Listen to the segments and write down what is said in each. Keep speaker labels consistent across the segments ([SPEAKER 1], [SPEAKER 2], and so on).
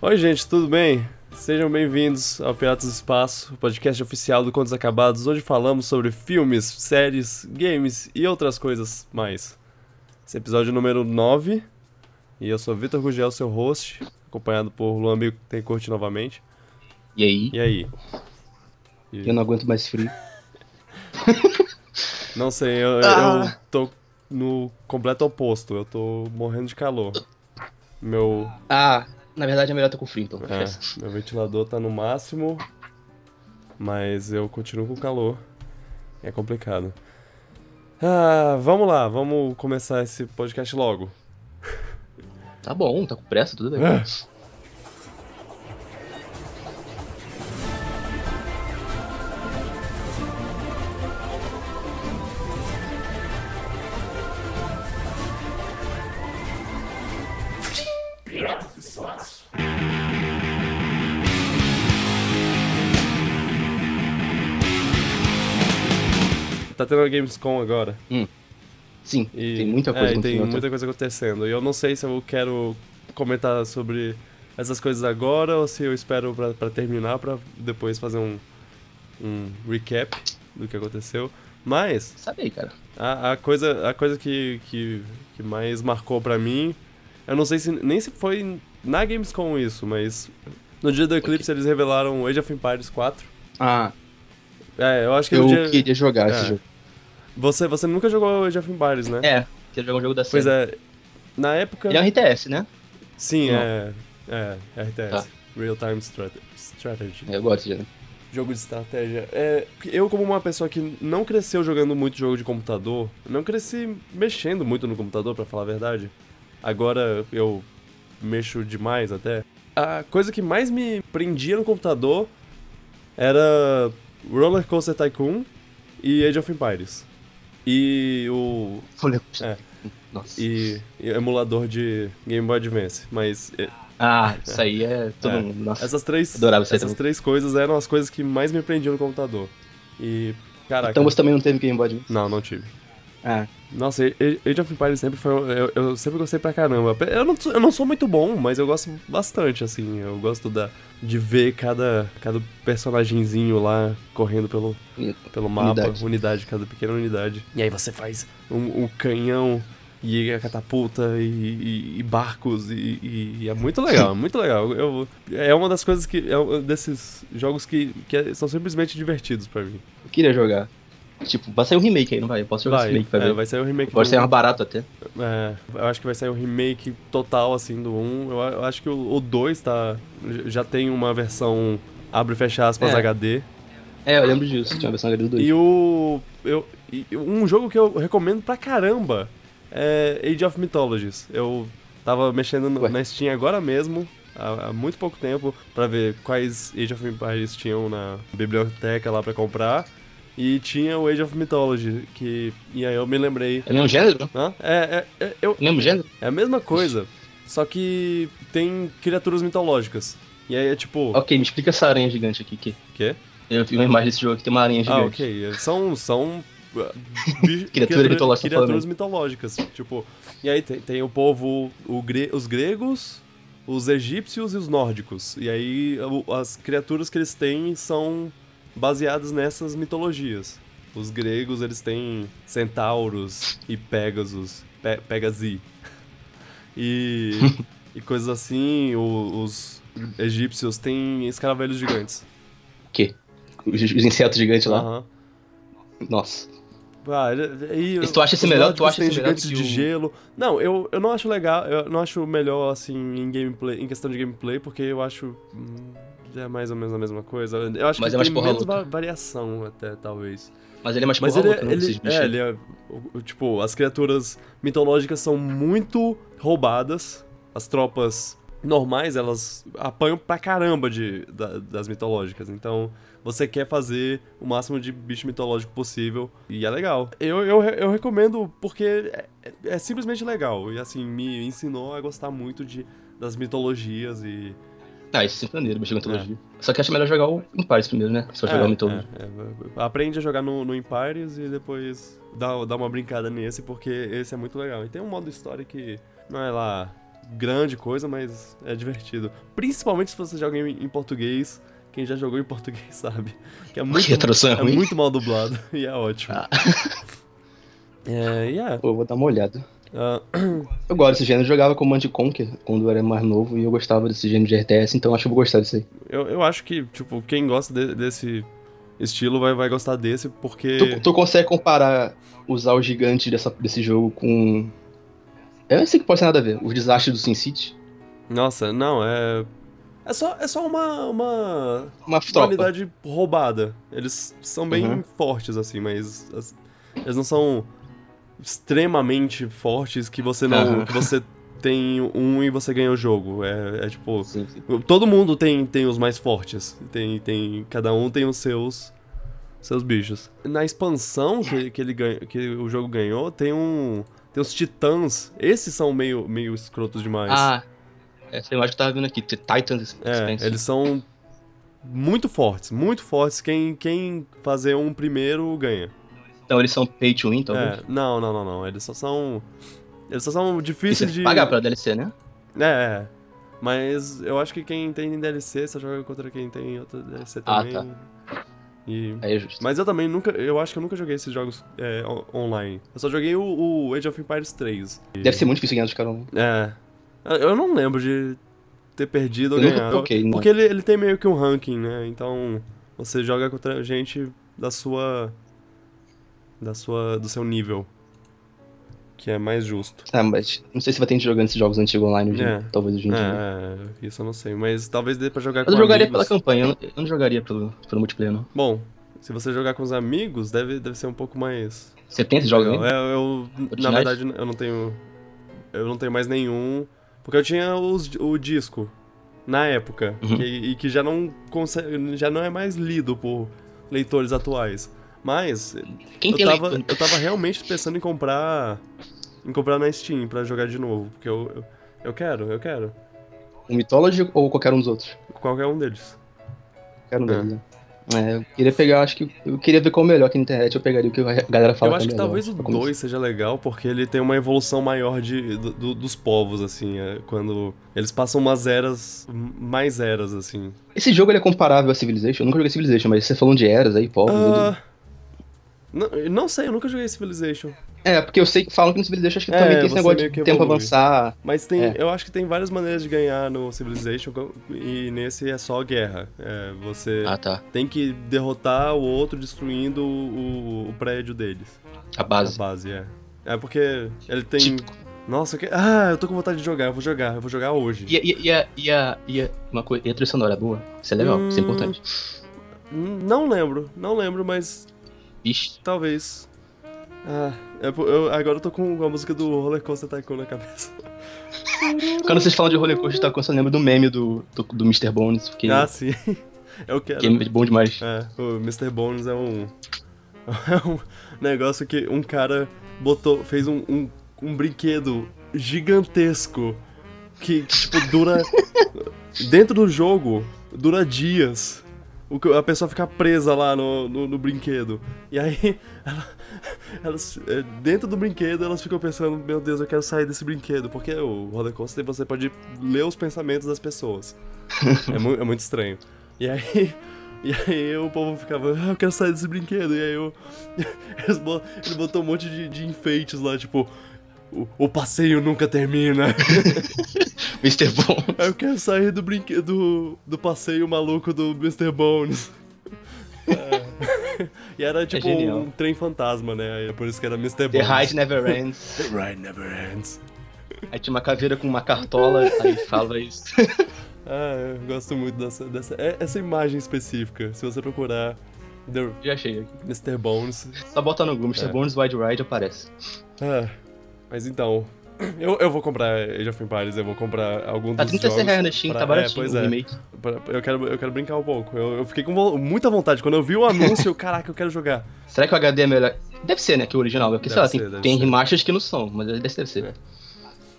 [SPEAKER 1] Oi, gente, tudo bem? Sejam bem-vindos ao Piratas do Espaço, o podcast oficial do Contos Acabados, onde falamos sobre filmes, séries, games e outras coisas mais. Esse é o episódio número 9, e eu sou Vitor Gugel, seu host, acompanhado por Luan Bico, que tem curte novamente.
[SPEAKER 2] E aí?
[SPEAKER 1] E aí? E-
[SPEAKER 2] Eu não aguento mais frio.
[SPEAKER 1] Não sei, eu,
[SPEAKER 2] Ah.
[SPEAKER 1] eu tô no completo oposto, eu tô morrendo de calor. Meu,
[SPEAKER 2] Ah, na verdade é melhor estar com frio, então.
[SPEAKER 1] é,
[SPEAKER 2] confesso.
[SPEAKER 1] meu ventilador tá no máximo, mas eu continuo com calor. É complicado. Ah, vamos lá, vamos começar esse podcast logo.
[SPEAKER 2] Tá bom, tá com pressa, tudo bem.
[SPEAKER 1] Ah. Tá tendo a Gamescom agora.
[SPEAKER 2] Sim,
[SPEAKER 1] E,
[SPEAKER 2] tem muita coisa
[SPEAKER 1] é, e tem
[SPEAKER 2] acontecendo.
[SPEAKER 1] muita coisa acontecendo. E eu não sei se eu quero comentar sobre essas coisas agora ou se eu espero pra, pra terminar pra depois fazer um, um recap do que aconteceu. Mas
[SPEAKER 2] Sabe aí, cara.
[SPEAKER 1] a, a coisa, a coisa que, que, que mais marcou pra mim, eu não sei se nem se foi na Gamescom isso, mas no dia do Eclipse eles revelaram Age of Empires 4.
[SPEAKER 2] Ah,
[SPEAKER 1] É, eu acho que
[SPEAKER 2] eu
[SPEAKER 1] no dia,
[SPEAKER 2] queria jogar esse
[SPEAKER 1] É.
[SPEAKER 2] jogo.
[SPEAKER 1] você você nunca jogou Age of Empires, né?
[SPEAKER 2] É, queria jogar um jogo da série.
[SPEAKER 1] Pois é. Na época
[SPEAKER 2] Ele é um RTS, né?
[SPEAKER 1] Sim,
[SPEAKER 2] Não.
[SPEAKER 1] é. É, RTS.
[SPEAKER 2] Tá.
[SPEAKER 1] Real Time Strate- Strategy.
[SPEAKER 2] É, Eu gosto de
[SPEAKER 1] Jogo de estratégia. É, eu, como uma pessoa que não cresceu jogando muito jogo de computador, não cresci mexendo muito no computador, pra falar a verdade. Agora eu mexo demais até. A coisa que mais me prendia no computador era Roller Coaster Tycoon e Age of Empires. E o
[SPEAKER 2] Falei,
[SPEAKER 1] É.
[SPEAKER 2] Nossa.
[SPEAKER 1] e, e emulador de Game Boy Advance, mas é,
[SPEAKER 2] Ah, isso aí é todo
[SPEAKER 1] É.
[SPEAKER 2] mundo. Nossa.
[SPEAKER 1] Essas três,
[SPEAKER 2] Adorava isso aí
[SPEAKER 1] essas
[SPEAKER 2] também.
[SPEAKER 1] três coisas eram as coisas que mais me prendiam no computador. E, caraca.
[SPEAKER 2] Então você também não teve Game Boy Advance?
[SPEAKER 1] Não, não tive.
[SPEAKER 2] Ah,
[SPEAKER 1] Nossa, e- e- Age of Empires sempre foi. um- Eu, eu sempre gostei pra caramba. Eu não, sou- eu não sou muito bom, mas eu gosto bastante, assim. Eu gosto da, de ver cada, cada personagenzinho lá correndo pelo,
[SPEAKER 2] e-
[SPEAKER 1] pelo mapa, unidade.
[SPEAKER 2] Unidade.
[SPEAKER 1] cada pequena unidade. E aí você faz um, um canhão e a catapulta e, e- e barcos e, e- e é muito legal, é muito legal. Eu, é uma das coisas que é um desses jogos que, que são simplesmente divertidos pra mim.
[SPEAKER 2] eu queria jogar. Tipo, vai sair um remake aí, não vai? Eu posso jogar esse
[SPEAKER 1] Vai,
[SPEAKER 2] remake pra
[SPEAKER 1] é,
[SPEAKER 2] ver.
[SPEAKER 1] vai sair o remake.
[SPEAKER 2] Pode
[SPEAKER 1] do-
[SPEAKER 2] sair mais barato até.
[SPEAKER 1] é, eu acho que vai sair o remake total assim do 1. Eu, a- eu acho que o, o 2 tá já tem uma versão abre e fecha aspas
[SPEAKER 2] É.
[SPEAKER 1] HD.
[SPEAKER 2] É, eu lembro disso. Tinha uma versão HD do 2.
[SPEAKER 1] E o. Eu, e um jogo que eu recomendo pra caramba é Age of Mythologies. Eu tava mexendo no,
[SPEAKER 2] Ué.
[SPEAKER 1] na Steam agora mesmo, há, há muito pouco tempo, pra ver quais Age of Empires tinham na biblioteca lá pra comprar. E tinha o Age of Mythology, que. E aí eu me lembrei.
[SPEAKER 2] É o mesmo gênero?
[SPEAKER 1] Hã? É, é, é, eu,
[SPEAKER 2] Mesmo gênero?
[SPEAKER 1] é a mesma coisa, só que tem criaturas mitológicas. E aí é tipo.
[SPEAKER 2] Ok, me explica essa aranha gigante aqui. Que
[SPEAKER 1] O quê?
[SPEAKER 2] eu vi uma imagem desse jogo que tem uma aranha
[SPEAKER 1] Ah,
[SPEAKER 2] gigante.
[SPEAKER 1] ok. São. são uh, bi-
[SPEAKER 2] Criaturas mitológicas,
[SPEAKER 1] criaturas
[SPEAKER 2] falando.
[SPEAKER 1] mitológicas. Tipo, e aí tem, tem o povo, o gre- os gregos, os egípcios e os nórdicos. E aí o- as criaturas que eles têm são baseadas nessas mitologias. Os gregos, eles têm centauros e pégasos, pe pegasi. E, e coisas assim, o- os egípcios têm escaravelhos gigantes.
[SPEAKER 2] que? Os, os insetos gigantes lá?
[SPEAKER 1] Aham.
[SPEAKER 2] Nossa.
[SPEAKER 1] Ah, e, e-
[SPEAKER 2] Se tu acha esse
[SPEAKER 1] os
[SPEAKER 2] melhor, tu
[SPEAKER 1] nórdicos
[SPEAKER 2] acha
[SPEAKER 1] têm
[SPEAKER 2] esse melhor
[SPEAKER 1] gigantes
[SPEAKER 2] do
[SPEAKER 1] de
[SPEAKER 2] que o-
[SPEAKER 1] gelo. Não, eu, eu não acho legal, eu não acho melhor assim em gameplay, em questão de gameplay, porque eu acho hum, é mais ou menos a mesma coisa. Eu acho
[SPEAKER 2] Mas
[SPEAKER 1] que
[SPEAKER 2] é mais
[SPEAKER 1] tem
[SPEAKER 2] porra
[SPEAKER 1] menos
[SPEAKER 2] louca.
[SPEAKER 1] va- variação até talvez.
[SPEAKER 2] Mas ele é mais
[SPEAKER 1] Mas
[SPEAKER 2] porra
[SPEAKER 1] ele,
[SPEAKER 2] louca,
[SPEAKER 1] é,
[SPEAKER 2] né,
[SPEAKER 1] ele,
[SPEAKER 2] esses bichos
[SPEAKER 1] é,
[SPEAKER 2] aí.
[SPEAKER 1] ele é, o- o- tipo, as criaturas mitológicas são muito roubadas. As tropas normais, elas apanham pra caramba de, da- das mitológicas. Então, você quer fazer o máximo de bicho mitológico possível. E é legal. Eu, eu, re- eu recomendo porque é, é- é simplesmente legal. E assim, me ensinou a gostar muito de, das mitologias e...
[SPEAKER 2] Ah, isso é sempre maneiro, bicho mitologia. Só que acho melhor jogar o Empires primeiro, né? Se eu jogar
[SPEAKER 1] É,
[SPEAKER 2] o mitologia.
[SPEAKER 1] é, é. aprende a jogar no, no Empires e depois dá, dá uma brincada nesse, porque esse é muito legal. E tem um modo história que não é lá grande coisa, mas é divertido. Principalmente se você joga em, em português. Quem já jogou em português sabe. Que é muito,
[SPEAKER 2] Que tradução é
[SPEAKER 1] é
[SPEAKER 2] ruim.
[SPEAKER 1] muito mal dublado e é ótimo.
[SPEAKER 2] Ah.
[SPEAKER 1] É, e é.
[SPEAKER 2] Pô, eu vou dar uma olhada.
[SPEAKER 1] Ah,
[SPEAKER 2] Eu gosto desse gênero, eu jogava Command Conquer quando eu era mais novo e eu gostava desse gênero de RTS, então acho que eu vou gostar disso aí.
[SPEAKER 1] eu, eu acho que, tipo, quem gosta de- desse estilo vai, vai gostar desse, porque.
[SPEAKER 2] Tu, tu consegue comparar usar o gigante dessa- desse jogo com. Eu não sei que pode ser nada a ver. Os desastres do Sin City.
[SPEAKER 1] Nossa, não, é. É só, é só uma, uma
[SPEAKER 2] Uma tropa.
[SPEAKER 1] qualidade roubada. Eles são bem
[SPEAKER 2] Uhum.
[SPEAKER 1] fortes, assim, mas as- eles não são extremamente fortes que você não.
[SPEAKER 2] Aham.
[SPEAKER 1] que você tem um e você ganha o jogo. É, é tipo.
[SPEAKER 2] Sim, sim.
[SPEAKER 1] Todo mundo tem, tem os mais fortes. Tem, tem, cada um tem os seus seus bichos. Na expansão que, que, ele ganha, que o jogo ganhou, tem um. Tem os titãs. Esses são meio, meio escrotos demais.
[SPEAKER 2] Ah, essa imagem que eu tava vendo aqui, The Titans
[SPEAKER 1] É,
[SPEAKER 2] Expanse.
[SPEAKER 1] eles são muito fortes, muito fortes. Quem, quem fazer um primeiro ganha.
[SPEAKER 2] Então né? eles são pay to win, talvez.
[SPEAKER 1] É, não, não, não, não. Eles só são. Eles só são
[SPEAKER 2] Isso
[SPEAKER 1] difíceis de.
[SPEAKER 2] é pagar pra DLC, né?
[SPEAKER 1] É, é. Mas eu acho que quem tem DLC só joga contra quem tem outra DLC
[SPEAKER 2] Ah,
[SPEAKER 1] também. E-
[SPEAKER 2] Aí é justo.
[SPEAKER 1] Mas eu também nunca. Eu acho que eu nunca joguei esses jogos é, on- online. Eu só joguei o, o Age of Empires 3.
[SPEAKER 2] Deve ser muito difícil ganhar dos caras. né?
[SPEAKER 1] É. Eu- Eu não lembro de ter perdido ou
[SPEAKER 2] Eu nunca
[SPEAKER 1] ganhado.
[SPEAKER 2] toquei, né? não.
[SPEAKER 1] Porque ele, ele tem meio que um ranking, né? Então você joga contra gente da sua. Da sua. do seu nível. Que é mais justo.
[SPEAKER 2] Ah, mas não sei se vai ter gente jogando esses jogos antigos online hoje,
[SPEAKER 1] É.
[SPEAKER 2] talvez hoje em dia. né?
[SPEAKER 1] É, isso eu não sei. Mas talvez dê pra jogar com
[SPEAKER 2] Mas eu jogaria
[SPEAKER 1] amigos.
[SPEAKER 2] pela campanha, eu não, eu não jogaria pelo, pelo multiplayer, não.
[SPEAKER 1] Bom, se você jogar com os amigos, deve, deve ser um pouco mais.
[SPEAKER 2] Você tem esse jogo
[SPEAKER 1] Legal.
[SPEAKER 2] aí?
[SPEAKER 1] É, eu, na
[SPEAKER 2] Originais?
[SPEAKER 1] verdade, eu não tenho. Eu não tenho mais nenhum. Porque eu tinha os- o disco na época.
[SPEAKER 2] Uhum.
[SPEAKER 1] que- e que já não, consegue, já não é mais lido por leitores atuais. Mas
[SPEAKER 2] Quem
[SPEAKER 1] é. eu
[SPEAKER 2] tem né?
[SPEAKER 1] tava,
[SPEAKER 2] leitura?
[SPEAKER 1] eu tava realmente pensando em comprar. Em comprar na Steam pra jogar de novo. Porque eu, eu, eu quero, eu quero.
[SPEAKER 2] O Mythology ou qualquer um dos outros?
[SPEAKER 1] Qualquer um deles.
[SPEAKER 2] Qualquer um
[SPEAKER 1] É.
[SPEAKER 2] deles, né? É, eu queria pegar, acho que. Eu queria ver qual é o melhor aqui na internet, eu pegaria o que a galera fala
[SPEAKER 1] eu acho
[SPEAKER 2] é
[SPEAKER 1] que
[SPEAKER 2] melhor,
[SPEAKER 1] talvez o
[SPEAKER 2] pra começar.
[SPEAKER 1] 2 seja legal, porque ele tem uma evolução maior de, do- do- dos povos, assim. é, quando eles passam umas eras, m- mais eras, assim.
[SPEAKER 2] Esse jogo ele é comparável a Civilization? Eu nunca joguei Civilization, mas você falando de eras aí, povos. ele-
[SPEAKER 1] Ah, não, eu não sei, eu nunca joguei Civilization.
[SPEAKER 2] É, porque eu sei que falam que no Civilization acho que
[SPEAKER 1] É,
[SPEAKER 2] também tem esse
[SPEAKER 1] você
[SPEAKER 2] negócio
[SPEAKER 1] meio que
[SPEAKER 2] de tempo
[SPEAKER 1] evolui.
[SPEAKER 2] avançar.
[SPEAKER 1] Mas tem,
[SPEAKER 2] É.
[SPEAKER 1] eu acho que tem várias maneiras de ganhar no Civilization, co- e nesse é só guerra. É, você
[SPEAKER 2] Ah, tá.
[SPEAKER 1] tem que derrotar o outro destruindo o, o prédio deles.
[SPEAKER 2] A
[SPEAKER 1] A
[SPEAKER 2] base. Tipo.
[SPEAKER 1] base, é. É porque ele tem...
[SPEAKER 2] Típico.
[SPEAKER 1] Nossa, eu que... ah, eu tô com vontade de jogar, eu vou jogar, eu vou jogar hoje.
[SPEAKER 2] E, e, e, a- e, a- e a- uma coisa, e a trilha sonora é boa? Isso é legal, isso é
[SPEAKER 1] Hum.
[SPEAKER 2] importante.
[SPEAKER 1] Hum, Não lembro, não lembro, mas
[SPEAKER 2] Ixi,
[SPEAKER 1] talvez. Ah, é po- eu- agora eu tô com a música do Roller Coaster Tycoon na cabeça.
[SPEAKER 2] quando vocês falam de roller coaster tá eu só lembro do meme do, do, do Mr. Bones, que,
[SPEAKER 1] Ah, sim. Eu quero.
[SPEAKER 2] que é bom demais.
[SPEAKER 1] É, o Mr. Bones é um. É um negócio que um cara botou. fez um, um, um brinquedo gigantesco que, que, tipo, dura. dentro do jogo, dura dias. O que- A pessoa fica presa lá no, no, no brinquedo. E aí, ela- elas, é, dentro do brinquedo, elas ficam pensando: Meu Deus, eu quero sair desse brinquedo. Porque o roller coaster você pode ler os pensamentos das pessoas. É, mu- é muito estranho. E aí, e aí o povo ficava, ah, eu quero sair desse brinquedo. E aí eu. eles bo- Ele botou um monte de, de enfeites lá, tipo. O, o passeio nunca termina.
[SPEAKER 2] Mr. Bones.
[SPEAKER 1] Eu quero sair do brinquedo. Do, do passeio maluco do Mr. Bones. É. e era tipo
[SPEAKER 2] genial.
[SPEAKER 1] um trem fantasma, né? É por isso que era Mr.
[SPEAKER 2] The
[SPEAKER 1] Bones.
[SPEAKER 2] Ride Never Ends.
[SPEAKER 1] The ride never ends.
[SPEAKER 2] Aí tinha uma caveira com uma cartola, aí fala isso.
[SPEAKER 1] Ah, eu gosto muito dessa. dessa é- essa imagem específica. Se você procurar The
[SPEAKER 2] Já achei aqui.
[SPEAKER 1] Mr. Bones,
[SPEAKER 2] Só bota no Google, Mr.
[SPEAKER 1] É.
[SPEAKER 2] Bones Wide Ride aparece.
[SPEAKER 1] Ah, mas então. Eu, eu vou comprar Age of Empires, eu vou comprar algum
[SPEAKER 2] Tá
[SPEAKER 1] dos
[SPEAKER 2] 36
[SPEAKER 1] jogos.
[SPEAKER 2] reais na Steam,
[SPEAKER 1] pra-
[SPEAKER 2] tá
[SPEAKER 1] É,
[SPEAKER 2] baratinho
[SPEAKER 1] pois
[SPEAKER 2] o
[SPEAKER 1] é.
[SPEAKER 2] remake.
[SPEAKER 1] pra- Eu quero, eu quero brincar um pouco. Eu, eu fiquei com vo- muita vontade. Quando eu vi o anúncio, eu, caraca, eu quero jogar.
[SPEAKER 2] Será que o HD é melhor? Deve ser, né? Que o original. Porque,
[SPEAKER 1] Deve
[SPEAKER 2] sei
[SPEAKER 1] ser,
[SPEAKER 2] lá,
[SPEAKER 1] deve
[SPEAKER 2] tem, tem
[SPEAKER 1] ser.
[SPEAKER 2] remasters que não são, mas ele deve ser.
[SPEAKER 1] É.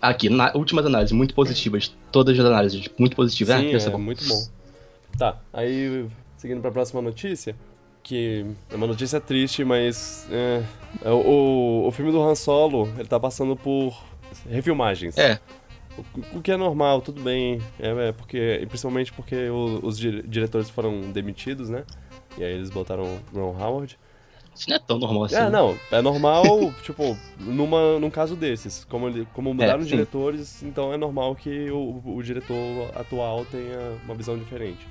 [SPEAKER 2] Aqui, na, últimas análises, muito positivas. Todas as análises, muito positivas.
[SPEAKER 1] Sim,
[SPEAKER 2] ah, essa
[SPEAKER 1] é muito bom. Tá, aí, seguindo pra próxima notícia, que é uma notícia triste, mas. é, é, o, o filme do Han Solo, ele tá passando por refilmagens.
[SPEAKER 2] É.
[SPEAKER 1] O, o que é normal, tudo bem. É, é porque, principalmente porque o- os dire- diretores foram demitidos, né? E aí eles botaram o Ron Howard.
[SPEAKER 2] Isso não é tão normal assim.
[SPEAKER 1] É, não, é normal, tipo, numa, num caso desses. Como, ele, como mudaram os
[SPEAKER 2] É, sim.
[SPEAKER 1] diretores, então é normal que o, o diretor atual tenha uma visão diferente.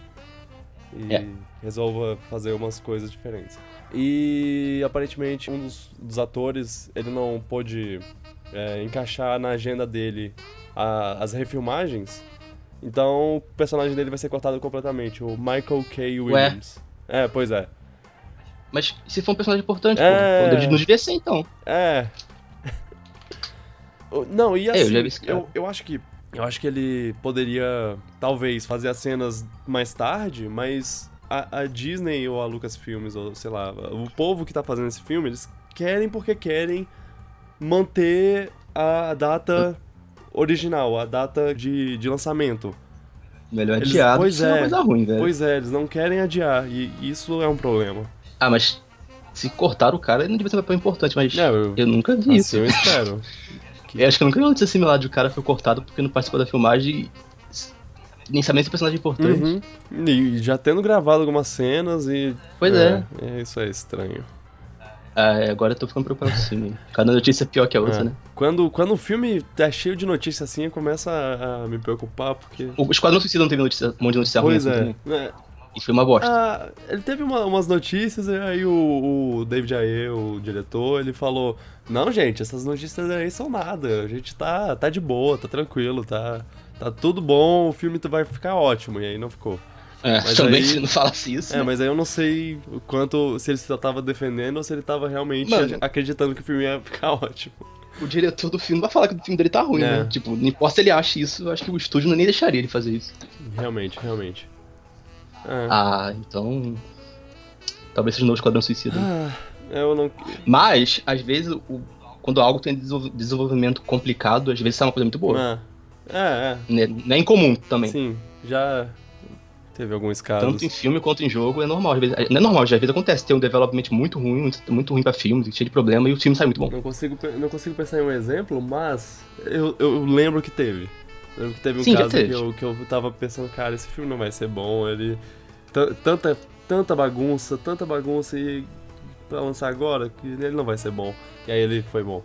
[SPEAKER 1] E
[SPEAKER 2] É.
[SPEAKER 1] resolva fazer umas coisas diferentes. E aparentemente um dos, dos atores, ele não pôde é, encaixar na agenda dele a- as refilmagens. Então o personagem dele vai ser cortado completamente, o Michael K. Williams. É, pois é.
[SPEAKER 2] Mas se for um personagem importante,
[SPEAKER 1] É.
[SPEAKER 2] pô, quando ele não devia ser, então.
[SPEAKER 1] É. O- Não, e assim,
[SPEAKER 2] eu já vi esse cara.
[SPEAKER 1] eu, eu acho que eu acho que ele poderia talvez fazer as cenas mais tarde, mas a, a Disney ou a Lucasfilmes ou sei lá, o povo que tá fazendo esse filme, eles querem porque querem manter a data original, a data de, de lançamento.
[SPEAKER 2] Melhor
[SPEAKER 1] Eles-
[SPEAKER 2] adiado,
[SPEAKER 1] pois
[SPEAKER 2] senão
[SPEAKER 1] é.
[SPEAKER 2] coisa ruim, velho.
[SPEAKER 1] Pois é, eles não querem adiar e isso é um problema.
[SPEAKER 2] Ah, mas se cortar o cara, ele não devia ser um papel importante, mas
[SPEAKER 1] Não, eu,
[SPEAKER 2] eu nunca vi
[SPEAKER 1] assim
[SPEAKER 2] isso.
[SPEAKER 1] eu espero.
[SPEAKER 2] Eu acho que eu nunca vi uma notícia similar de o cara foi cortado porque não participou da filmagem e nem sabia se é personagem importante.
[SPEAKER 1] Uhum. E já tendo gravado algumas cenas e.
[SPEAKER 2] Pois é.
[SPEAKER 1] é. Isso é estranho.
[SPEAKER 2] Ah, é, agora eu tô ficando preocupado com o filme. Cada notícia é pior que a outra,
[SPEAKER 1] É.
[SPEAKER 2] né?
[SPEAKER 1] Quando, quando o filme tá cheio de notícia assim, começa a, a me preocupar, porque.
[SPEAKER 2] O Esquadrão Suicida não teve notícia, um monte de notícia
[SPEAKER 1] Pois
[SPEAKER 2] ruim assim
[SPEAKER 1] é.
[SPEAKER 2] também.
[SPEAKER 1] né?
[SPEAKER 2] E foi uma bosta.
[SPEAKER 1] Ah, ele teve uma- umas notícias e aí o, o David Ayer, o diretor, ele falou: Não, gente, essas notícias aí são nada. A gente tá, tá de boa, tá tranquilo, tá, tá tudo bom, o filme vai ficar ótimo. E aí não ficou.
[SPEAKER 2] é,
[SPEAKER 1] mas
[SPEAKER 2] também
[SPEAKER 1] aí-
[SPEAKER 2] se não falasse isso.
[SPEAKER 1] É,
[SPEAKER 2] né?
[SPEAKER 1] mas aí eu não sei o quanto se ele só tava defendendo ou se ele tava realmente
[SPEAKER 2] Mano.
[SPEAKER 1] ac- acreditando que o filme ia ficar ótimo.
[SPEAKER 2] O diretor do filme vai falar que o filme dele tá ruim,
[SPEAKER 1] É.
[SPEAKER 2] né? Tipo, não importa se ele acha isso, eu acho que o estúdio não nem deixaria ele fazer isso.
[SPEAKER 1] É. Realmente, realmente. É.
[SPEAKER 2] Ah, então. Talvez seja o novo Esquadrão Suicida. né?
[SPEAKER 1] Ah, eu não.
[SPEAKER 2] Mas, às vezes, o- quando algo tem desenvol- desenvolvimento complicado, às vezes sai uma coisa muito boa.
[SPEAKER 1] Ah, é, é.
[SPEAKER 2] Né? Não é incomum também.
[SPEAKER 1] Sim, já teve alguns casos.
[SPEAKER 2] Tanto em filme quanto em jogo é normal. Às vezes, não é normal, às vezes acontece ter um development muito ruim, muito, muito ruim pra filme, cheio de problema, e o filme sai muito bom.
[SPEAKER 1] Não consigo, pe- não consigo pensar em um exemplo, mas eu, eu lembro que teve. Lembro que teve um
[SPEAKER 2] Sim, já
[SPEAKER 1] caso que
[SPEAKER 2] teve.
[SPEAKER 1] eu, que eu tava pensando, cara, esse filme não vai ser bom, ele. tan- Tanta, tanta bagunça, tanta bagunça e. pra lançar agora, que ele não vai ser bom. E aí ele foi bom.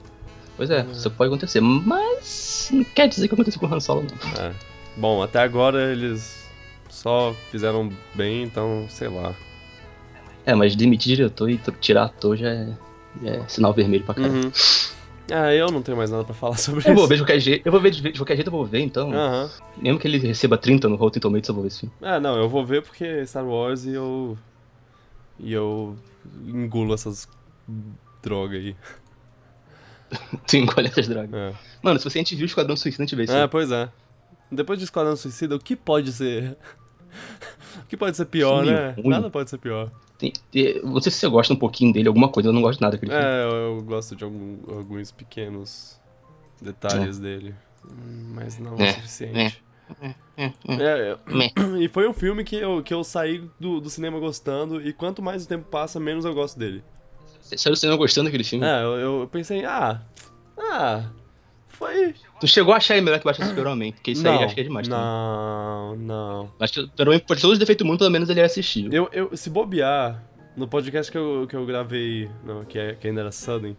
[SPEAKER 2] Pois é, isso pode acontecer. Mas não quer dizer que aconteceu com o Han Solo, não.
[SPEAKER 1] É. Bom, até agora eles só fizeram bem, então, sei lá.
[SPEAKER 2] É, mas demitir diretor e t- tirar ator já é, já é sinal vermelho pra caralho.
[SPEAKER 1] Uhum. Ah, eu não tenho mais nada pra falar sobre isso.
[SPEAKER 2] Eu vou ver de qualquer jeito, eu vou ver de, de qualquer jeito, eu vou ver então.
[SPEAKER 1] Aham.
[SPEAKER 2] Mesmo que ele receba 30 no Rotten Tomatoes, eu vou ver esse filme.
[SPEAKER 1] Ah, não, eu vou ver porque Star Wars e eu. E eu engulo essas drogas aí.
[SPEAKER 2] Sim, olha essas drogas.
[SPEAKER 1] É.
[SPEAKER 2] Mano, se você antes viu o Esquadrão Suicida, a gente vê isso.
[SPEAKER 1] Ah, pois é. Depois de Esquadrão Suicida, o que pode ser. o que pode ser pior,
[SPEAKER 2] Filme
[SPEAKER 1] né?
[SPEAKER 2] ruim.
[SPEAKER 1] Nada pode ser pior.
[SPEAKER 2] Tem- tem- não sei se você gosta um pouquinho dele, alguma coisa, eu não gosto de nada daquele filme.
[SPEAKER 1] É, eu, eu gosto de algum- alguns pequenos detalhes dele. Hum, Mas não é,
[SPEAKER 2] É,
[SPEAKER 1] o suficiente. É, eu-
[SPEAKER 2] Meh.
[SPEAKER 1] e foi um filme que eu, que eu saí do, do cinema gostando, e quanto mais o tempo passa, menos eu gosto dele.
[SPEAKER 2] Sério, você não gostando daquele filme?
[SPEAKER 1] É, eu, eu pensei, ah, ah, foi.
[SPEAKER 2] Tu chegou a achar ele melhor que Batman Super-Homem, porque isso
[SPEAKER 1] Ah.
[SPEAKER 2] aí
[SPEAKER 1] Não,
[SPEAKER 2] acho que é demais. também.
[SPEAKER 1] Não, não.
[SPEAKER 2] Acho que o Super-Homem, por todos os defeitos do mundo, pelo menos ele é assistível.
[SPEAKER 1] Eu, eu, se bobear, no podcast que eu, que eu gravei, não, que, é- que ainda era Sudden,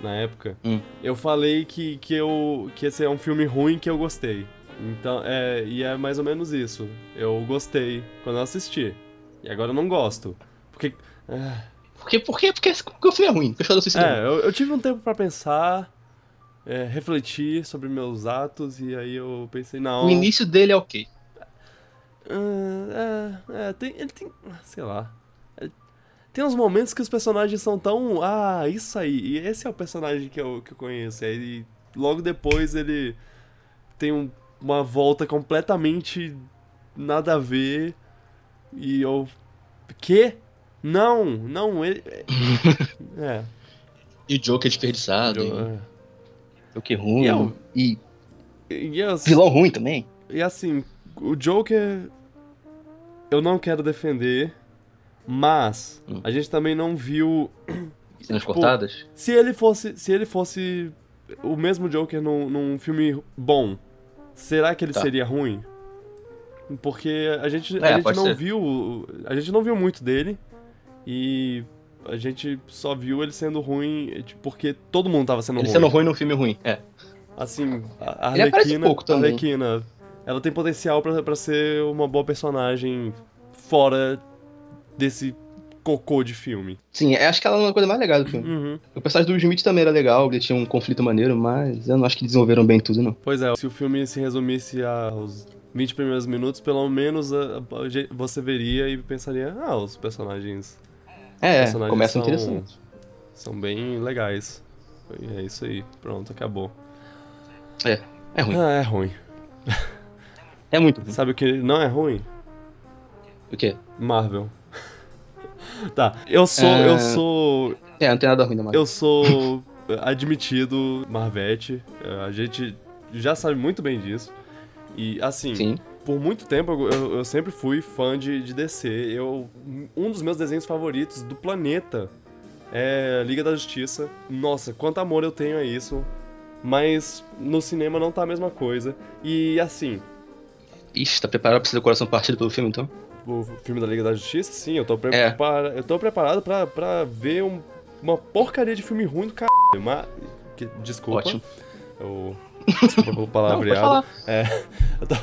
[SPEAKER 1] na época,
[SPEAKER 2] Hum.
[SPEAKER 1] eu falei que, que, eu, que esse é um filme ruim que eu gostei. Então, é, e é mais ou menos isso. Eu gostei quando eu assisti. E agora eu não gosto. Porque. ah,
[SPEAKER 2] Por quê? Por quê? Porque, porque o filme é ruim, porque o Esquadrão Suicida é
[SPEAKER 1] É, eu, eu tive um tempo pra pensar, é, refletir sobre meus atos, e aí eu pensei, não.
[SPEAKER 2] ruim. O início dele é ok.
[SPEAKER 1] Ah, é, é, tem, ele tem. ah, Sei lá. Ele- Tem uns momentos que os personagens são tão. Ah, isso aí. E esse é o personagem que eu, que eu conheço. E aí, logo depois ele tem um- uma volta completamente nada a ver. E eu. Quê? Não, não, ele. É.
[SPEAKER 2] E o Joker é desperdiçado, e
[SPEAKER 1] eu-
[SPEAKER 2] o Joker ruim,
[SPEAKER 1] E um- eu-
[SPEAKER 2] e
[SPEAKER 1] é. E as-
[SPEAKER 2] vilão ruim também.
[SPEAKER 1] E assim, o Joker. Eu não quero defender, mas
[SPEAKER 2] Hum.
[SPEAKER 1] a gente também não viu.
[SPEAKER 2] Cenas
[SPEAKER 1] Tipo,
[SPEAKER 2] cortadas.
[SPEAKER 1] Se ele fosse. Se ele fosse o mesmo Joker num, num filme bom, Será que ele
[SPEAKER 3] Tá.
[SPEAKER 1] seria ruim? Porque a gente,
[SPEAKER 3] É,
[SPEAKER 1] a gente
[SPEAKER 3] pode
[SPEAKER 1] não
[SPEAKER 3] ser.
[SPEAKER 1] viu. A gente não viu muito dele. E a gente só viu ele sendo ruim eh, tipo, porque todo mundo tava sendo
[SPEAKER 2] Ele
[SPEAKER 1] ruim.
[SPEAKER 2] sendo ruim num filme ruim. É.
[SPEAKER 1] Assim, a a
[SPEAKER 2] Ele aparece
[SPEAKER 1] Arlequina,
[SPEAKER 2] pouco também.
[SPEAKER 1] a Arlequina, ela tem potencial pra, pra ser uma boa personagem fora desse cocô de filme.
[SPEAKER 2] Sim, eu acho que ela é uma coisa mais legal do filme.
[SPEAKER 1] Uhum.
[SPEAKER 2] O personagem do Smith também era legal, ele tinha um conflito maneiro, mas eu não acho que desenvolveram bem tudo, não.
[SPEAKER 1] Pois é, se o filme se resumisse aos 20 primeiros minutos, pelo menos a- a- je- você veria e pensaria, ah, os personagens
[SPEAKER 2] É,
[SPEAKER 1] Os personagens
[SPEAKER 2] começa
[SPEAKER 1] são-
[SPEAKER 2] interessante.
[SPEAKER 1] são bem legais. E é isso aí, pronto, acabou.
[SPEAKER 2] É ruim.
[SPEAKER 1] Ah, é ruim.
[SPEAKER 2] É muito ruim.
[SPEAKER 1] Sabe o que não é ruim?
[SPEAKER 2] O quê?
[SPEAKER 1] Marvel. tá, eu sou,
[SPEAKER 2] É.
[SPEAKER 1] eu sou,
[SPEAKER 2] É, não tem nada ruim da Marvel.
[SPEAKER 1] eu sou eh, admitido Marvete. Eh, A gente já sabe muito bem disso. E assim,
[SPEAKER 2] Sim.
[SPEAKER 1] Por muito tempo eu, eu- eu sempre fui fã de, de DC. Eu, um dos meus desenhos favoritos do planeta é Liga da Justiça. Nossa, quanto amor eu tenho a isso. Mas no cinema não tá a mesma coisa. E assim,
[SPEAKER 2] Ixi, tá preparado pra ser o coração partido pelo filme, então?
[SPEAKER 1] o filme da Liga da Justiça, sim, eu tô, pre-
[SPEAKER 2] É.
[SPEAKER 1] para- eu tô preparado pra, pra ver um- uma porcaria de filme ruim do caralho. Uma, que- desculpa.
[SPEAKER 2] Ótimo.
[SPEAKER 1] Eu, desculpa pelo palavreado. Eu tava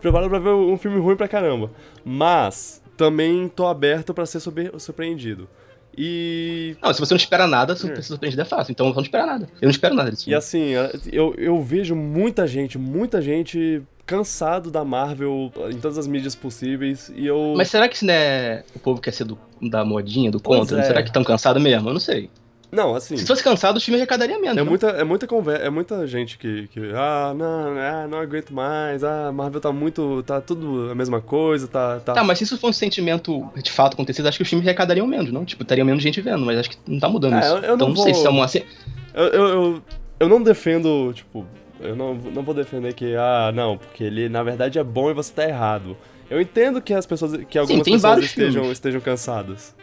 [SPEAKER 1] preparado pra ver um filme ruim pra caramba. Mas também tô aberto pra ser surpre- surpreendido. E.
[SPEAKER 2] Não, se você não espera nada,
[SPEAKER 1] É.
[SPEAKER 2] você se surpreender é fácil. Então eu não espera nada. Eu não espero nada disso.
[SPEAKER 1] E assim, eu, eu vejo muita gente, muita gente cansado da Marvel em todas as mídias possíveis. E eu.
[SPEAKER 2] Mas será que isso não é o povo quer ser do, da modinha, do
[SPEAKER 1] Pois
[SPEAKER 2] contra?
[SPEAKER 1] é.
[SPEAKER 2] Será que tão cansado mesmo? Eu não sei.
[SPEAKER 1] Não, assim.
[SPEAKER 2] Se fosse cansado, os filmes arrecadaria menos.
[SPEAKER 1] É
[SPEAKER 2] né?
[SPEAKER 1] muita, é muita conversa, é muita gente que, que ah, não, ah, não aguento mais, ah, Marvel tá muito, tá tudo a mesma coisa, tá, tá
[SPEAKER 2] Tá, mas se isso for um sentimento de fato acontecido, acho que os filmes arrecadariam menos, não? Tipo, estaria menos gente vendo, mas acho que não tá mudando
[SPEAKER 1] É,
[SPEAKER 2] isso.
[SPEAKER 1] eu- eu não
[SPEAKER 2] então
[SPEAKER 1] vou-
[SPEAKER 2] sei se é uma... se-
[SPEAKER 1] Eu, eu, eu, eu não defendo, tipo, eu não, não vou defender que, ah, não, porque ele na verdade é bom e você tá errado. Eu entendo que as pessoas, que algumas
[SPEAKER 2] tem
[SPEAKER 1] pessoas
[SPEAKER 2] vários
[SPEAKER 1] estejam,
[SPEAKER 2] filmes.
[SPEAKER 1] estejam cansadas.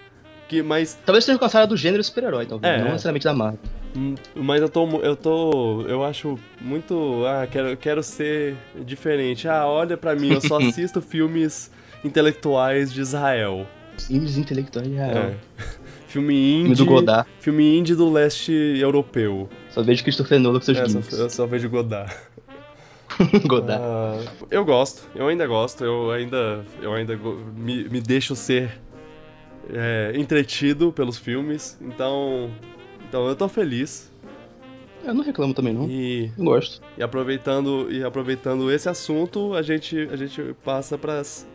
[SPEAKER 1] Que, mas,
[SPEAKER 2] Talvez seja cansado do gênero super-herói, talvez.
[SPEAKER 1] É.
[SPEAKER 2] Não necessariamente da Marvel.
[SPEAKER 1] hum, mas eu tô, mu- eu tô, eu acho muito, ah, quero, quero ser diferente. Ah, olha pra mim, eu só assisto filmes intelectuais de Israel.
[SPEAKER 2] Filmes intelectuais de Israel.
[SPEAKER 1] É. Filme
[SPEAKER 2] Filme
[SPEAKER 1] indie,
[SPEAKER 2] do Godard.
[SPEAKER 1] filme indie do leste europeu.
[SPEAKER 2] Só vejo Christopher Nolan com seus
[SPEAKER 1] É, só-
[SPEAKER 2] gimmicks.
[SPEAKER 1] eu só vejo Godard.
[SPEAKER 2] Godard.
[SPEAKER 1] Ah, eu gosto, eu ainda gosto, eu ainda, eu ainda go- me, me deixo ser é, entretido pelos filmes, então, então eu tô feliz
[SPEAKER 2] Eu não reclamo também, não.
[SPEAKER 1] e,
[SPEAKER 2] Não gosto.
[SPEAKER 1] e aproveitando e aproveitando esse assunto a gente a gente passa pras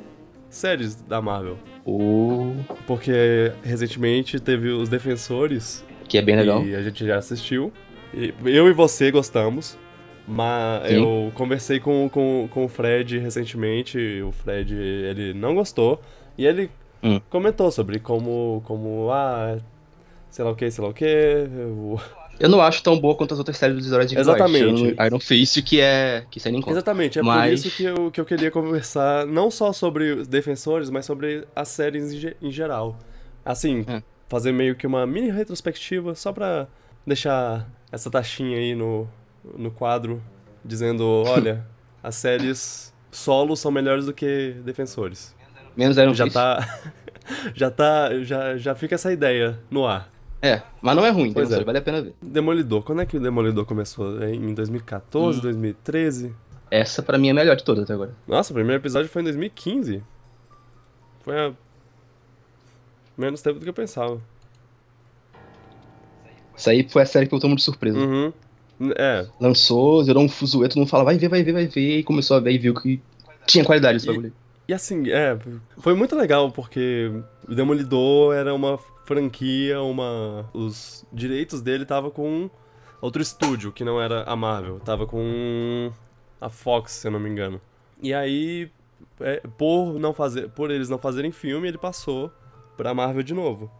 [SPEAKER 1] séries da Marvel,
[SPEAKER 2] O...
[SPEAKER 1] porque recentemente teve os Defensores
[SPEAKER 2] Que é bem legal.
[SPEAKER 1] e a gente já assistiu. E eu e você gostamos. Mas
[SPEAKER 2] Sim.
[SPEAKER 1] eu conversei com, com, com o Fred recentemente. e O Fred, ele não gostou. E ele
[SPEAKER 2] Hum.
[SPEAKER 1] comentou sobre como, como, ah, sei lá o que, sei lá o que.
[SPEAKER 2] Eu não acho tão boa quanto as outras séries dos heróis de
[SPEAKER 1] Exatamente.
[SPEAKER 2] Iron Fist, que é... Que sai nem conta.
[SPEAKER 1] Exatamente, é por
[SPEAKER 2] Mas-
[SPEAKER 1] isso que eu, que eu queria conversar, não só sobre os defensores, mas sobre as séries em, ge- em geral. Assim,
[SPEAKER 2] É.
[SPEAKER 1] fazer meio que uma mini retrospectiva, só pra deixar essa taxinha aí no, no quadro, dizendo, olha, as séries solo são melhores do que defensores.
[SPEAKER 2] Menos Iron
[SPEAKER 1] Já
[SPEAKER 2] Fist.
[SPEAKER 1] tá... Já tá... Já, já fica essa ideia no ar.
[SPEAKER 2] É, mas não é ruim,
[SPEAKER 1] Pois
[SPEAKER 2] entendeu?
[SPEAKER 1] é.
[SPEAKER 2] vale a pena ver.
[SPEAKER 1] Demolidor, quando é que o Demolidor começou? É Em 2014,
[SPEAKER 2] Hum.
[SPEAKER 1] 2013?
[SPEAKER 2] Essa pra mim é a melhor de todas até agora.
[SPEAKER 1] Nossa, o primeiro episódio foi em 2015. Foi há menos tempo do que eu pensava.
[SPEAKER 2] Essa aí foi a série que eu tô muito surpreso.
[SPEAKER 1] Uhum. É,
[SPEAKER 2] Lançou, zerou um fuzuê, todo mundo fala, vai ver, vai ver, vai ver. E começou a ver e viu que tinha qualidade esse
[SPEAKER 1] E-
[SPEAKER 2] bagulho.
[SPEAKER 1] e assim, é, foi muito legal porque o Demolidor era uma franquia, uma os direitos dele tava com outro estúdio que não era a Marvel, tava com a Fox, se eu não me engano. E aí, é, por não fazer, por eles não fazerem filme, ele passou pra Marvel de novo.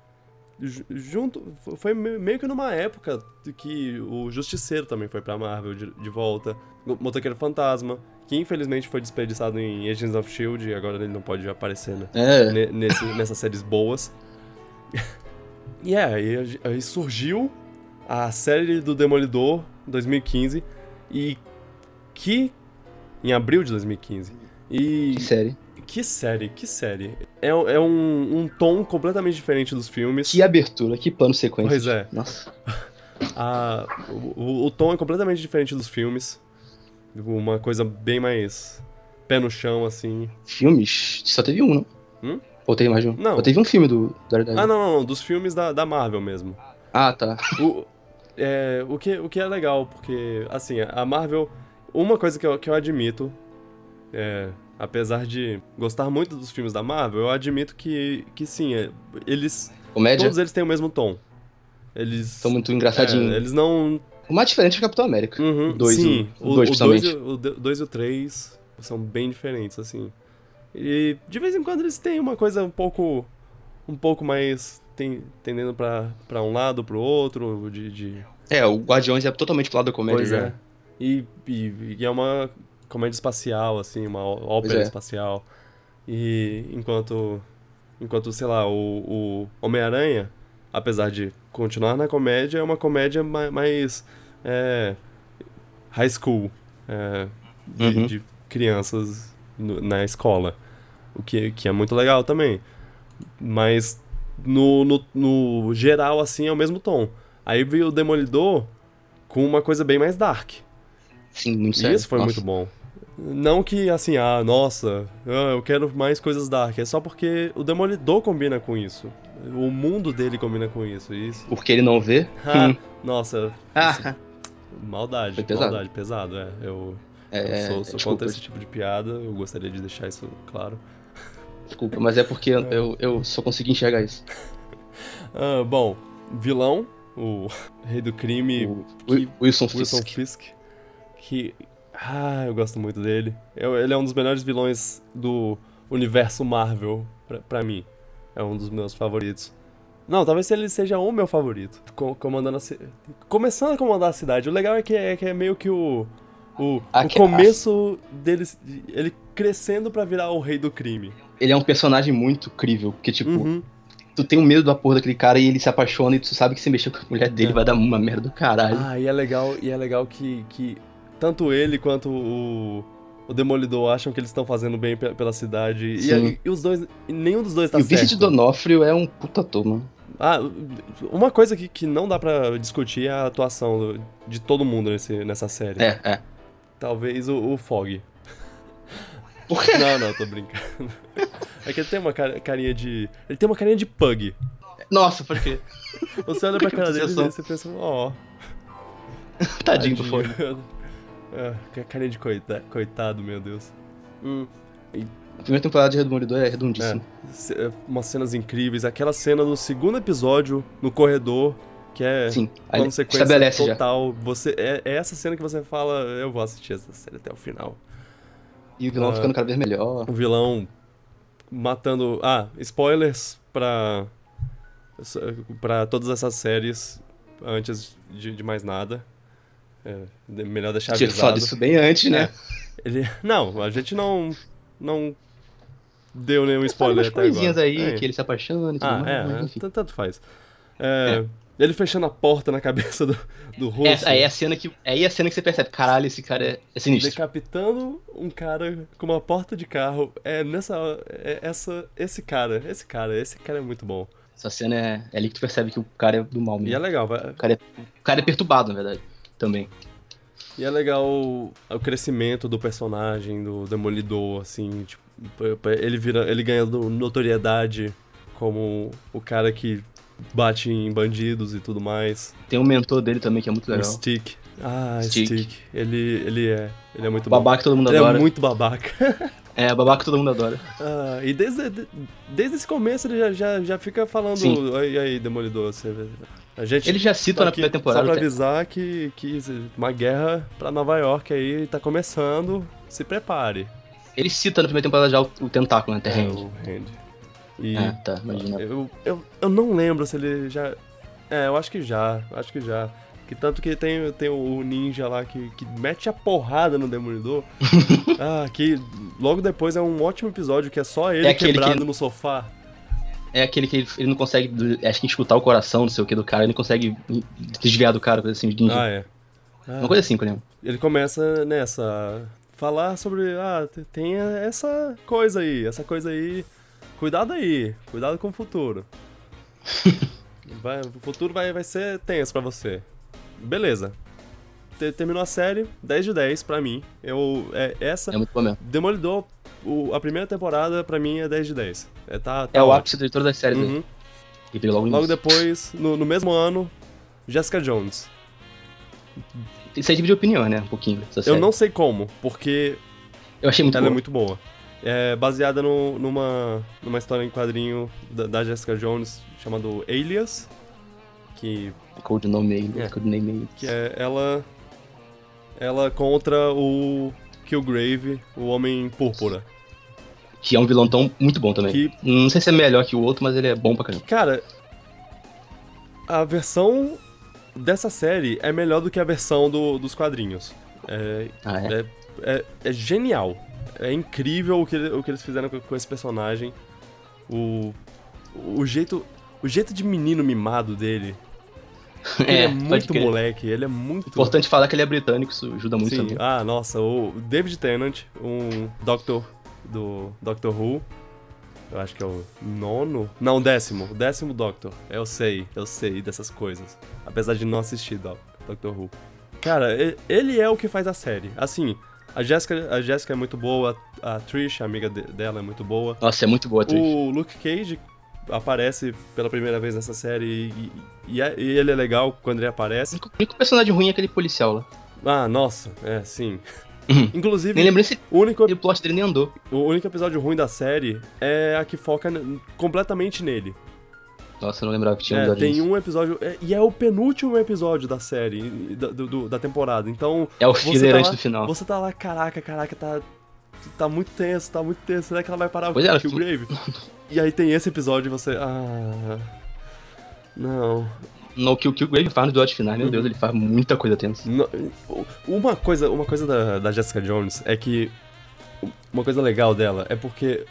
[SPEAKER 1] Ju- Junto, fo- foi me- meio que numa época que o Justiceiro também foi pra Marvel de, de volta, o Motoqueiro Fantasma, que infelizmente foi desperdiçado em Agents of Shield e agora ele não pode aparecer, né?
[SPEAKER 2] É,
[SPEAKER 1] ne- nesse- nessas séries boas. E é, aí, a ge- aí surgiu a série do Demolidor 2015 e que Em abril de 2015. E.
[SPEAKER 2] Que série.
[SPEAKER 1] Que série, que série. É, é um, um tom completamente diferente dos filmes.
[SPEAKER 2] Que abertura, que plano sequência.
[SPEAKER 1] Pois é.
[SPEAKER 2] Nossa.
[SPEAKER 1] A- o, o tom é completamente diferente dos filmes. Uma coisa bem mais pé no chão, assim.
[SPEAKER 2] Filmes? Só teve um, não?
[SPEAKER 1] Hum?
[SPEAKER 2] Ou teve mais de um?
[SPEAKER 1] Não.
[SPEAKER 2] Ou teve um filme do Daredevil.
[SPEAKER 1] Ah, não, não, não, dos filmes da, da Marvel mesmo.
[SPEAKER 2] Ah, tá.
[SPEAKER 1] O, é, o, que, o que é legal, porque, assim, a Marvel. Uma coisa que eu, que eu admito, é, apesar de gostar muito dos filmes da Marvel, eu admito que, que sim, é, eles.
[SPEAKER 2] Comédia?
[SPEAKER 1] Todos eles têm o mesmo tom. Eles.
[SPEAKER 2] É São muito
[SPEAKER 1] é,
[SPEAKER 2] engraçadinhos.
[SPEAKER 1] eles não,
[SPEAKER 2] O mais diferente é o Capitão América.
[SPEAKER 1] Uhum,
[SPEAKER 2] Dois e-
[SPEAKER 1] sim,
[SPEAKER 2] o dois,
[SPEAKER 1] dois e
[SPEAKER 2] principalmente.
[SPEAKER 1] o 2 e o 3 são bem diferentes, assim. E de vez em quando eles têm uma coisa um pouco um pouco mais ten- tendendo pra, pra um lado, pro outro, de... de...
[SPEAKER 2] É, o Guardiões é totalmente pro lado da comédia.
[SPEAKER 1] Pois
[SPEAKER 2] já.
[SPEAKER 1] é. E, e, e é uma comédia espacial, assim, uma ó- ópera
[SPEAKER 2] é.
[SPEAKER 1] espacial. E enquanto, enquanto sei lá, o, o Homem-Aranha, apesar de continuar na comédia, é uma comédia ma- mais é, high school, é, de,
[SPEAKER 2] Uhum.
[SPEAKER 1] de crianças no- na escola, o que, que é muito legal também. Mas no, no, no geral, assim, é o mesmo tom. Aí veio o Demolidor com uma coisa bem mais dark.
[SPEAKER 2] Sim, muito
[SPEAKER 1] E
[SPEAKER 2] sério.
[SPEAKER 1] isso foi
[SPEAKER 2] Nossa.
[SPEAKER 1] muito bom. Não que assim, ah, nossa, ah, eu quero mais coisas dark. É só porque o Demolidor combina com isso. O mundo dele combina com isso. E isso.
[SPEAKER 2] Porque ele não vê.
[SPEAKER 1] Ah,
[SPEAKER 2] Hum.
[SPEAKER 1] nossa,
[SPEAKER 2] Ah,
[SPEAKER 1] maldade.
[SPEAKER 2] Foi pesado.
[SPEAKER 1] Maldade, pesado, é. Eu,
[SPEAKER 2] é,
[SPEAKER 1] eu sou, sou
[SPEAKER 2] desculpa,
[SPEAKER 1] contra esse tipo de piada. Eu gostaria de deixar isso claro.
[SPEAKER 2] desculpa, mas é porque eu, eu só consegui enxergar isso.
[SPEAKER 1] Ah, bom, vilão, o rei do crime,
[SPEAKER 2] O Wi- Wilson
[SPEAKER 1] Wilson
[SPEAKER 2] Fisk.
[SPEAKER 1] Fisk, que. Ah, eu gosto muito dele. Eu- ele é um dos melhores vilões do universo Marvel, pra, pra mim. É um dos meus favoritos. Não, talvez ele seja o meu favorito. co- comandando a ci- Começando a comandar a cidade. O legal é que é, que é meio que o. O,
[SPEAKER 2] Ah,
[SPEAKER 1] o
[SPEAKER 2] que-
[SPEAKER 1] começo dele. Ele crescendo pra virar o rei do crime.
[SPEAKER 2] Ele é um personagem muito crível, porque, tipo,
[SPEAKER 1] Uhum.
[SPEAKER 2] tu tem um medo da porra daquele cara e ele se apaixona e tu sabe que se mexer com a mulher dele
[SPEAKER 1] É.
[SPEAKER 2] vai dar uma merda do caralho.
[SPEAKER 1] Ah, e é legal, e é legal que, que tanto ele quanto o, o Demolidor acham que eles estão fazendo bem pe- pela cidade. E,
[SPEAKER 2] Sim.
[SPEAKER 1] e- e os dois. e nenhum dos dois tá
[SPEAKER 2] e o
[SPEAKER 1] certo.
[SPEAKER 2] Vincent Donofrio é um puta ator, mano.
[SPEAKER 1] Ah, uma coisa que, que não dá pra discutir é a atuação do- de todo mundo nesse, nessa série.
[SPEAKER 2] É, é.
[SPEAKER 1] Talvez o, o Fog.
[SPEAKER 2] Por quê?
[SPEAKER 1] Não, não, tô brincando. É que ele tem uma cara- carinha de. Ele tem uma carinha de pug.
[SPEAKER 2] Nossa, por quê?
[SPEAKER 1] Você olha pra
[SPEAKER 2] Que
[SPEAKER 1] cara dele e
[SPEAKER 2] sensação.
[SPEAKER 1] você pensa, ó.
[SPEAKER 2] Tadinho do Fog.
[SPEAKER 1] É, ca- carinha de coita- coitado, meu Deus. Hum.
[SPEAKER 2] A primeira temporada de Redemolidor é redondíssima.
[SPEAKER 1] ce- é, umas cenas incríveis. Aquela cena no segundo episódio, no corredor, que é
[SPEAKER 2] Sim, aí
[SPEAKER 1] uma
[SPEAKER 2] ele
[SPEAKER 1] sequência
[SPEAKER 2] estabelece já.
[SPEAKER 1] total. Você, é, é essa cena que você fala, eu vou assistir essa série até o final.
[SPEAKER 2] E o vilão
[SPEAKER 1] Ah.
[SPEAKER 2] ficando cada vez melhor.
[SPEAKER 1] O vilão matando. Ah, spoilers pra. pra todas essas séries antes de, de mais nada. É, de- melhor deixar
[SPEAKER 2] Tinha falado
[SPEAKER 1] avisado. É,
[SPEAKER 2] isso bem antes, né?
[SPEAKER 1] Ele- Não, a gente não. Não deu nenhum
[SPEAKER 2] Fala
[SPEAKER 1] spoiler
[SPEAKER 2] umas
[SPEAKER 1] até agora.
[SPEAKER 2] coisinhas aí
[SPEAKER 1] É.
[SPEAKER 2] que ele se apaixona e tudo
[SPEAKER 1] Ah,
[SPEAKER 2] mais,
[SPEAKER 1] é,
[SPEAKER 2] mas
[SPEAKER 1] é,
[SPEAKER 2] enfim.
[SPEAKER 1] t- tanto faz. É, Ele fechando a porta na cabeça do, do russo,
[SPEAKER 2] Essa, aí é a cena que, aí é a cena que você percebe, caralho, esse cara é, é sinistro.
[SPEAKER 1] decapitando um cara com uma porta de carro. É nessa é essa esse cara, esse cara, esse cara é muito bom.
[SPEAKER 2] Essa cena é, é ali que tu percebe que o cara é do mal
[SPEAKER 1] E é
[SPEAKER 2] mesmo.
[SPEAKER 1] legal, vai-
[SPEAKER 2] O cara é perturbado, na verdade, também.
[SPEAKER 1] e é legal o, o crescimento do personagem do Demolidor, assim, tipo, p- p- ele vira, ele ganha no- notoriedade como o cara que bate em bandidos e tudo mais.
[SPEAKER 2] Tem um mentor dele também que é muito
[SPEAKER 1] O
[SPEAKER 2] legal.
[SPEAKER 1] Stick. Ah,
[SPEAKER 2] Stick.
[SPEAKER 1] Stick. Ele ele é, ele é muito bom.
[SPEAKER 2] Babaca que todo mundo
[SPEAKER 1] Ele
[SPEAKER 2] adora.
[SPEAKER 1] é muito babaca.
[SPEAKER 2] É, babaca que todo mundo adora.
[SPEAKER 1] Ah, e desde, desde esse começo ele já, já, já fica
[SPEAKER 2] Sim.
[SPEAKER 1] falando. Aí, aí, Demolidor, você. A gente.
[SPEAKER 2] Ele já cita
[SPEAKER 1] tá
[SPEAKER 2] na
[SPEAKER 1] aqui
[SPEAKER 2] primeira
[SPEAKER 1] Só pra
[SPEAKER 2] temporada. até.
[SPEAKER 1] avisar que, que uma guerra pra Nova York aí tá começando. Se prepare.
[SPEAKER 2] Ele cita na primeira temporada já o, o tentáculo, né?
[SPEAKER 1] É,
[SPEAKER 2] Terreno.
[SPEAKER 1] o Hand. E.
[SPEAKER 2] Ah, tá, imagina.
[SPEAKER 1] Eu, eu, eu não lembro se ele já. É, eu acho que já. Acho que já. Que tanto que tem, tem o ninja lá que, que mete a porrada no Demolidor. ah, que logo depois é um ótimo episódio que é só ele
[SPEAKER 2] É aquele
[SPEAKER 1] quebrado
[SPEAKER 2] que-
[SPEAKER 1] no sofá.
[SPEAKER 2] É aquele que ele, ele não consegue, acho que escutar o coração, não sei o que, do cara, ele não consegue desviar do cara, coisa assim, de ninja.
[SPEAKER 1] Ah, é. Ah,
[SPEAKER 2] Uma coisa assim, que eu lembro.
[SPEAKER 1] Ele começa nessa. falar sobre, ah, te- tem essa coisa aí, essa coisa aí, cuidado aí, cuidado com o futuro. Vai- o futuro vai, vai ser tenso pra você. Beleza. Te- terminou a série, 10 de 10 pra mim. Eu, é, essa,
[SPEAKER 2] É muito bom mesmo.
[SPEAKER 1] Demolidor, o- a primeira temporada pra mim é 10 de 10. É, tá, tá
[SPEAKER 2] É o
[SPEAKER 1] ótimo.
[SPEAKER 2] ápice de todas as séries, né?
[SPEAKER 1] Uhum.
[SPEAKER 2] Que veio logo,
[SPEAKER 1] Logo
[SPEAKER 2] depois.
[SPEAKER 1] depois, no, no mesmo ano, Jessica Jones.
[SPEAKER 2] Tem que ser tipo de opinião, né? Um pouquinho. Essa
[SPEAKER 1] Eu
[SPEAKER 2] série.
[SPEAKER 1] não sei como, porque
[SPEAKER 2] Eu achei muito
[SPEAKER 1] ela é
[SPEAKER 2] boa.
[SPEAKER 1] muito boa. É baseada no- numa, numa história em quadrinho da, da Jessica Jones chamado Alias, que,
[SPEAKER 2] Codenome aí,
[SPEAKER 1] É.
[SPEAKER 2] codename aí.
[SPEAKER 1] que é ela ela contra o Killgrave, o Homem Púrpura.
[SPEAKER 2] Que é um vilão tão muito bom também.
[SPEAKER 1] Que-
[SPEAKER 2] Não sei se é melhor que o outro, mas ele é bom pra caramba.
[SPEAKER 1] Cara, a versão dessa série é melhor do que a versão do- dos quadrinhos. É,
[SPEAKER 2] Ah, é.
[SPEAKER 1] É, é- é genial. É incrível o que, ele- o que eles fizeram com, com esse personagem. O, o jeito o jeito de menino mimado dele. Ele é,
[SPEAKER 2] pode
[SPEAKER 1] muito
[SPEAKER 2] crer.
[SPEAKER 1] moleque, ele é muito.
[SPEAKER 2] Importante falar que ele é britânico, isso ajuda muito
[SPEAKER 1] Sim.
[SPEAKER 2] também.
[SPEAKER 1] Ah, nossa, o David Tennant, um Doctor do Doctor Who. Eu acho que é o nono. Não, décimo. O décimo Doctor. Eu sei, eu sei dessas coisas. Apesar de não assistir Doc- Doctor Who. Cara, e- ele é o que faz a série. Assim, a Jessica, a Jessica é muito boa, a Trish, a amiga de- dela, é muito boa.
[SPEAKER 2] Nossa, é muito boa a atriz.
[SPEAKER 1] O Luke Cage aparece pela primeira vez nessa série e- e- e ele é legal quando ele aparece.
[SPEAKER 2] O único personagem ruim é aquele policial lá.
[SPEAKER 1] Ah, nossa, é, sim.
[SPEAKER 2] Uhum. Nem
[SPEAKER 1] Inclusive,
[SPEAKER 2] lembrei se
[SPEAKER 1] o único,
[SPEAKER 2] o plot dele nem andou.
[SPEAKER 1] o único episódio ruim da série é a que foca n- completamente nele.
[SPEAKER 2] Nossa, eu não lembrava que tinha
[SPEAKER 1] É,
[SPEAKER 2] andado
[SPEAKER 1] tem
[SPEAKER 2] nisso.
[SPEAKER 1] um episódio. é- e é o penúltimo episódio da série, e- da, do- do- da temporada. Então,
[SPEAKER 2] É o
[SPEAKER 1] você
[SPEAKER 2] filler
[SPEAKER 1] tá
[SPEAKER 2] antes
[SPEAKER 1] lá-
[SPEAKER 2] do final.
[SPEAKER 1] você tá lá, caraca, caraca, tá. Tá muito tenso, tá muito tenso. Será que ela vai parar
[SPEAKER 2] Pois é,
[SPEAKER 1] o Grave? E aí tem esse episódio e você. Ah. Não.
[SPEAKER 2] No que o que o Grave faz no duelo de final, meu
[SPEAKER 1] Uhum.
[SPEAKER 2] Deus, ele faz muita coisa tensa.
[SPEAKER 1] No- Uma coisa, uma coisa da, da Jessica Jones é que. Uma coisa legal dela é porque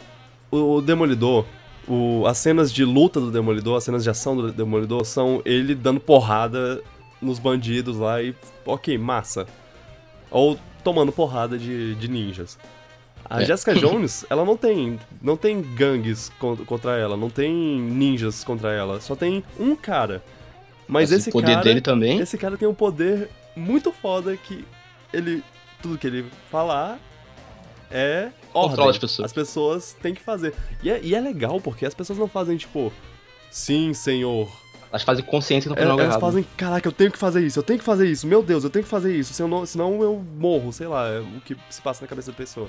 [SPEAKER 1] o, o Demolidor, o- as cenas de luta do Demolidor, as cenas de ação do Demolidor são ele dando porrada nos bandidos lá e. Ok, massa. Ou tomando porrada de, de ninjas. A
[SPEAKER 2] É.
[SPEAKER 1] Jessica Jones, ela não tem. Não tem gangues con- contra ela, não tem ninjas contra ela. Só tem um cara. Mas
[SPEAKER 2] Nossa,
[SPEAKER 1] esse
[SPEAKER 2] o poder
[SPEAKER 1] cara.
[SPEAKER 2] dele tá também.
[SPEAKER 1] Esse cara tem um poder muito foda que ele. Tudo que ele falar é ordem.
[SPEAKER 2] Controla as pessoas.
[SPEAKER 1] As pessoas têm que fazer. E é, e é legal, porque as pessoas não fazem tipo. Sim, senhor.
[SPEAKER 2] Elas fazem consciência que não
[SPEAKER 1] É,
[SPEAKER 2] fazem algo
[SPEAKER 1] elas
[SPEAKER 2] errado.
[SPEAKER 1] fazem, caraca, eu tenho que fazer isso, eu tenho que fazer isso, meu Deus, eu tenho que fazer isso, senão, senão eu morro, sei lá, é o que se passa na cabeça da pessoa.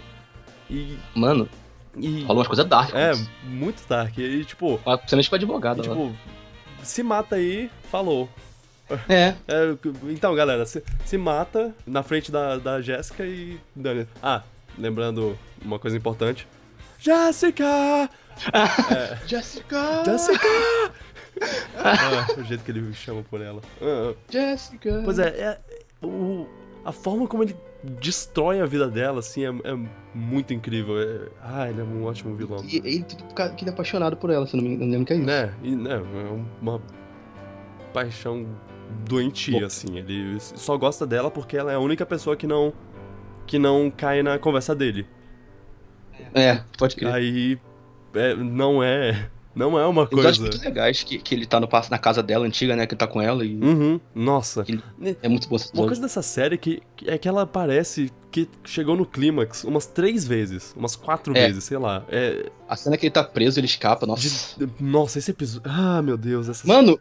[SPEAKER 1] E.
[SPEAKER 2] Mano,
[SPEAKER 1] e
[SPEAKER 2] rola umas coisas dark.
[SPEAKER 1] é,
[SPEAKER 2] mano.
[SPEAKER 1] muito dark. E tipo.
[SPEAKER 2] Ah, Principalmente com
[SPEAKER 1] e,
[SPEAKER 2] advogado lá.
[SPEAKER 1] tipo, se mata aí, falou.
[SPEAKER 2] É,
[SPEAKER 1] É, então, galera, se, se mata na frente da, da Jéssica e. dane- Ah, lembrando uma coisa importante. Jéssica! é.
[SPEAKER 2] Jessica!
[SPEAKER 1] Jéssica! Ah, o jeito que ele chama por ela. Ah,
[SPEAKER 2] Jessica!
[SPEAKER 1] pois é, é- o- a forma como ele destrói a vida dela, assim, é, é muito incrível. É- ah, ele é um ótimo vilão.
[SPEAKER 2] E ele tipo, fica- fica apaixonado por ela, se eu não me não lembro que é isso.
[SPEAKER 1] Né? E, né, é uma paixão doentia, assim. Ele só gosta dela porque ela é a única pessoa que não. que não cai na conversa dele. Né?
[SPEAKER 2] É, pode crer.
[SPEAKER 1] Aí. é, não é. Não é uma
[SPEAKER 2] Episódios
[SPEAKER 1] coisa.
[SPEAKER 2] muito legais que, que ele tá no, pa- na casa dela antiga, né? Que ele tá com ela e
[SPEAKER 1] Uhum, nossa. Né,
[SPEAKER 2] é muito bom esse
[SPEAKER 1] Uma
[SPEAKER 2] episódio.
[SPEAKER 1] coisa dessa série que, que- é que ela parece que chegou no clímax umas três vezes, umas quatro
[SPEAKER 2] É.
[SPEAKER 1] vezes, sei lá. É,
[SPEAKER 2] A cena que ele tá preso, ele escapa, nossa.
[SPEAKER 1] de- nossa, esse episódio. Ah, meu Deus, essa
[SPEAKER 2] Mano,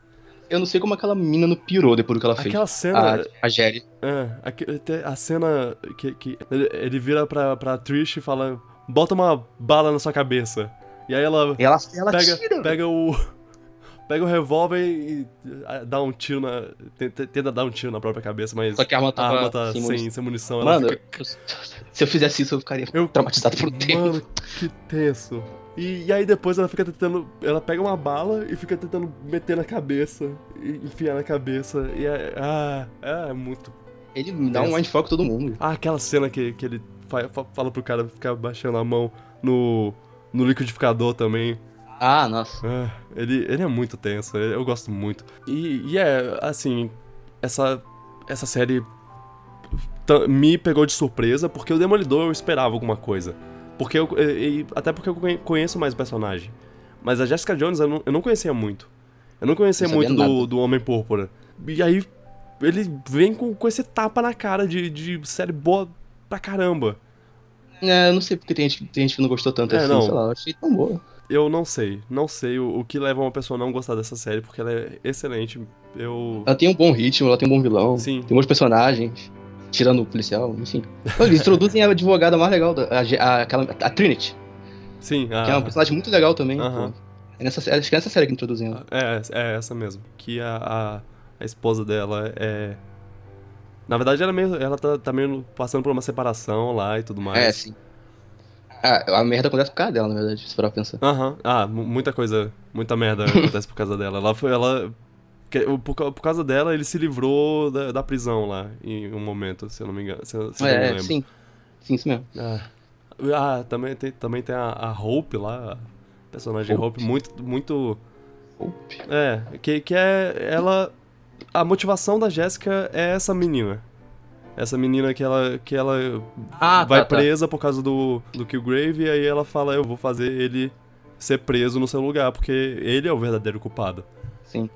[SPEAKER 2] eu não sei como aquela mina não pirou depois do que ela fez.
[SPEAKER 1] Aquela cena.
[SPEAKER 2] A, a Jerry.
[SPEAKER 1] É, aque- até a cena que, que ele, ele vira pra, pra Trish e fala: bota uma bala na sua cabeça. E aí ela,
[SPEAKER 2] Ela, ela
[SPEAKER 1] pega,
[SPEAKER 2] tira.
[SPEAKER 1] pega o. Pega o revólver e ah, dá um tiro na. Tenta, tenta dar um tiro na própria cabeça, mas
[SPEAKER 2] Só que a arma
[SPEAKER 1] a
[SPEAKER 2] tava
[SPEAKER 1] arma tá sem,
[SPEAKER 2] sem munição.
[SPEAKER 1] sem, munição. ela
[SPEAKER 2] Mano,
[SPEAKER 1] fica-
[SPEAKER 2] eu- se eu fizesse isso, eu ficaria
[SPEAKER 1] Eu-
[SPEAKER 2] traumatizado por um tempo.
[SPEAKER 1] Mano, que tenso. E, e aí depois ela fica tentando. Ela pega uma bala e fica tentando meter na cabeça. E enfiar na cabeça. E é. Ah, é muito
[SPEAKER 2] Ele dá um
[SPEAKER 1] Pensa.
[SPEAKER 2] mindfuck em todo mundo.
[SPEAKER 1] Ah, aquela cena que, que ele fa- fa- fala pro cara ficar baixando a mão no, no liquidificador também.
[SPEAKER 2] Ah, nossa.
[SPEAKER 1] Ah, ele, ele é muito tenso, eu eu gosto muito. E, e é, assim, essa, essa série me pegou de surpresa, porque o Demolidor eu esperava alguma coisa. Porque eu, e- e- até porque eu conhe- conheço mais o personagem. Mas a Jessica Jones eu não, eu não conhecia muito. Eu não conhecia
[SPEAKER 2] Não sabia
[SPEAKER 1] muito
[SPEAKER 2] nada.
[SPEAKER 1] do, do Homem Púrpura. E aí ele vem com, com esse tapa na cara de, de série boa pra caramba.
[SPEAKER 2] É, eu não sei porque tem gente, tem gente que não gostou tanto
[SPEAKER 1] É,
[SPEAKER 2] assim,
[SPEAKER 1] não.
[SPEAKER 2] sei lá, eu achei tão boa.
[SPEAKER 1] Eu não sei, não sei o, o que leva uma pessoa a não gostar dessa série, porque ela é excelente. Eu.
[SPEAKER 2] Ela tem um bom ritmo, ela tem um bom vilão,
[SPEAKER 1] Sim.
[SPEAKER 2] tem bons personagens, tirando o policial, enfim. Então, Eles introduzem a advogada mais legal, da- a, Ge- a, aquela, a Trinity,
[SPEAKER 1] Sim,
[SPEAKER 2] que é uma
[SPEAKER 1] a,
[SPEAKER 2] personagem muito legal também,
[SPEAKER 1] Aham.
[SPEAKER 2] pô. É nessa, sé- acho que é nessa série que introduzem ela.
[SPEAKER 1] É, é essa mesmo. Que a, a, a esposa dela é. Na verdade, ela, meio, ela tá, tá meio passando por uma separação lá e tudo
[SPEAKER 2] É,
[SPEAKER 1] mais.
[SPEAKER 2] sim. Ah, a merda acontece por causa dela, na verdade, se parar pra pensar.
[SPEAKER 1] Aham. Ah, mu- muita coisa. Muita merda acontece por causa dela. Ela foi. Ela. que- Por, ca- por causa dela, ele se livrou da, da prisão lá em um momento, se eu não me engano. Se, eu- se eu não me
[SPEAKER 2] é,
[SPEAKER 1] lembro.
[SPEAKER 2] sim. Sim, isso mesmo.
[SPEAKER 1] Ah, ah, também tem, também tem a, a Hope lá. A personagem
[SPEAKER 2] Hope.
[SPEAKER 1] Hope, muito. muito
[SPEAKER 2] Opa.
[SPEAKER 1] É, que, que é ela. A motivação da Jéssica é essa menina. Essa menina que ela, que ela
[SPEAKER 2] Ah,
[SPEAKER 1] vai
[SPEAKER 2] tá, tá.
[SPEAKER 1] presa por causa do, do Killgrave, e aí ela fala: Eu vou fazer ele ser preso no seu lugar, porque ele é o verdadeiro culpado.
[SPEAKER 2] Sim.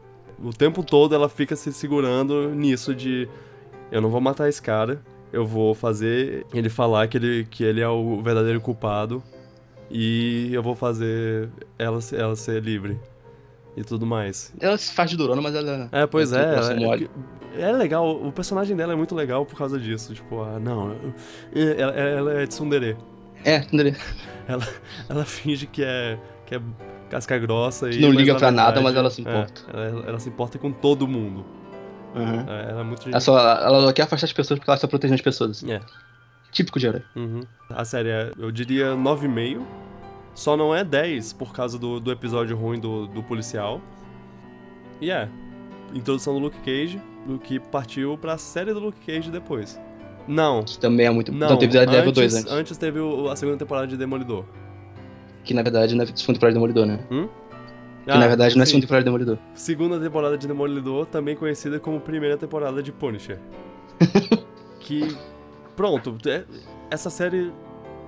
[SPEAKER 1] O tempo todo ela fica se segurando nisso de eu não vou matar esse cara, eu vou fazer ele falar que ele, que ele é o verdadeiro culpado e eu vou fazer ela, se- ela ser livre e tudo mais.
[SPEAKER 2] Ela se faz de durona, mas ela.
[SPEAKER 1] É, pois
[SPEAKER 2] ela tem
[SPEAKER 1] é.
[SPEAKER 2] coração
[SPEAKER 1] É,
[SPEAKER 2] mole.
[SPEAKER 1] que- é legal, o personagem dela é muito legal por causa disso. Tipo, ah, não, eu- eu- ela, ela é tsundere.
[SPEAKER 2] É, André.
[SPEAKER 1] Ela finge que é, que é casca grossa e.
[SPEAKER 2] Não
[SPEAKER 1] mas
[SPEAKER 2] liga
[SPEAKER 1] na
[SPEAKER 2] pra nada,
[SPEAKER 1] verdade,
[SPEAKER 2] mas ela se
[SPEAKER 1] é,
[SPEAKER 2] importa.
[SPEAKER 1] ela, ela se importa com todo mundo.
[SPEAKER 2] Uhum.
[SPEAKER 1] É, Ela é muito
[SPEAKER 2] Ela, só, ela só quer afastar as pessoas porque ela está protegendo as pessoas. assim.
[SPEAKER 1] É.
[SPEAKER 2] Típico de herói.
[SPEAKER 1] Uhum. A série é, eu diria 9,5. Só não é 10 por causa do, do episódio ruim do, do policial. E é. Introdução do Luke Cage, do que partiu pra série do Luke Cage depois. Não.
[SPEAKER 2] Que também é muito.
[SPEAKER 1] Não,
[SPEAKER 2] teve Daredevil 2 antes.
[SPEAKER 1] antes teve o- a segunda temporada de Demolidor.
[SPEAKER 2] Que na verdade não é segunda temporada de Demolidor, né?
[SPEAKER 1] Que
[SPEAKER 2] que na verdade não é segunda temporada de Demolidor.
[SPEAKER 1] Segunda temporada de Demolidor, também conhecida como primeira temporada de Punisher. que. Pronto, é- essa série.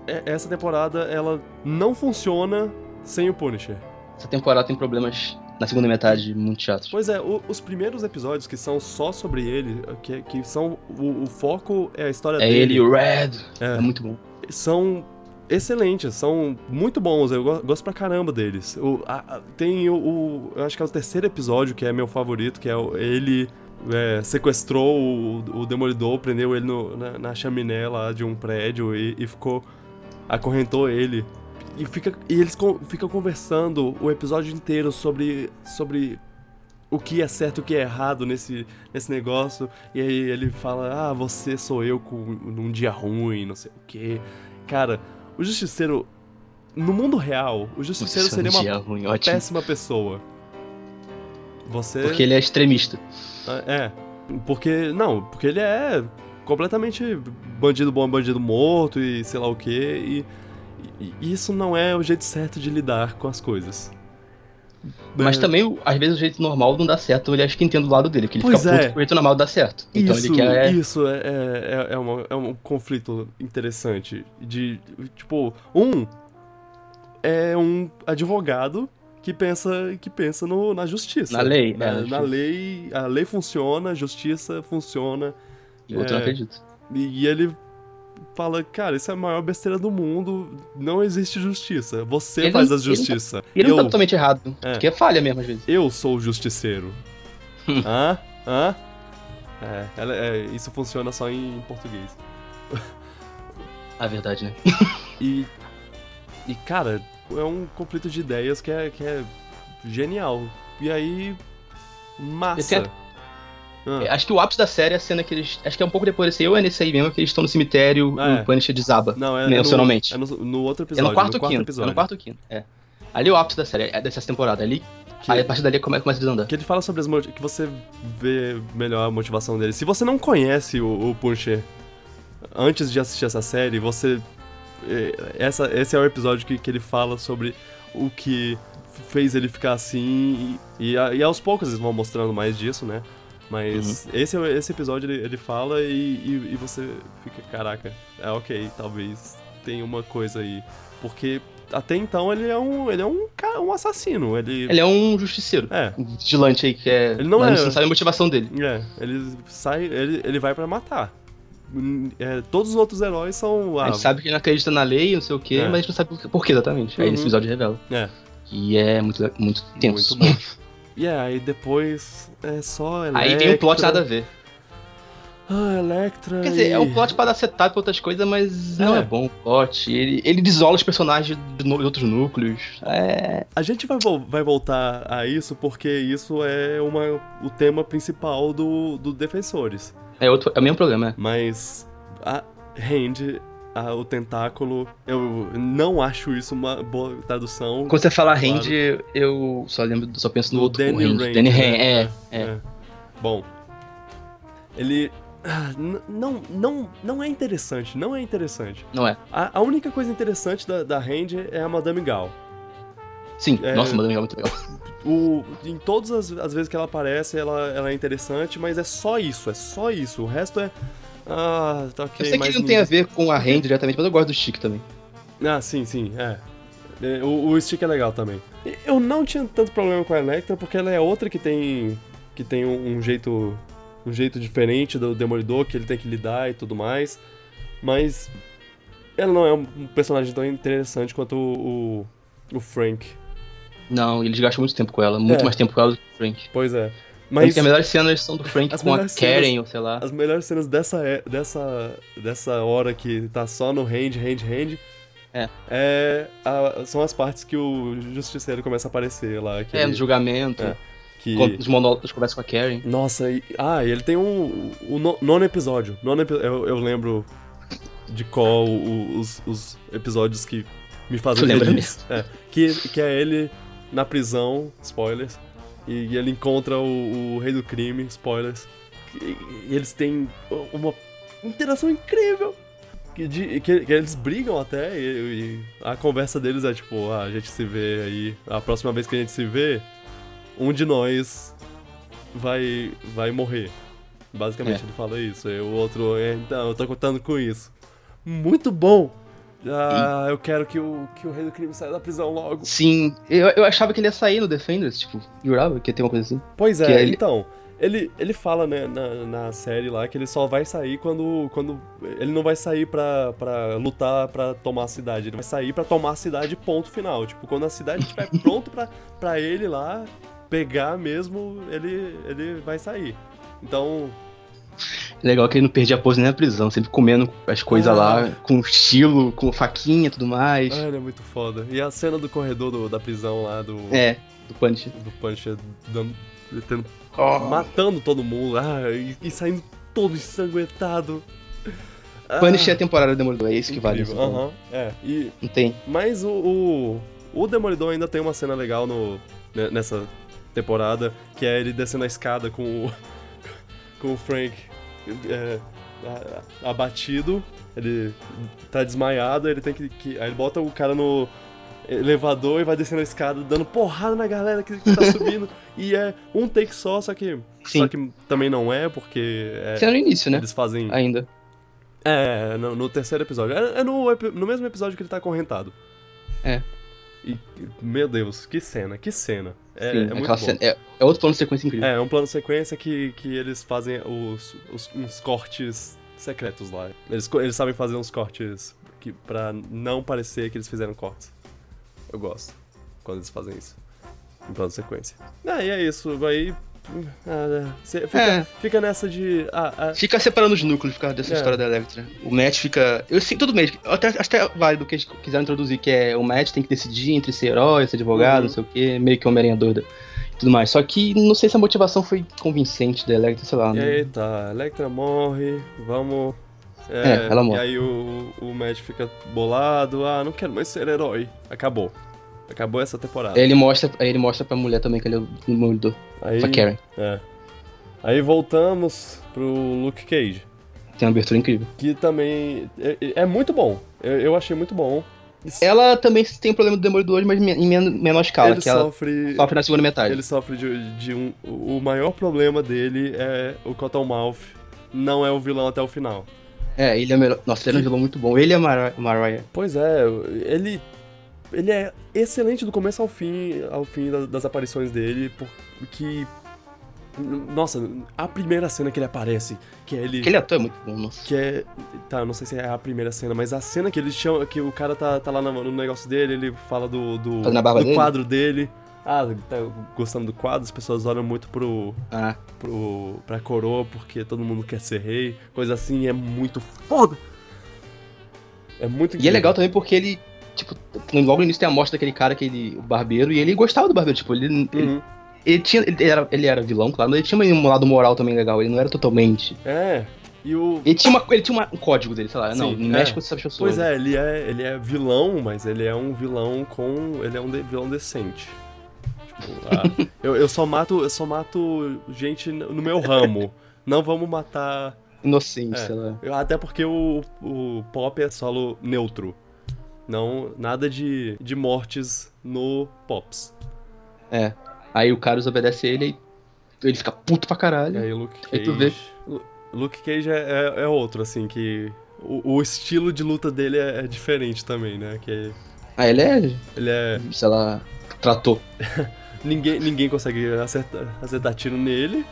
[SPEAKER 1] é- Essa temporada, ela não funciona sem o Punisher.
[SPEAKER 2] Essa temporada tem problemas na segunda metade muito chatos.
[SPEAKER 1] Pois é, o- os primeiros episódios que são só sobre ele, que, que são. O, o foco é a história
[SPEAKER 2] É
[SPEAKER 1] dele.
[SPEAKER 2] ele e o Red. É.
[SPEAKER 1] É.
[SPEAKER 2] muito bom.
[SPEAKER 1] são excelentes, são muito bons, eu go- gosto pra caramba deles. O- a- a- tem o, o- Eu acho que é o terceiro episódio que é meu favorito, que é o- ele é, sequestrou o, o Demolidor, prendeu ele no- na, na chaminé lá de um prédio e, e ficou. acorrentou ele. E, fica, e eles con- ficam conversando o episódio inteiro sobre. sobre o que é certo e o que é errado nesse, nesse negócio. E aí ele fala, ah, você sou eu com, num dia ruim, não sei o quê. Cara, o Justiceiro. No mundo real, o Justiceiro
[SPEAKER 2] é
[SPEAKER 1] seria uma
[SPEAKER 2] um dia ruim, ótimo.
[SPEAKER 1] péssima pessoa. Você.
[SPEAKER 2] Porque ele é extremista.
[SPEAKER 1] É. Porque. Não, porque ele é completamente bandido bom, bandido morto e sei lá o quê. E, e isso não é o jeito certo de lidar com as coisas.
[SPEAKER 2] Mas
[SPEAKER 1] É,
[SPEAKER 2] também, o- às vezes, o jeito normal não dá certo. Ele acha que entende o lado dele. Que ele
[SPEAKER 1] Pois
[SPEAKER 2] fica
[SPEAKER 1] é.
[SPEAKER 2] puto que o jeito normal dá certo. Então
[SPEAKER 1] isso,
[SPEAKER 2] ele quer.
[SPEAKER 1] isso é, é, é- é uma- é um conflito interessante. De, tipo, um é um advogado que pensa, que pensa no, na justiça.
[SPEAKER 2] Na lei,
[SPEAKER 1] Na,
[SPEAKER 2] é,
[SPEAKER 1] na
[SPEAKER 2] justiça.
[SPEAKER 1] lei, a lei funciona, a justiça funciona.
[SPEAKER 2] E o outro não
[SPEAKER 1] é.
[SPEAKER 2] acredita.
[SPEAKER 1] E, e ele fala, cara, isso é a maior besteira do mundo, não existe justiça. Você
[SPEAKER 2] Ele
[SPEAKER 1] faz
[SPEAKER 2] não-
[SPEAKER 1] a
[SPEAKER 2] ele não tá-
[SPEAKER 1] justiça.
[SPEAKER 2] E ele não tá
[SPEAKER 1] eu,
[SPEAKER 2] totalmente errado.
[SPEAKER 1] É.
[SPEAKER 2] Porque é falha mesmo, às vezes.
[SPEAKER 1] eu sou o justiceiro.
[SPEAKER 2] Hum.
[SPEAKER 1] Hã? Hã? É, ela- é, isso funciona só em português.
[SPEAKER 2] A verdade, né?
[SPEAKER 1] E. E, cara, é um conflito de ideias que é, que é genial. E aí. Massa.
[SPEAKER 2] Eu É,
[SPEAKER 1] Ah.
[SPEAKER 2] Acho que o ápice da série é a cena que eles. Acho que é um pouco depois desse aí, ou é nesse aí mesmo, que eles estão no cemitério
[SPEAKER 1] Ah,
[SPEAKER 2] e
[SPEAKER 1] é.
[SPEAKER 2] o Punisher desaba.
[SPEAKER 1] Não, é,
[SPEAKER 2] Mencionalmente.
[SPEAKER 1] é no, é no- no outro
[SPEAKER 2] é
[SPEAKER 1] episódio.
[SPEAKER 2] no quarto ou quinto.
[SPEAKER 1] episódio.
[SPEAKER 2] É no quarto ou quinto. É. Ali é o ápice da série, é dessa temporada. Ali,
[SPEAKER 1] Que- é
[SPEAKER 2] aí a partir dali come- começa a desandar.
[SPEAKER 1] Que ele fala sobre as moti- que você vê melhor a motivação dele. Se você não conhece o, o Punisher antes de assistir essa série, você eh, essa esse é o episódio que, que ele fala sobre o que fez ele ficar assim e, e, a- e aos poucos eles vão mostrando mais disso, né? Mas esse, esse episódio ele, ele fala e, e, e você fica, caraca, é ok, talvez tenha uma coisa aí. Porque até então ele é um. Ele é um, ca- um assassino. Ele.
[SPEAKER 2] Ele é um justiceiro.
[SPEAKER 1] É.
[SPEAKER 2] Um vigilante aí que é.
[SPEAKER 1] Ele não
[SPEAKER 2] mas
[SPEAKER 1] é-
[SPEAKER 2] Você não sabe a motivação dele.
[SPEAKER 1] É, ele sai. Ele, ele vai pra matar. Hum, é, todos os outros heróis são.
[SPEAKER 2] a
[SPEAKER 1] Ah,
[SPEAKER 2] gente sabe que ele não acredita na lei, não sei o quê,
[SPEAKER 1] É.
[SPEAKER 2] mas a gente não sabe por quê- por quê exatamente. Aí
[SPEAKER 1] Uhum.
[SPEAKER 2] esse episódio revela.
[SPEAKER 1] É.
[SPEAKER 2] E é muito, muito tenso.
[SPEAKER 1] Muito bom. E é, aí depois é só Electra.
[SPEAKER 2] Aí tem um plot nada a ver.
[SPEAKER 1] Ah, Electra.
[SPEAKER 2] Quer dizer, é
[SPEAKER 1] e-
[SPEAKER 2] um plot pra dar setup pra outras coisas, mas não
[SPEAKER 1] É.
[SPEAKER 2] é, bom o plot. Ele, ele isola os personagens de, no- de outros núcleos. É.
[SPEAKER 1] A gente vai, vol- vai voltar a isso porque isso é uma, o tema principal do, do Defensores.
[SPEAKER 2] É, outro, é o mesmo problema, é.
[SPEAKER 1] Mas a rende a- o tentáculo. Eu não acho isso uma boa tradução.
[SPEAKER 2] Quando você fala
[SPEAKER 1] Claro.
[SPEAKER 2] Randy, eu só lembro, só penso no
[SPEAKER 1] O
[SPEAKER 2] outro.
[SPEAKER 1] Danny
[SPEAKER 2] Randy.
[SPEAKER 1] Rand,
[SPEAKER 2] Danny
[SPEAKER 1] né?
[SPEAKER 2] Rand, é. é.
[SPEAKER 1] Bom, ele. ah, n- Não, não, não é interessante, não é interessante.
[SPEAKER 2] Não é.
[SPEAKER 1] A, a única coisa interessante da, da Randy é a Madame Gal.
[SPEAKER 2] Sim,
[SPEAKER 1] É.
[SPEAKER 2] nossa, mano, é muito legal.
[SPEAKER 1] O, em todas as, as vezes que ela aparece, ela, ela é interessante, mas é só isso, é só isso. O resto é. Ah, tá ok.
[SPEAKER 2] Eu sei que
[SPEAKER 1] mas
[SPEAKER 2] ele não tem a ver com a Randy diretamente, mas eu gosto do Chico também.
[SPEAKER 1] Ah, sim, sim, é. É, O, o stick é legal também. E Eu não tinha tanto problema com a Electra, porque ela é outra que tem. que tem um, um jeito. um jeito diferente do Demolidor, que ele tem que lidar e tudo mais. Mas ela não é um personagem tão interessante quanto o. o, o Frank.
[SPEAKER 2] Não, eles gastam muito tempo com ela, muito
[SPEAKER 1] É.
[SPEAKER 2] mais tempo com ela do que o Frank.
[SPEAKER 1] Pois é.
[SPEAKER 2] Mas...
[SPEAKER 1] Mas
[SPEAKER 2] Porque as melhores cenas são do Frank
[SPEAKER 1] As
[SPEAKER 2] com a
[SPEAKER 1] melhores cenas-
[SPEAKER 2] Karen, ou sei lá. É,
[SPEAKER 1] as melhores cenas dessa, é- dessa, dessa hora que tá só no hand, hand, hand.
[SPEAKER 2] É.
[SPEAKER 1] é a- são as partes que o Justiceiro começa a aparecer lá. Que
[SPEAKER 2] É,
[SPEAKER 1] ele-
[SPEAKER 2] no julgamento,
[SPEAKER 1] É. que-
[SPEAKER 2] quando os monólogos conversam com a Karen.
[SPEAKER 1] Nossa, e, ah, e ele tem um, o no- nono episódio. Nono, epi- eu, eu lembro de qual o- os, os episódios que me
[SPEAKER 2] Tu
[SPEAKER 1] fazem
[SPEAKER 2] lembra
[SPEAKER 1] feliz. É, que, que é ele na prisão, spoilers. E, ele encontra o, o rei do crime, spoilers. E, e eles têm uma interação incrível. Que, de- que- que eles brigam até, e, e a conversa deles é tipo, ah, a gente se vê aí. A próxima vez que a gente se vê, um de nós vai, vai morrer. Basicamente
[SPEAKER 2] É.
[SPEAKER 1] ele fala isso. E o outro, é, então, eu tô contando com isso. Muito bom! Ah, eu quero que o, que o rei do crime saia da prisão logo.
[SPEAKER 2] Sim, eu, eu achava que ele ia sair no Defenders, tipo, jurava que ia ter uma coisa assim.
[SPEAKER 1] Pois
[SPEAKER 2] Que
[SPEAKER 1] é,
[SPEAKER 2] ele-
[SPEAKER 1] então. Ele, ele fala né, na, na série lá que ele só vai sair quando. quando ele não vai sair pra, pra lutar pra tomar a cidade. Ele vai sair pra tomar a cidade, ponto final. Tipo, quando a cidade estiver pronto pra, pra ele lá pegar mesmo, ele, ele vai sair. Então.
[SPEAKER 2] É Legal que ele não perdia a pose nem na prisão, sempre comendo as coisas
[SPEAKER 1] Ah.
[SPEAKER 2] lá, com estilo, com faquinha e tudo mais.
[SPEAKER 1] Ah, ele é muito foda. E a cena do corredor do- da prisão lá do.
[SPEAKER 2] É, do Punch.
[SPEAKER 1] Do Punisher dando, é tendo
[SPEAKER 2] Ah. Oh.
[SPEAKER 1] matando todo mundo ah, e, e saindo todo ensanguentado. Ah,
[SPEAKER 2] Punisher é temporário do Demolidor, é isso que vale.
[SPEAKER 1] incrível.
[SPEAKER 2] então.
[SPEAKER 1] Aham, é. E,
[SPEAKER 2] Não tem.
[SPEAKER 1] mas o, o, o Demolidor ainda tem uma cena legal no, ne- nessa temporada, que é ele descendo a escada com o, com o Frank é, a- a- abatido. Ele tá desmaiado, ele tem que, que- Aí ele bota o cara no elevador e vai descendo a escada, dando porrada na galera que, que tá subindo. e é um take só, só que.
[SPEAKER 2] Sim.
[SPEAKER 1] Só que também não é, porque. é,
[SPEAKER 2] Isso é no início, né?
[SPEAKER 1] eles fazem.
[SPEAKER 2] Ainda.
[SPEAKER 1] É, no, no terceiro episódio. É, é no, epi- no mesmo episódio que ele tá acorrentado.
[SPEAKER 2] É.
[SPEAKER 1] E, meu Deus, que cena, que cena. É,
[SPEAKER 2] Sim,
[SPEAKER 1] é muito bom.
[SPEAKER 2] aquela cena- é, é outro plano de sequência incrível.
[SPEAKER 1] É, é um plano sequência que, que eles fazem os, os- uns cortes secretos lá. Eles, co- eles sabem fazer uns cortes que, pra não parecer que eles fizeram cortes. Eu gosto quando eles fazem isso. Em plano sequência. Ah, e é isso. Aí. ah, cê fica,
[SPEAKER 2] É.
[SPEAKER 1] fica nessa de. Ah, ah,
[SPEAKER 2] Fica separando os núcleos por causa dessa
[SPEAKER 1] É.
[SPEAKER 2] história da Electra. O Matt fica. Eu sinto tudo bem. eu Até, acho até válido o que eles quiseram introduzir, que é o Matt tem que decidir entre ser herói, ser
[SPEAKER 1] Uhum.
[SPEAKER 2] advogado, não sei o quê, meio que Homem-Aranha doida e tudo mais. Só que não sei se a motivação foi convincente da Electra, sei lá.
[SPEAKER 1] É,
[SPEAKER 2] né?
[SPEAKER 1] Eita, Electra morre, vamos.
[SPEAKER 2] É, ela morre.
[SPEAKER 1] E aí o, o Matt fica bolado, ah, não quero mais ser herói. Acabou. Acabou essa temporada.
[SPEAKER 2] Aí ele mostra, aí ele mostra pra mulher também que ele é o demolidor,
[SPEAKER 1] aí,
[SPEAKER 2] pra Karen.
[SPEAKER 1] é. Aí voltamos pro Luke Cage,
[SPEAKER 2] Tem uma abertura incrível.
[SPEAKER 1] é que também é, é muito bom. Eu, eu achei muito bom.
[SPEAKER 2] Ela também tem o problema do Demolidor, mas em men- menor escala,
[SPEAKER 1] ele
[SPEAKER 2] que ela
[SPEAKER 1] sofre.
[SPEAKER 2] sofre na segunda metade.
[SPEAKER 1] Ele sofre de, de um. O maior problema dele é o Cottonmouth não é o vilão até o final.
[SPEAKER 2] É, ele é o melhor. Nossa, ele é um vilão muito bom. Ele é Mara- Mariah.
[SPEAKER 1] Pois é, ele. Ele é excelente do começo ao fim, ao fim da- das aparições dele, porque. Nossa, a primeira cena que ele aparece, que é ele.
[SPEAKER 2] Aquele ator é muito bom, nossa.
[SPEAKER 1] Que é. Tá, não sei se é a primeira cena, mas a cena que ele chama. Que o cara tá, tá lá no, no negócio dele, ele fala do. Do,
[SPEAKER 2] Fazendo a Tá barba
[SPEAKER 1] do
[SPEAKER 2] dele?
[SPEAKER 1] quadro dele. Ah, tá gostando do quadro, as pessoas olham muito pro,
[SPEAKER 2] Ah,
[SPEAKER 1] pro, pra coroa porque todo mundo quer ser rei. Coisa assim, é muito foda. É muito
[SPEAKER 2] E é
[SPEAKER 1] incrível.
[SPEAKER 2] legal também porque ele, tipo, logo no início tem a mostra daquele cara, aquele o barbeiro, e ele gostava do barbeiro, tipo, ele, ele,
[SPEAKER 1] Uhum.
[SPEAKER 2] ele tinha, ele era, ele era vilão, claro, mas ele tinha um lado moral também legal, ele não era totalmente.
[SPEAKER 1] É. E o.
[SPEAKER 2] Ele tinha, uma, ele tinha uma- um código dele, sei lá, não,
[SPEAKER 1] Sim,
[SPEAKER 2] não mexe
[SPEAKER 1] é.
[SPEAKER 2] com essas pessoas.
[SPEAKER 1] Pois é, ele é, ele é vilão, mas ele é um vilão com. Ele é um de- vilão decente. Tipo, ah, eu, eu só mato. Eu só mato gente no no meu ramo. Não vamos matar.
[SPEAKER 2] Inocente,
[SPEAKER 1] É.
[SPEAKER 2] sei lá.
[SPEAKER 1] eu- Até porque o, o pop é solo neutro. Não, nada de, de mortes no Pops.
[SPEAKER 2] Aí o Carlos obedece ele e ele fica puto pra
[SPEAKER 1] E
[SPEAKER 2] caralho.
[SPEAKER 1] aí Luke
[SPEAKER 2] Aí tu
[SPEAKER 1] Cage. Lu- Luke Cage é, é- é outro, assim, que. O, o estilo de luta dele é, é diferente também, né? Que
[SPEAKER 2] Aí ele é,
[SPEAKER 1] ele é.
[SPEAKER 2] sei lá, tratou.
[SPEAKER 1] Ninguém, ninguém consegue acertar, acertar tiro nele.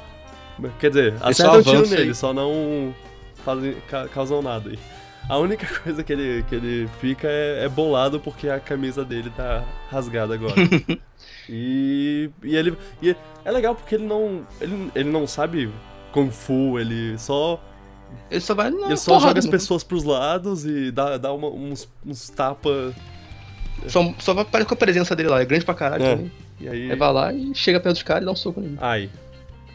[SPEAKER 1] Quer dizer,
[SPEAKER 2] só
[SPEAKER 1] acertam tiro
[SPEAKER 2] avança
[SPEAKER 1] nele,
[SPEAKER 2] e-
[SPEAKER 1] só não fazem, ca- causam nada. aí. A única coisa que ele, que ele fica é, é bolado porque a camisa dele tá rasgada agora. e, e ele. E é legal porque ele não. Ele, ele não sabe Kung Fu, ele só.
[SPEAKER 2] Ele só vai. Não,
[SPEAKER 1] ele só
[SPEAKER 2] porrada, né?
[SPEAKER 1] joga as
[SPEAKER 2] não.
[SPEAKER 1] pessoas pros lados e dá, dá uma- uns, uns tapa.
[SPEAKER 2] Só, só vai aparecer com a presença dele lá, é grande pra caralho
[SPEAKER 1] É.
[SPEAKER 2] também.
[SPEAKER 1] E aí.
[SPEAKER 2] Aí vai lá e chega perto dos caras e dá um soco nele.
[SPEAKER 1] Ai.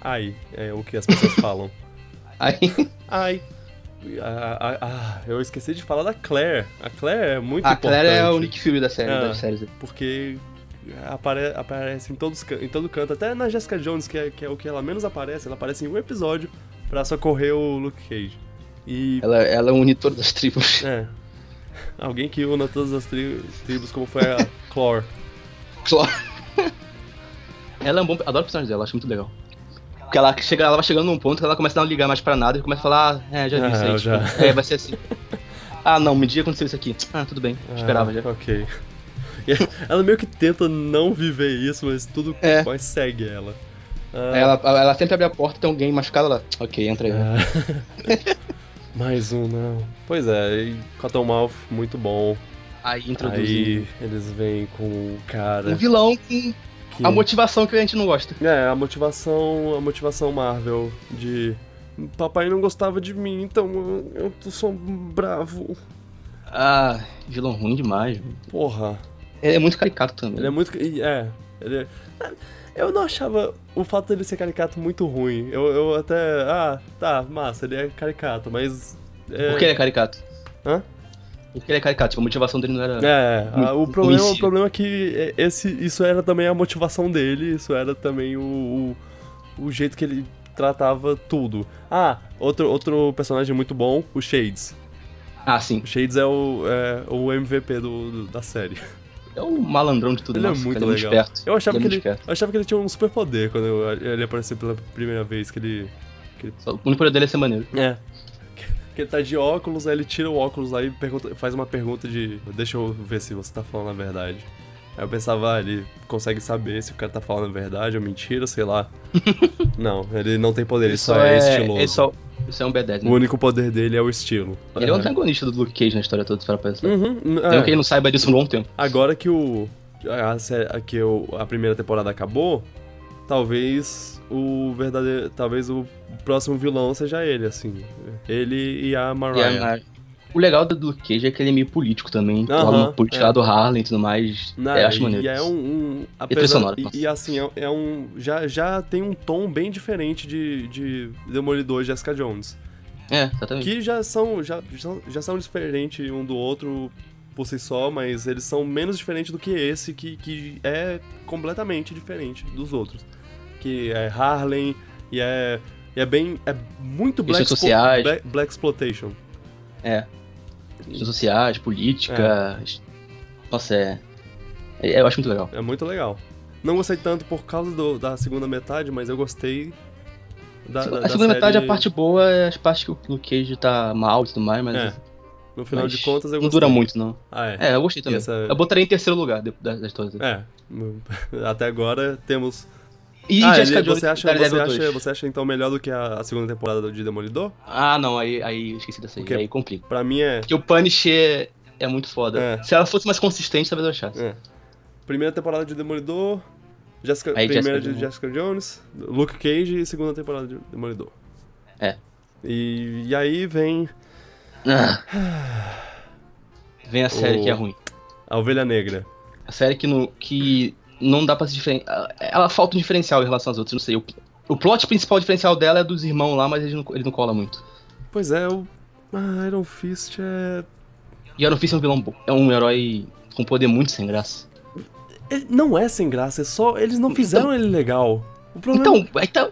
[SPEAKER 1] Ai, é o que as pessoas falam.
[SPEAKER 2] Aí.
[SPEAKER 1] Ai. Ah, ah, ah, eu esqueci de falar da Claire. A Claire é muito
[SPEAKER 2] A
[SPEAKER 1] importante.
[SPEAKER 2] Claire é o Nick Fury da série,
[SPEAKER 1] É.
[SPEAKER 2] das séries.
[SPEAKER 1] Porque apare- aparece em, todos, can- em todo canto. Até na Jessica Jones, que é, que é o que ela menos aparece. Ela aparece em um episódio pra socorrer o Luke Cage. E...
[SPEAKER 2] Ela, ela é une todas as tribos.
[SPEAKER 1] É. Alguém que una todas as tri- tribos, como foi a Clore.
[SPEAKER 2] Claro. ela é um bom. Adoro o personagem dela, acho muito legal. Porque ela, chega, ela vai chegando num ponto que ela começa a não ligar mais pra nada e começa a falar, ah, é, já vi
[SPEAKER 1] Ah,
[SPEAKER 2] isso
[SPEAKER 1] eu
[SPEAKER 2] aí. tipo,
[SPEAKER 1] já.
[SPEAKER 2] É, vai ser assim. Ah, não, um dia aconteceu isso aqui. Ah, tudo bem, esperava já.
[SPEAKER 1] Ah, Ok. E ela meio que tenta não viver isso, mas tudo
[SPEAKER 2] É.
[SPEAKER 1] mas segue ela. Ah,
[SPEAKER 2] Aí Ela, ela sempre abre a porta e tem alguém machucado, ela, ok, entra
[SPEAKER 1] É.
[SPEAKER 2] aí.
[SPEAKER 1] Ah. Mais um, não. Pois é, e Cottonmouth, muito bom.
[SPEAKER 2] Aí introduz
[SPEAKER 1] Aí eles vêm com o
[SPEAKER 2] um
[SPEAKER 1] cara
[SPEAKER 2] vilão com
[SPEAKER 1] que...
[SPEAKER 2] a motivação que a gente não gosta.
[SPEAKER 1] É, a motivação, a motivação Marvel de... Papai não gostava de mim, então eu- eu tô só bravo.
[SPEAKER 2] Ah, vilão ruim demais. mano.
[SPEAKER 1] Porra,
[SPEAKER 2] Ele é muito caricato também.
[SPEAKER 1] ele é muito... e- É, ele é... Eu não achava o fato dele ser caricato muito ruim. Eu, eu até... Ah, tá, massa, ele é caricato, mas... É...
[SPEAKER 2] Por que ele é caricato?
[SPEAKER 1] Hã?
[SPEAKER 2] Por que ele é caricato? Tipo, a motivação dele não era.
[SPEAKER 1] É, a- o,
[SPEAKER 2] Muito
[SPEAKER 1] problema, o
[SPEAKER 2] conhecido.
[SPEAKER 1] problema é que esse, isso era também a motivação dele, isso era também o, o, o jeito que ele tratava tudo. Ah, outro, outro personagem muito bom, o Shades.
[SPEAKER 2] Ah, sim.
[SPEAKER 1] O Shades é o, é o MVP do, do- da série.
[SPEAKER 2] É o malandrão de tudo,
[SPEAKER 1] Ele é
[SPEAKER 2] nossa,
[SPEAKER 1] muito
[SPEAKER 2] cara, ele
[SPEAKER 1] legal.
[SPEAKER 2] esperto.
[SPEAKER 1] Eu achava,
[SPEAKER 2] Ele é
[SPEAKER 1] que,
[SPEAKER 2] muito
[SPEAKER 1] ele,
[SPEAKER 2] esperto.
[SPEAKER 1] eu achava que ele tinha um superpoder quando eu- ele apareceu pela primeira vez, que ele...
[SPEAKER 2] Só- o único poder dele é ser maneiro.
[SPEAKER 1] É. Que ele tá de óculos, aí ele tira o óculos lá e pergunta- faz uma pergunta de. Deixa eu ver se você tá falando a verdade. Aí eu pensava, ah, ele consegue saber se o cara tá falando a verdade ou mentira, sei lá. não, ele não tem poder, ele só é, estiloso.
[SPEAKER 2] Ele só, ele só é um B10, né?
[SPEAKER 1] O único poder dele é o estilo.
[SPEAKER 2] Ele é o antagonista do Luke Cage na história toda, para pensar. Uhum.
[SPEAKER 1] Uhum, é.
[SPEAKER 2] Mesmo que ele não saiba disso por um bom tempo.
[SPEAKER 1] Agora que o. A, sé- a- que o- a primeira temporada acabou, talvez o verdadeiro. Talvez o próximo vilão seja ele, assim. Ele e a
[SPEAKER 2] E
[SPEAKER 1] Mariah.
[SPEAKER 2] é, mas- O legal do Luke Cage é que ele é meio político também. Uhum,
[SPEAKER 1] Aham,
[SPEAKER 2] lado político
[SPEAKER 1] é.
[SPEAKER 2] lá do Harlem e tudo mais.
[SPEAKER 1] Não,
[SPEAKER 2] é, acho
[SPEAKER 1] e-
[SPEAKER 2] maneiro.
[SPEAKER 1] E é um. um-
[SPEAKER 2] trilha sonora,
[SPEAKER 1] e-
[SPEAKER 2] nossa.
[SPEAKER 1] e, assim, é, é um. Já, já tem um tom bem diferente de, de Demolidor e Jessica Jones.
[SPEAKER 2] É, exatamente.
[SPEAKER 1] Que já são. Já, já são- já são diferentes um do outro por si só, mas eles são menos diferentes do que esse, que, que é completamente diferente dos outros. Que é Harlem e é. E é bem. É muito black,
[SPEAKER 2] Questões sociais.
[SPEAKER 1] black, black Exploitation.
[SPEAKER 2] É. Questões sociais, política, es- Nossa, é. é- Eu acho muito legal.
[SPEAKER 1] É muito legal. Não gostei tanto por causa do- da segunda metade, mas eu gostei da, da-
[SPEAKER 2] Tipo, a
[SPEAKER 1] da
[SPEAKER 2] segunda metade,
[SPEAKER 1] série.
[SPEAKER 2] a parte boa é as partes que o Luke Cage tá mal e tudo mais, mas.
[SPEAKER 1] É, No final
[SPEAKER 2] mas
[SPEAKER 1] de contas, eu
[SPEAKER 2] Não
[SPEAKER 1] gostei.
[SPEAKER 2] dura muito, não.
[SPEAKER 1] Ah, é.
[SPEAKER 2] É, eu gostei
[SPEAKER 1] E
[SPEAKER 2] também.
[SPEAKER 1] essa-
[SPEAKER 2] Eu botaria em terceiro lugar de- das, das todas.
[SPEAKER 1] É. Até agora temos.
[SPEAKER 2] E
[SPEAKER 1] ah,
[SPEAKER 2] Jessica
[SPEAKER 1] ele-
[SPEAKER 2] Jones
[SPEAKER 1] você acha,
[SPEAKER 2] Daredevil
[SPEAKER 1] você, acha,
[SPEAKER 2] 2.
[SPEAKER 1] você acha então melhor do que a, a segunda temporada de Demolidor?
[SPEAKER 2] Ah, não, aí, aí eu esqueci dessa aí.
[SPEAKER 1] Porque-
[SPEAKER 2] Aí complica.
[SPEAKER 1] Pra mim é.
[SPEAKER 2] Porque o Punisher é muito foda.
[SPEAKER 1] É.
[SPEAKER 2] Se ela fosse mais consistente, talvez eu achasse.
[SPEAKER 1] é. Primeira temporada de Demolidor. Jessica,
[SPEAKER 2] Aí
[SPEAKER 1] primeira
[SPEAKER 2] Jessica
[SPEAKER 1] de
[SPEAKER 2] Jones.
[SPEAKER 1] Jessica Jones, Luke Cage e segunda temporada de Demolidor.
[SPEAKER 2] É.
[SPEAKER 1] E, e aí vem
[SPEAKER 2] Ah. Vem a série
[SPEAKER 1] O-
[SPEAKER 2] que é ruim.
[SPEAKER 1] a Ovelha Negra.
[SPEAKER 2] A série que não, que não dá pra se diferenciar. Ela falta um diferencial em relação às outras, não sei. O, o plot principal diferencial dela é dos irmãos lá, mas ele não, ele não cola muito.
[SPEAKER 1] Pois é, o ah, Iron Fist é.
[SPEAKER 2] E Iron Fist é um vilão bom. É um herói com poder muito sem graça.
[SPEAKER 1] Ele não é sem graça, é só. Eles não fizeram ele legal. O problema,
[SPEAKER 2] Então, aí tá.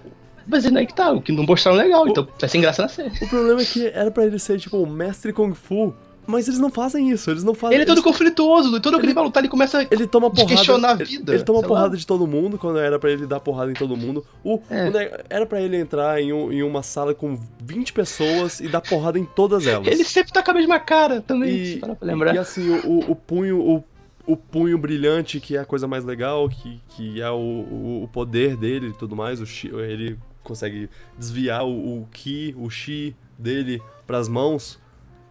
[SPEAKER 2] Mas é aí que tá, o que não mostraram legal, então tá sem graça na série.
[SPEAKER 1] o problema é que era pra ele ser, tipo, um mestre Kung Fu, mas eles não fazem isso, eles não fazem.
[SPEAKER 2] Ele é todo conflituoso, todo que ele vai lutar, ele começa.
[SPEAKER 1] Ele toma
[SPEAKER 2] de
[SPEAKER 1] porrada.
[SPEAKER 2] questionar a
[SPEAKER 1] ele-
[SPEAKER 2] vida,
[SPEAKER 1] Ele, toma
[SPEAKER 2] sei
[SPEAKER 1] porrada
[SPEAKER 2] lá.
[SPEAKER 1] de todo mundo quando era pra ele dar porrada em todo mundo. O,
[SPEAKER 2] É.
[SPEAKER 1] o ne- era pra ele entrar em, um- em uma sala com 20 pessoas e dar porrada em todas elas.
[SPEAKER 2] Ele sempre tá com a mesma cara também, se parar pra lembrar.
[SPEAKER 1] e assim, o, o- o punho, o, o punho brilhante, que é a coisa mais legal, que, que é o, o, o poder dele e tudo mais, o chi, ele consegue desviar o, o ki, o chi dele pras mãos.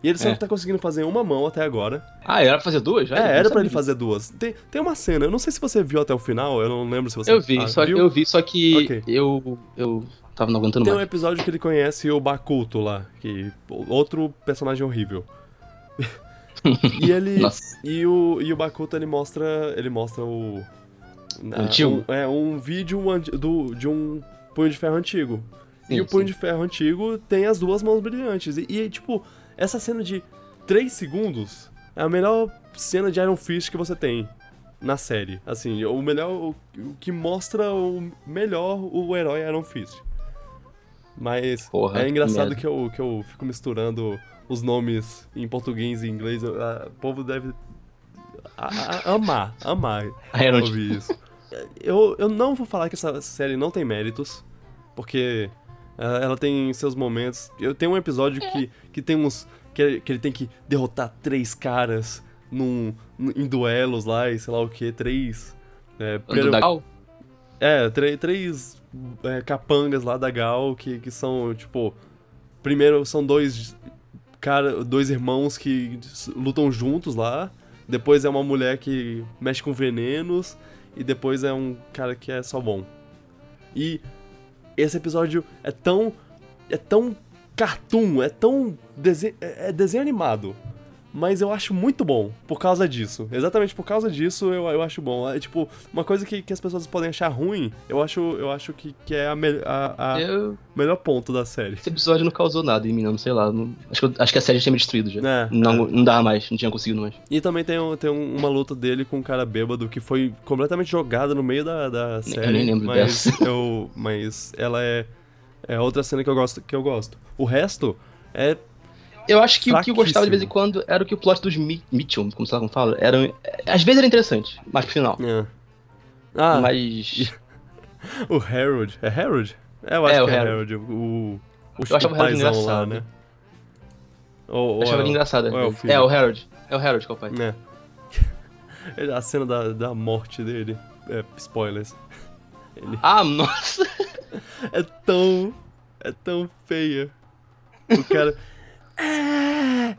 [SPEAKER 1] E ele só
[SPEAKER 2] É.
[SPEAKER 1] tá conseguindo fazer uma mão até agora.
[SPEAKER 2] Ah, era pra fazer duas? Já? Eu não
[SPEAKER 1] é, era pra
[SPEAKER 2] sabia.
[SPEAKER 1] ele fazer duas. Tem, tem uma cena, eu não sei se você viu até o final, eu não lembro se você
[SPEAKER 2] Eu vi,
[SPEAKER 1] ah,
[SPEAKER 2] só,
[SPEAKER 1] viu?
[SPEAKER 2] eu vi, só que
[SPEAKER 1] Ok.
[SPEAKER 2] eu. Eu tava não aguentando
[SPEAKER 1] Tem um
[SPEAKER 2] mais.
[SPEAKER 1] episódio que ele conhece o Bakuto lá, que outro personagem horrível. e ele
[SPEAKER 2] Nossa.
[SPEAKER 1] E o, e o Bakuto ele mostra. Ele mostra o.
[SPEAKER 2] Antigo?
[SPEAKER 1] um- é um vídeo anti- do, de um punho de ferro antigo. e
[SPEAKER 2] Sim,
[SPEAKER 1] o punho
[SPEAKER 2] sim.
[SPEAKER 1] de ferro antigo tem as duas mãos brilhantes. E, e, tipo, essa cena de 3 segundos é a melhor cena de Iron Fist que você tem na série. Assim, o melhor. O, o que mostra o melhor o herói Iron Fist. Mas
[SPEAKER 2] Porra,
[SPEAKER 1] é
[SPEAKER 2] que
[SPEAKER 1] engraçado
[SPEAKER 2] merda.
[SPEAKER 1] que eu, que eu fico misturando os nomes em português e inglês. Eu- a- O povo deve a- a- amar, amar
[SPEAKER 2] Ah, era onde-
[SPEAKER 1] ouvir isso. Eu, eu não vou falar que essa série não tem méritos, porque ah, ela tem seus momentos. Eu tenho um episódio que, que tem uns. Que, ele- que ele tem que derrotar três caras num, num- em duelos lá e sei lá o que, três. É,
[SPEAKER 2] do
[SPEAKER 1] primeiro-
[SPEAKER 2] Dagal?
[SPEAKER 1] é, tre- três é, capangas lá da Gal que, que são, tipo. Primeiro são dois cara, dois irmãos que s- lutam juntos lá. Depois é uma mulher que mexe com venenos. E depois é um cara que é só bom. E esse episódio é tão. É tão cartoon, é tão. dese- é é desenho animado. Mas eu acho muito bom por causa disso. Exatamente por causa disso eu, eu acho bom. É tipo, uma coisa que, que as pessoas podem achar ruim, eu acho, eu acho que, que é o
[SPEAKER 2] Eu-
[SPEAKER 1] melhor ponto da série.
[SPEAKER 2] Esse episódio não causou nada em mim, não sei lá. não- Acho, que, eu- acho que a série já tinha me destruído já.
[SPEAKER 1] É,
[SPEAKER 2] Não, não dava mais, não tinha conseguido mais.
[SPEAKER 1] E também tem, um- tem um- uma luta dele com um cara bêbado que foi completamente jogada no meio da, da
[SPEAKER 2] Nem- eu
[SPEAKER 1] série.
[SPEAKER 2] nem lembro
[SPEAKER 1] mas Eu, mas ela é, é outra cena que eu gosto. Que eu gosto. O resto é.
[SPEAKER 2] Eu acho que o que eu gostava de vez em
[SPEAKER 1] Fraquíssimo.
[SPEAKER 2] quando era o que o plot dos Mi Mitchell, como sei lá como fala, era, às vezes era interessante, mas pro final.
[SPEAKER 1] é. Ah,
[SPEAKER 2] mas
[SPEAKER 1] o Harold. É Harold? É, eu acho
[SPEAKER 2] É, o
[SPEAKER 1] que é Harold.
[SPEAKER 2] Harold.
[SPEAKER 1] O, o,
[SPEAKER 2] Eu achava o Harold
[SPEAKER 1] paizão
[SPEAKER 2] engraçado.
[SPEAKER 1] né? Ou-
[SPEAKER 2] eu
[SPEAKER 1] ou
[SPEAKER 2] achava
[SPEAKER 1] é
[SPEAKER 2] ele
[SPEAKER 1] o-
[SPEAKER 2] engraçado. às
[SPEAKER 1] ou é o
[SPEAKER 2] vezes.
[SPEAKER 1] filho.
[SPEAKER 2] É, o Harold. É o Harold que é o pai.
[SPEAKER 1] né? Ele- é. A cena da, da morte dele. É, spoilers.
[SPEAKER 2] Ah, nossa!
[SPEAKER 1] É tão. É tão feia. O cara. É.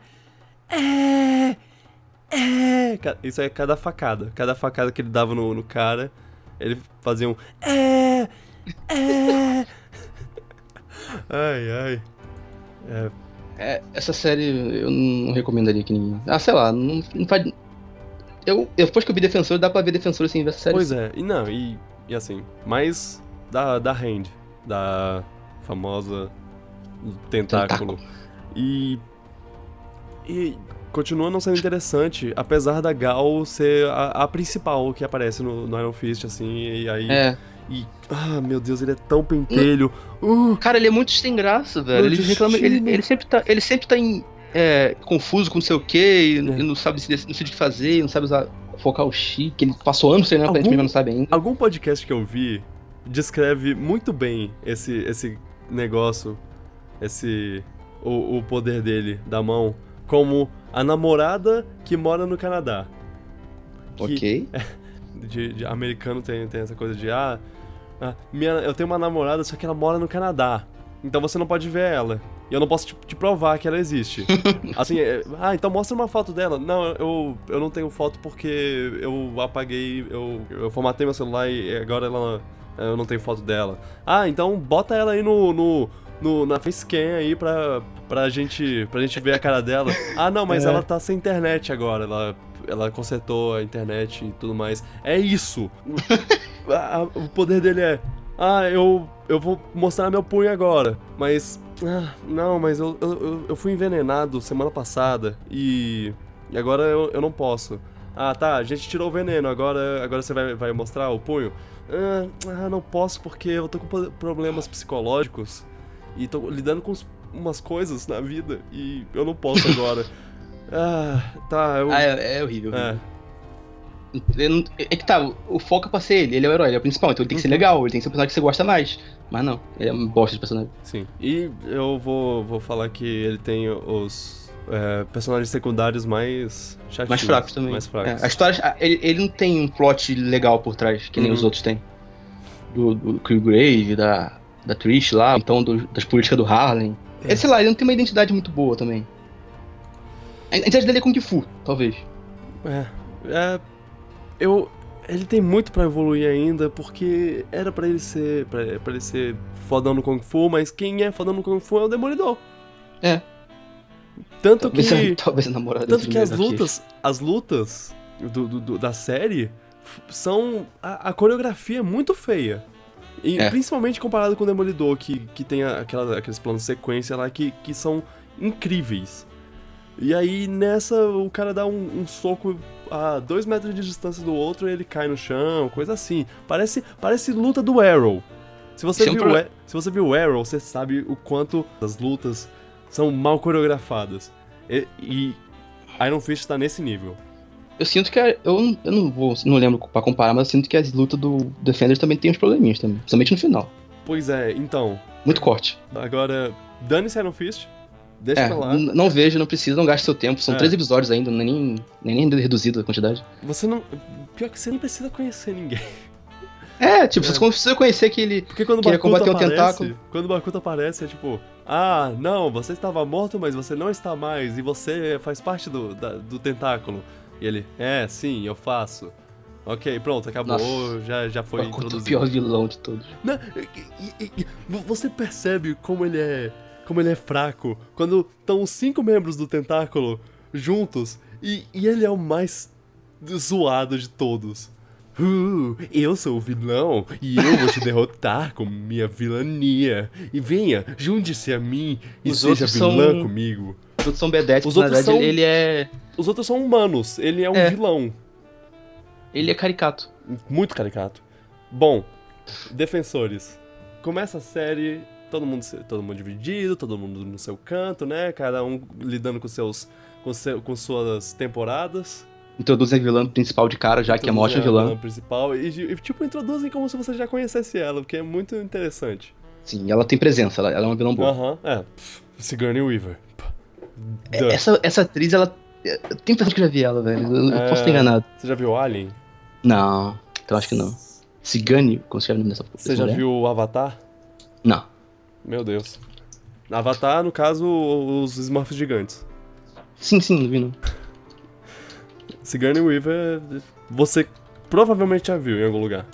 [SPEAKER 1] É. É. Ca- Isso é cada facada. Cada facada que ele dava no, no cara, ele fazia um. É. É. Ai, ai. É,
[SPEAKER 2] É, essa série eu não recomendaria que ninguém. Ah, sei lá, não, não faz. Eu, eu- depois que eu vi Defensor, dá pra ver Defensor assim, ver essa série.
[SPEAKER 1] pois é, e não, e, e assim, mas da, da hand, da famosa tentáculo.
[SPEAKER 2] Tentáculo.
[SPEAKER 1] E. E continua não sendo interessante, apesar da Gal ser a, a principal que aparece no, no Iron Fist, assim, e aí.
[SPEAKER 2] É.
[SPEAKER 1] E, ah, meu Deus, ele é tão pentelho. Uh,
[SPEAKER 2] Hum. Cara, ele é muito sem graça, velho. Ele
[SPEAKER 1] Nordestino.
[SPEAKER 2] reclama. Ele, ele sempre tá. Ele sempre tá em. é, confuso com não sei o que,
[SPEAKER 1] É.
[SPEAKER 2] e, e não sabe se, não sabe o que fazer, não sabe usar, focar o chi, que ele passou anos treinando algum, pra gente mesmo, não sabe ainda.
[SPEAKER 1] Algum podcast que eu vi descreve muito bem esse, esse negócio, esse. O, o poder dele, da mão, como a namorada que mora no Canadá.
[SPEAKER 2] Que, ok.
[SPEAKER 1] é De, de, americano tem, tem essa coisa de, ah, minha, eu tenho uma namorada, só que ela mora no Canadá. Então você não pode ver ela. E eu não posso te, te provar que ela existe. assim, é, ah, então mostra uma foto dela. Não, eu, eu não tenho foto porque eu apaguei, eu, eu formatei meu celular e agora ela, eu não tenho foto dela. Ah, então bota ela aí no, no no, na facecam aí pra, pra, gente, pra gente ver a cara dela. Ah, não, mas é. ela tá sem internet agora. Ela, ela consertou a internet e tudo mais. É isso! ah, o poder dele é. Ah, eu, eu vou mostrar meu punho agora, mas. Ah, não, mas eu, eu, eu fui envenenado semana passada e. e agora eu, eu não posso. Ah, tá, a gente tirou o veneno, agora, agora você vai, vai mostrar o punho? Ah, não posso porque eu tô com problemas psicológicos e tô lidando com umas coisas na vida e eu não posso agora. ah, tá. Eu...
[SPEAKER 2] Ah, é, é horrível. É. Não... é que tá, o foco é pra ser ele, ele é o herói, ele é o principal, então ele
[SPEAKER 1] Uhum.
[SPEAKER 2] tem que ser legal, ele tem que ser um personagem que você gosta mais. Mas não, ele é um bosta de personagem.
[SPEAKER 1] Sim, e eu vou, vou falar que ele tem os é, personagens secundários mais chatinhos.
[SPEAKER 2] Mais fracos também.
[SPEAKER 1] É Mais fracos.
[SPEAKER 2] É, a história, ele, ele não tem um plot legal por trás, que nem uhum. os outros têm. Do, do Crew Grave, da, da Trish lá, então do, das políticas do Harlem. É. Sei lá, ele não tem uma identidade muito boa também. A identidade dele é Kung Fu, talvez.
[SPEAKER 1] É. é eu. Ele tem muito para evoluir ainda, porque era para ele ser. Pra, pra ele ser fodão no Kung Fu, mas quem é fodão no Kung Fu é o Demolidor.
[SPEAKER 2] É. Tá
[SPEAKER 1] Tanto talvez que.
[SPEAKER 2] A, talvez a namorada
[SPEAKER 1] Tanto que as lutas. Aqui. As lutas do, do, do, da série são. A, a coreografia é muito feia. E, é. Principalmente comparado com o Demolidor, que, que tem aquela, aqueles planos de sequência lá que, que são incríveis. E aí nessa o cara dá um, um, soco a dois metros de distância do outro e ele cai no chão, coisa assim. Parece, parece luta do Arrow. Se você, Sempre... viu, se você viu Arrow, você sabe o quanto as lutas são mal coreografadas. E, e Iron Fist tá nesse nível.
[SPEAKER 2] Eu sinto que. A, eu, eu não vou. Não lembro pra comparar, mas eu sinto que as lutas do Defender também tem uns probleminhas também. Principalmente no final.
[SPEAKER 1] Pois é, então.
[SPEAKER 2] Muito corte.
[SPEAKER 1] Agora, dane-se Iron Fist. Deixa
[SPEAKER 2] é,
[SPEAKER 1] pra lá.
[SPEAKER 2] Não vejo, não precisa, não gaste seu tempo. São é. três episódios ainda, não é nem, nem, nem reduzida a quantidade.
[SPEAKER 1] Você não. Pior que você nem precisa conhecer ninguém.
[SPEAKER 2] É, tipo, é. você precisa conhecer que ele.
[SPEAKER 1] Porque quando o Bakuta aparece, um quando o Bakuta aparece, é tipo, ah, não, você estava morto, mas você não está mais, e você faz parte do, da, do tentáculo. E ele, é, sim, eu faço. Ok, pronto, acabou, Nossa, já, já foi
[SPEAKER 2] introduzido. Ah, o pior vilão de todos.
[SPEAKER 1] Não, e, e, você percebe como ele é como ele é fraco quando estão os cinco membros do Tentáculo juntos e, e, ele é o mais zoado de todos. Uh, eu sou o vilão e eu vou te derrotar com minha vilania. E venha, junte-se a mim e os um. seja vilã
[SPEAKER 2] são...
[SPEAKER 1] comigo.
[SPEAKER 2] Os outros são Bedete, os outros na verdade são... ele é
[SPEAKER 1] os outros são humanos, ele é um é. vilão.
[SPEAKER 2] Ele é caricato.
[SPEAKER 1] Muito caricato. Bom, defensores. Começa a série, todo mundo, todo mundo dividido, todo mundo no seu canto, né? Cada um lidando com seus com, seu, com suas temporadas.
[SPEAKER 2] Introduzem a vilã principal de cara, já introduzem que é morte a vilã. vilã
[SPEAKER 1] principal e, e, tipo introduzem como se você já conhecesse ela, porque é muito interessante.
[SPEAKER 2] Sim, ela tem presença, ela, ela é uma vilã boa.
[SPEAKER 1] Aham, uh -huh, é. Sigourney Weaver.
[SPEAKER 2] Ah, Duh. É, Essa, essa atriz, ela tem pessoas que já vi ela, velho. Eu é... posso ter enganado.
[SPEAKER 1] Você já viu Alien?
[SPEAKER 2] Não, então acho que não. Cigane, como se chama nessa
[SPEAKER 1] Você já mulher? viu Avatar?
[SPEAKER 2] Não.
[SPEAKER 1] Meu Deus. Avatar, no caso, os Smurfs gigantes.
[SPEAKER 2] Sim, sim, não vi não.
[SPEAKER 1] Sigourney Weaver, você provavelmente já viu em algum lugar.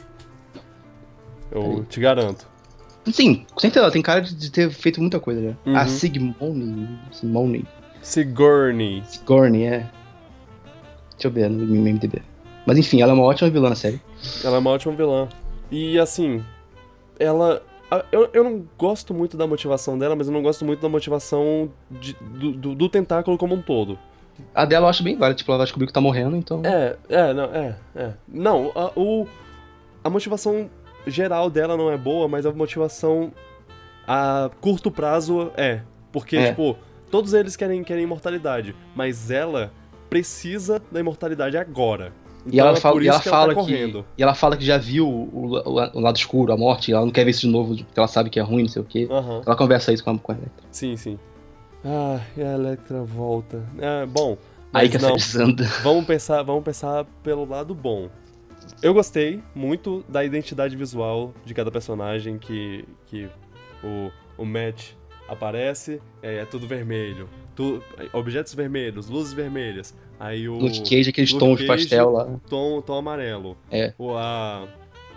[SPEAKER 1] Eu Aí. te garanto.
[SPEAKER 2] Sim, com certeza, ela tem cara de ter feito muita coisa já. Né? Uhum. A Sigmone, Simone,
[SPEAKER 1] Sigourney.
[SPEAKER 2] Sigourney, é. Deixa eu ver é no MDB. Mas enfim, ela é uma ótima vilã na série.
[SPEAKER 1] Ela é uma ótima vilã. E assim, ela. Eu, eu não gosto muito da motivação dela, mas eu não gosto muito da motivação de, do, do, do, tentáculo como um todo.
[SPEAKER 2] A dela eu acho bem válida, tipo, ela vai descobrir que tá morrendo, então.
[SPEAKER 1] É, é, não, é, é. Não, a, o, a motivação geral dela não é boa, mas a motivação a curto prazo é. Porque, é. tipo, Todos eles querem, querem imortalidade, mas ela precisa da imortalidade agora.
[SPEAKER 2] E
[SPEAKER 1] então é
[SPEAKER 2] ela fala, e ela
[SPEAKER 1] tá
[SPEAKER 2] fala que, e ela fala que já viu o, o, o lado escuro, a morte, ela não quer ver isso de novo, porque ela sabe que é ruim, não sei o quê.
[SPEAKER 1] Aham.
[SPEAKER 2] Ela conversa isso com a, com a Electra.
[SPEAKER 1] Sim, sim. Ah, e a Electra volta. É, bom, mas
[SPEAKER 2] Aí que a
[SPEAKER 1] não.
[SPEAKER 2] série desanda.
[SPEAKER 1] Vamos pensar, vamos pensar pelo lado bom. Eu gostei muito da identidade visual de cada personagem que, que o, o Matt aparece. É, é tudo vermelho. Tu- objetos vermelhos, luzes vermelhas. Aí o
[SPEAKER 2] Luke Cage, aqueles
[SPEAKER 1] Luke
[SPEAKER 2] tons de
[SPEAKER 1] Cage,
[SPEAKER 2] pastel lá.
[SPEAKER 1] tom, tom amarelo.
[SPEAKER 2] É.
[SPEAKER 1] O, a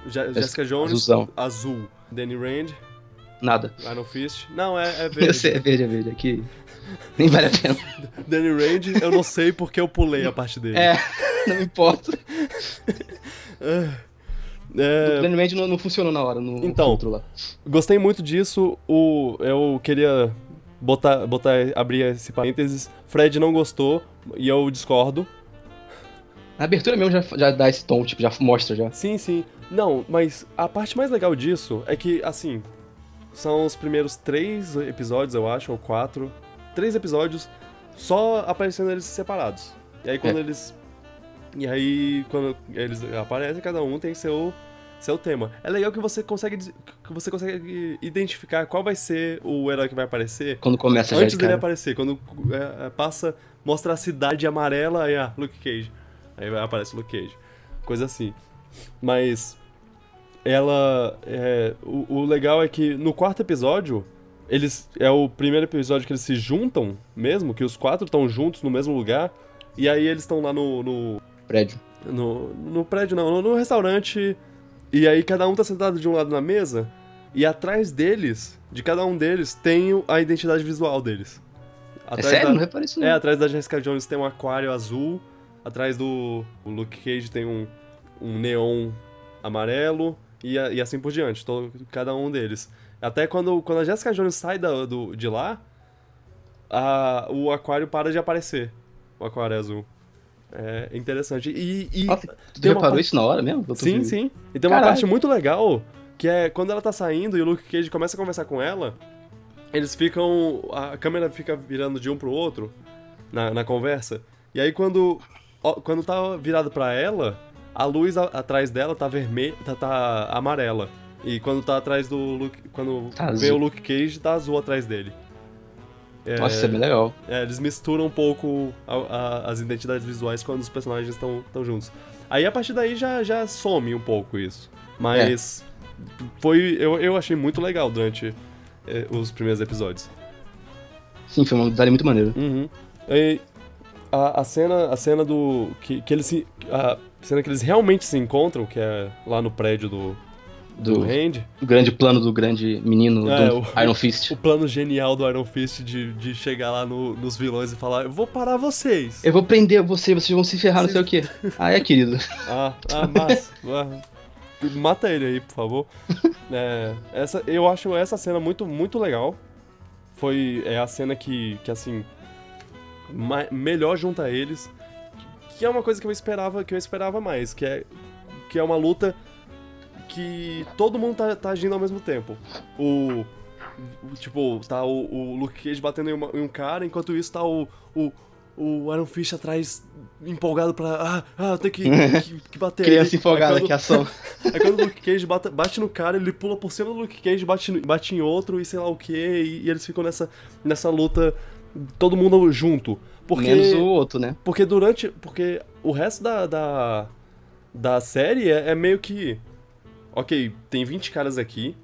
[SPEAKER 1] Je- Jessica Jones,
[SPEAKER 2] Azulzão.
[SPEAKER 1] azul. Danny Rand,
[SPEAKER 2] Nada.
[SPEAKER 1] Iron Fist. Não, é, é
[SPEAKER 2] Eu
[SPEAKER 1] verde.
[SPEAKER 2] sei, é verde, é verde aqui. Nem vale a pena.
[SPEAKER 1] Danny Rand, eu não sei porque eu pulei a parte dele.
[SPEAKER 2] É, não importa.
[SPEAKER 1] É,
[SPEAKER 2] O Danny Rand não, não funcionou na hora, no
[SPEAKER 1] Então.
[SPEAKER 2] filtro lá.
[SPEAKER 1] Gostei muito disso. O, eu queria botar, botar, abrir esse parênteses. Fred não gostou e eu discordo.
[SPEAKER 2] Na abertura mesmo já, já dá esse tom, tipo, já mostra já.
[SPEAKER 1] Sim, sim. Não, mas a parte mais legal disso é que, assim, são os primeiros três episódios, eu acho, ou quatro. Três episódios só aparecendo eles separados. E aí quando eles. E aí quando eles aparecem, cada um tem seu. Seu tema. É legal que você consegue des- que você consegue identificar qual vai ser o herói que vai aparecer
[SPEAKER 2] Quando começa já é
[SPEAKER 1] Antes
[SPEAKER 2] de
[SPEAKER 1] dele
[SPEAKER 2] cara.
[SPEAKER 1] aparecer, quando é, é, passa, mostra a cidade amarela, aí ah, Luke Cage. Aí vai- aparece o Luke Cage. Coisa assim. Mas ela. é, o, o legal é que no quarto episódio, eles. É o primeiro episódio que eles se juntam mesmo, que os quatro estão juntos no mesmo lugar. E aí eles estão lá no, no,
[SPEAKER 2] Prédio. É
[SPEAKER 1] no. no prédio, não, no, no restaurante. E aí cada um tá sentado de um lado na mesa. E atrás deles, de cada um deles, tem o- a identidade visual deles.
[SPEAKER 2] É
[SPEAKER 1] Atrás
[SPEAKER 2] sério? Não
[SPEAKER 1] da-
[SPEAKER 2] reparei isso não.
[SPEAKER 1] É, atrás da Jessica Jones tem um aquário azul. Atrás do o Luke Cage tem um, um neon amarelo. E, a- e assim por diante, todo, cada um deles. Até quando, quando a Jessica Jones sai da- do, de lá, a- o aquário para de aparecer. O aquário azul. É interessante. E, e-
[SPEAKER 2] Nossa, tu
[SPEAKER 1] tem uma
[SPEAKER 2] reparou
[SPEAKER 1] parte-
[SPEAKER 2] isso na hora mesmo? Eu tô
[SPEAKER 1] Sim,
[SPEAKER 2] de-
[SPEAKER 1] sim. E tem uma
[SPEAKER 2] Caralho.
[SPEAKER 1] parte muito legal, que é quando ela tá saindo e o Luke Cage começa a conversar com ela, eles ficam. A câmera fica virando de um pro outro na, na conversa. E aí quando. ó, Quando tá virado pra ela, a luz a- atrás dela tá vermelha. Tá, tá amarela. E quando tá atrás do Luke. Quando
[SPEAKER 2] Tá
[SPEAKER 1] vê
[SPEAKER 2] azul.
[SPEAKER 1] o Luke Cage, tá azul atrás dele. É,
[SPEAKER 2] Nossa, isso é bem legal.
[SPEAKER 1] é, eles misturam um pouco a- a- as identidades visuais quando os personagens estão juntos. Aí a partir daí já, já some um pouco isso. Mas foi. Eu, eu achei muito legal durante eh, os primeiros episódios.
[SPEAKER 2] Sim, foi uma detalhe muito maneiro.
[SPEAKER 1] Uhum. E a, a cena, a cena do. Que, que eles se. A cena que eles realmente se encontram, que é lá no prédio do, do
[SPEAKER 2] Do,
[SPEAKER 1] Rand,
[SPEAKER 2] do grande plano do grande menino
[SPEAKER 1] É,
[SPEAKER 2] do
[SPEAKER 1] o-
[SPEAKER 2] Iron Fist.
[SPEAKER 1] o plano genial do Iron Fist de, de chegar lá no- nos vilões e falar, eu vou parar vocês.
[SPEAKER 2] Eu vou prender você, vocês vão se ferrar, não sei o quê. Ah, é, querido.
[SPEAKER 1] Ah, ah mas, ah, mata ele aí, por favor. É, essa, eu acho essa cena muito, muito legal. Foi é a cena que, que assim, ma- melhor junta eles. Que é uma coisa que eu esperava, que eu esperava mais, que é, que é uma luta que todo mundo tá, tá agindo ao mesmo tempo. O, o- tipo, tá o, o Luke Cage batendo em, uma- em um cara, enquanto isso tá o, o, o Iron Fist atrás empolgado pra. Ah, ah eu tenho que, que, que bater.
[SPEAKER 2] Criança
[SPEAKER 1] ele."
[SPEAKER 2] empolgada,
[SPEAKER 1] Aí quando-
[SPEAKER 2] que é ação.
[SPEAKER 1] Aí quando o Luke Cage bata- bate no cara, ele pula por cima do Luke Cage, bate, no- bate em outro e sei lá o que, e, e eles ficam nessa, nessa luta, todo mundo junto. Porque,
[SPEAKER 2] Menos o outro, né?
[SPEAKER 1] porque durante. Porque o resto da, da, da série é, é meio que. Ok, tem 20 caras aqui,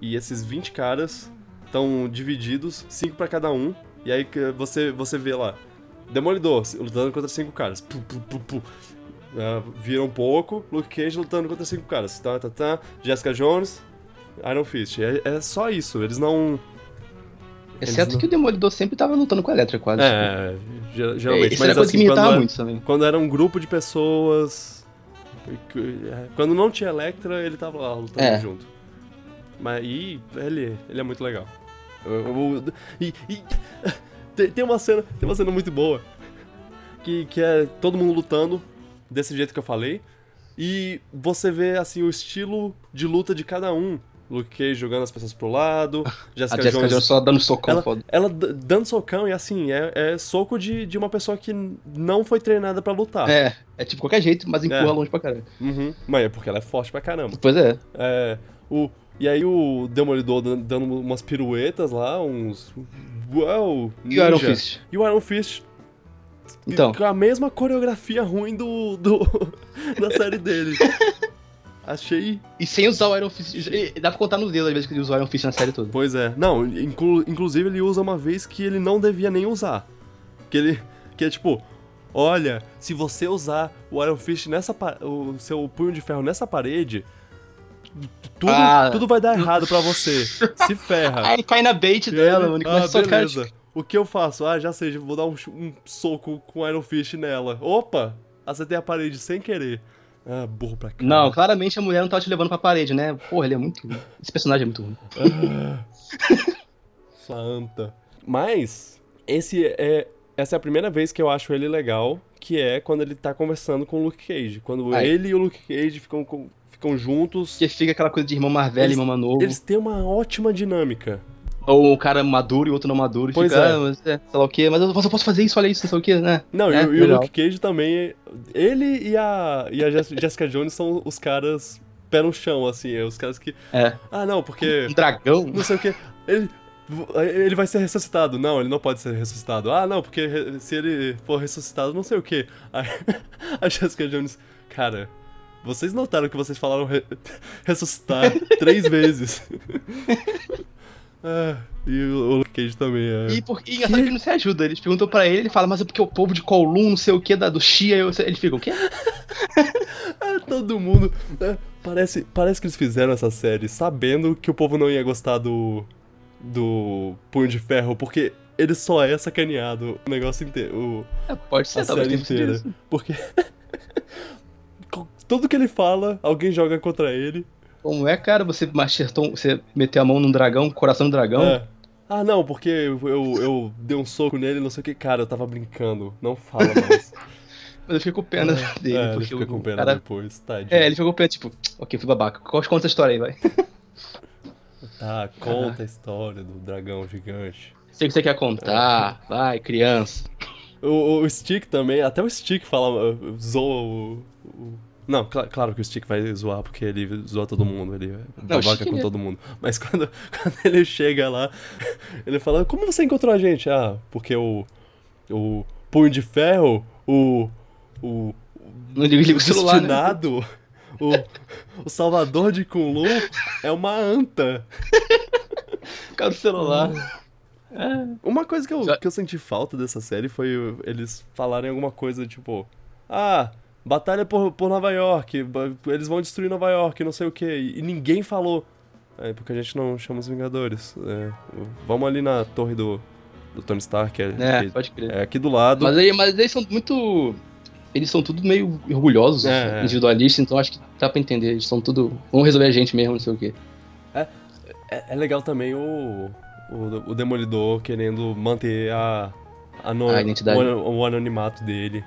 [SPEAKER 1] e esses 20 caras estão divididos, 5 pra cada um, e aí que você, você vê lá. Demolidor lutando contra cinco caras. Pu, pu, pu, pu. Ah, vira um pouco. Luke Cage lutando contra cinco caras. Tá, tá, tá. Jessica Jones, Iron Fist. É, é só isso. Eles não.
[SPEAKER 2] Exceto
[SPEAKER 1] não-
[SPEAKER 2] que o Demolidor sempre tava lutando com a Electra, quase.
[SPEAKER 1] É, ge- geralmente.
[SPEAKER 2] Isso
[SPEAKER 1] mas
[SPEAKER 2] era coisa
[SPEAKER 1] assim, quando
[SPEAKER 2] que tá me irritava
[SPEAKER 1] era,
[SPEAKER 2] muito também.
[SPEAKER 1] quando era um grupo de pessoas. é, Quando não tinha Electra, ele tava lá lutando
[SPEAKER 2] É.
[SPEAKER 1] junto. Mas e ele, ele é muito legal. Eu- eu- eu- e, e- tem, tem uma cena, tem uma cena muito boa. Que, que é todo mundo lutando, desse jeito que eu falei. E você vê assim o estilo de luta de cada um. Luke Cage jogando as pessoas pro lado, Jessica,
[SPEAKER 2] a Jessica Jones...
[SPEAKER 1] Jones
[SPEAKER 2] só dando socão,
[SPEAKER 1] Ela,
[SPEAKER 2] foda.
[SPEAKER 1] ela d- dando socão e assim, é, é soco de, de uma pessoa que n- não foi treinada pra lutar.
[SPEAKER 2] É, é tipo qualquer jeito, mas empurra
[SPEAKER 1] Ah. É.
[SPEAKER 2] longe pra caralho.
[SPEAKER 1] Uhum. Mas é porque ela é forte pra caramba.
[SPEAKER 2] Pois é.
[SPEAKER 1] É, o, e aí o Demolidor dan- dando umas piruetas lá, uns. Uau!
[SPEAKER 2] E o Iron
[SPEAKER 1] ninja.
[SPEAKER 2] Fist?
[SPEAKER 1] E o Iron Fist.
[SPEAKER 2] Então.
[SPEAKER 1] Com a mesma coreografia ruim do. do da série dele. Achei.
[SPEAKER 2] E sem usar o Iron Fist. e- e Dá pra contar nos dedos as vezes que ele usou o Iron Fist na série toda.
[SPEAKER 1] Pois é. Não, inclu- inclusive ele usa uma vez que ele não devia nem usar. Que ele. Que é tipo. Olha, se você usar o Iron Fist nessa. pa- o seu punho de ferro nessa parede. Tudo,
[SPEAKER 2] Ah.
[SPEAKER 1] tudo vai dar errado pra você. Se ferra.
[SPEAKER 2] Aí ele cai na bait
[SPEAKER 1] E
[SPEAKER 2] dela,
[SPEAKER 1] Ah. ele-
[SPEAKER 2] mano. e
[SPEAKER 1] Ah,
[SPEAKER 2] Começa a tipo, socar.
[SPEAKER 1] beleza. O que eu faço? Ah, já sei, vou dar um, chu- um soco com Iron Fist nela. Opa! Acertei a parede sem querer. Ah, burro pra cá.
[SPEAKER 2] Não, claramente a mulher não tava te levando pra parede, né? Porra, ele é muito. ruim. Esse personagem é muito ruim.
[SPEAKER 1] Sua anta. Mas, esse é, essa é a primeira vez que eu acho ele legal, que é quando ele tá conversando com o Luke Cage. Quando
[SPEAKER 2] Aí.
[SPEAKER 1] ele e o Luke Cage ficam, com- ficam juntos,
[SPEAKER 2] Porque fica aquela coisa de irmão mais velho,
[SPEAKER 1] Eles-
[SPEAKER 2] irmão mais novo.
[SPEAKER 1] eles têm uma ótima dinâmica.
[SPEAKER 2] Ou o cara maduro e o outro não maduro. e
[SPEAKER 1] Pois
[SPEAKER 2] fica,
[SPEAKER 1] é.
[SPEAKER 2] ah, mas, é, sei lá o quê. Mas eu posso, eu posso fazer isso, olha isso, sei lá o quê, né?
[SPEAKER 1] Não, e o-
[SPEAKER 2] É,
[SPEAKER 1] e o
[SPEAKER 2] legal.
[SPEAKER 1] Luke Cage também. Ele e a, e a Jess- Jessica Jones são os caras pé no chão, assim. é Os caras que.
[SPEAKER 2] É.
[SPEAKER 1] Ah, não, porque.
[SPEAKER 2] Um dragão.
[SPEAKER 1] Não sei o que. Ele. Ele vai ser ressuscitado. Não, ele não pode ser ressuscitado. Ah, não, porque re- se ele for ressuscitado, não sei o que. A Jessica Jones. Cara, vocês notaram que vocês falaram re- ressuscitar três vezes. Ah, e o o Luke Cage também é.
[SPEAKER 2] E, por, e engraçado que ele não se ajuda. Eles perguntam pra ele, ele fala, mas é porque o povo de Kowloon, não sei o quê, da, do Xia. eu sei-" Ele fica, o quê?
[SPEAKER 1] É, Todo mundo. é, parece, parece que eles fizeram essa série sabendo que o povo não ia gostar do. do Punho de Ferro, porque ele só é sacaneado o negócio inteiro. o-
[SPEAKER 2] É, pode ser,
[SPEAKER 1] a
[SPEAKER 2] talvez
[SPEAKER 1] série
[SPEAKER 2] tenha sido
[SPEAKER 1] inteira.
[SPEAKER 2] isso.
[SPEAKER 1] Porque. co- Tudo que ele fala, alguém joga contra ele.
[SPEAKER 2] Como é, cara? Você machetou, você meteu a mão num dragão, um coração do dragão?
[SPEAKER 1] É. Ah, não, porque eu, eu, eu dei um soco nele, não sei o que. Cara, eu tava brincando. Não fala mais.
[SPEAKER 2] Mas eu fiquei com pena dele,
[SPEAKER 1] é, ele
[SPEAKER 2] porque
[SPEAKER 1] fica
[SPEAKER 2] o
[SPEAKER 1] com pena
[SPEAKER 2] cara...
[SPEAKER 1] depois, tadinho.
[SPEAKER 2] É, ele ficou com pena, tipo, ok, fui babaca. Conta conta essa história aí, vai.
[SPEAKER 1] Tá, conta a história do dragão gigante.
[SPEAKER 2] Sei que você quer
[SPEAKER 1] É.
[SPEAKER 2] contar, vai, criança.
[SPEAKER 1] O, o Stick também, até o Stick fala, uh, zoa o. o- não, cla- claro que o Stick vai zoar, porque ele zoa todo mundo, ele
[SPEAKER 2] Não, o
[SPEAKER 1] babaca
[SPEAKER 2] Stick, é-
[SPEAKER 1] com
[SPEAKER 2] ele-
[SPEAKER 1] todo mundo. Mas quando, quando ele chega lá, ele fala, como você encontrou a gente? Ah, porque o. O punho de ferro, o. O.
[SPEAKER 2] Não liga liga
[SPEAKER 1] o
[SPEAKER 2] o celular, né?
[SPEAKER 1] destinado, o, o salvador de Kunlun é uma anta.
[SPEAKER 2] Por causa do celular.
[SPEAKER 1] Uma coisa que eu,
[SPEAKER 2] Já-
[SPEAKER 1] que eu senti falta dessa série foi eles falarem alguma coisa tipo: Ah, batalha por, por Nova York, ba- eles vão destruir Nova York, não sei o que. E ninguém falou. É, porque a gente não chama os Vingadores. É, vamos ali na torre do, do Tony Stark, que é,
[SPEAKER 2] É,
[SPEAKER 1] que-
[SPEAKER 2] pode crer.
[SPEAKER 1] é aqui do lado.
[SPEAKER 2] Mas, aí, mas eles são muito... Eles são tudo meio orgulhosos,
[SPEAKER 1] É, é.
[SPEAKER 2] individualistas, então acho que dá pra entender. Eles são tudo... Vão resolver a gente mesmo, não sei o quê.
[SPEAKER 1] É, é legal também o, o, o Demolidor querendo manter a, a, no-
[SPEAKER 2] A identidade.
[SPEAKER 1] O, ano- o anonimato dele.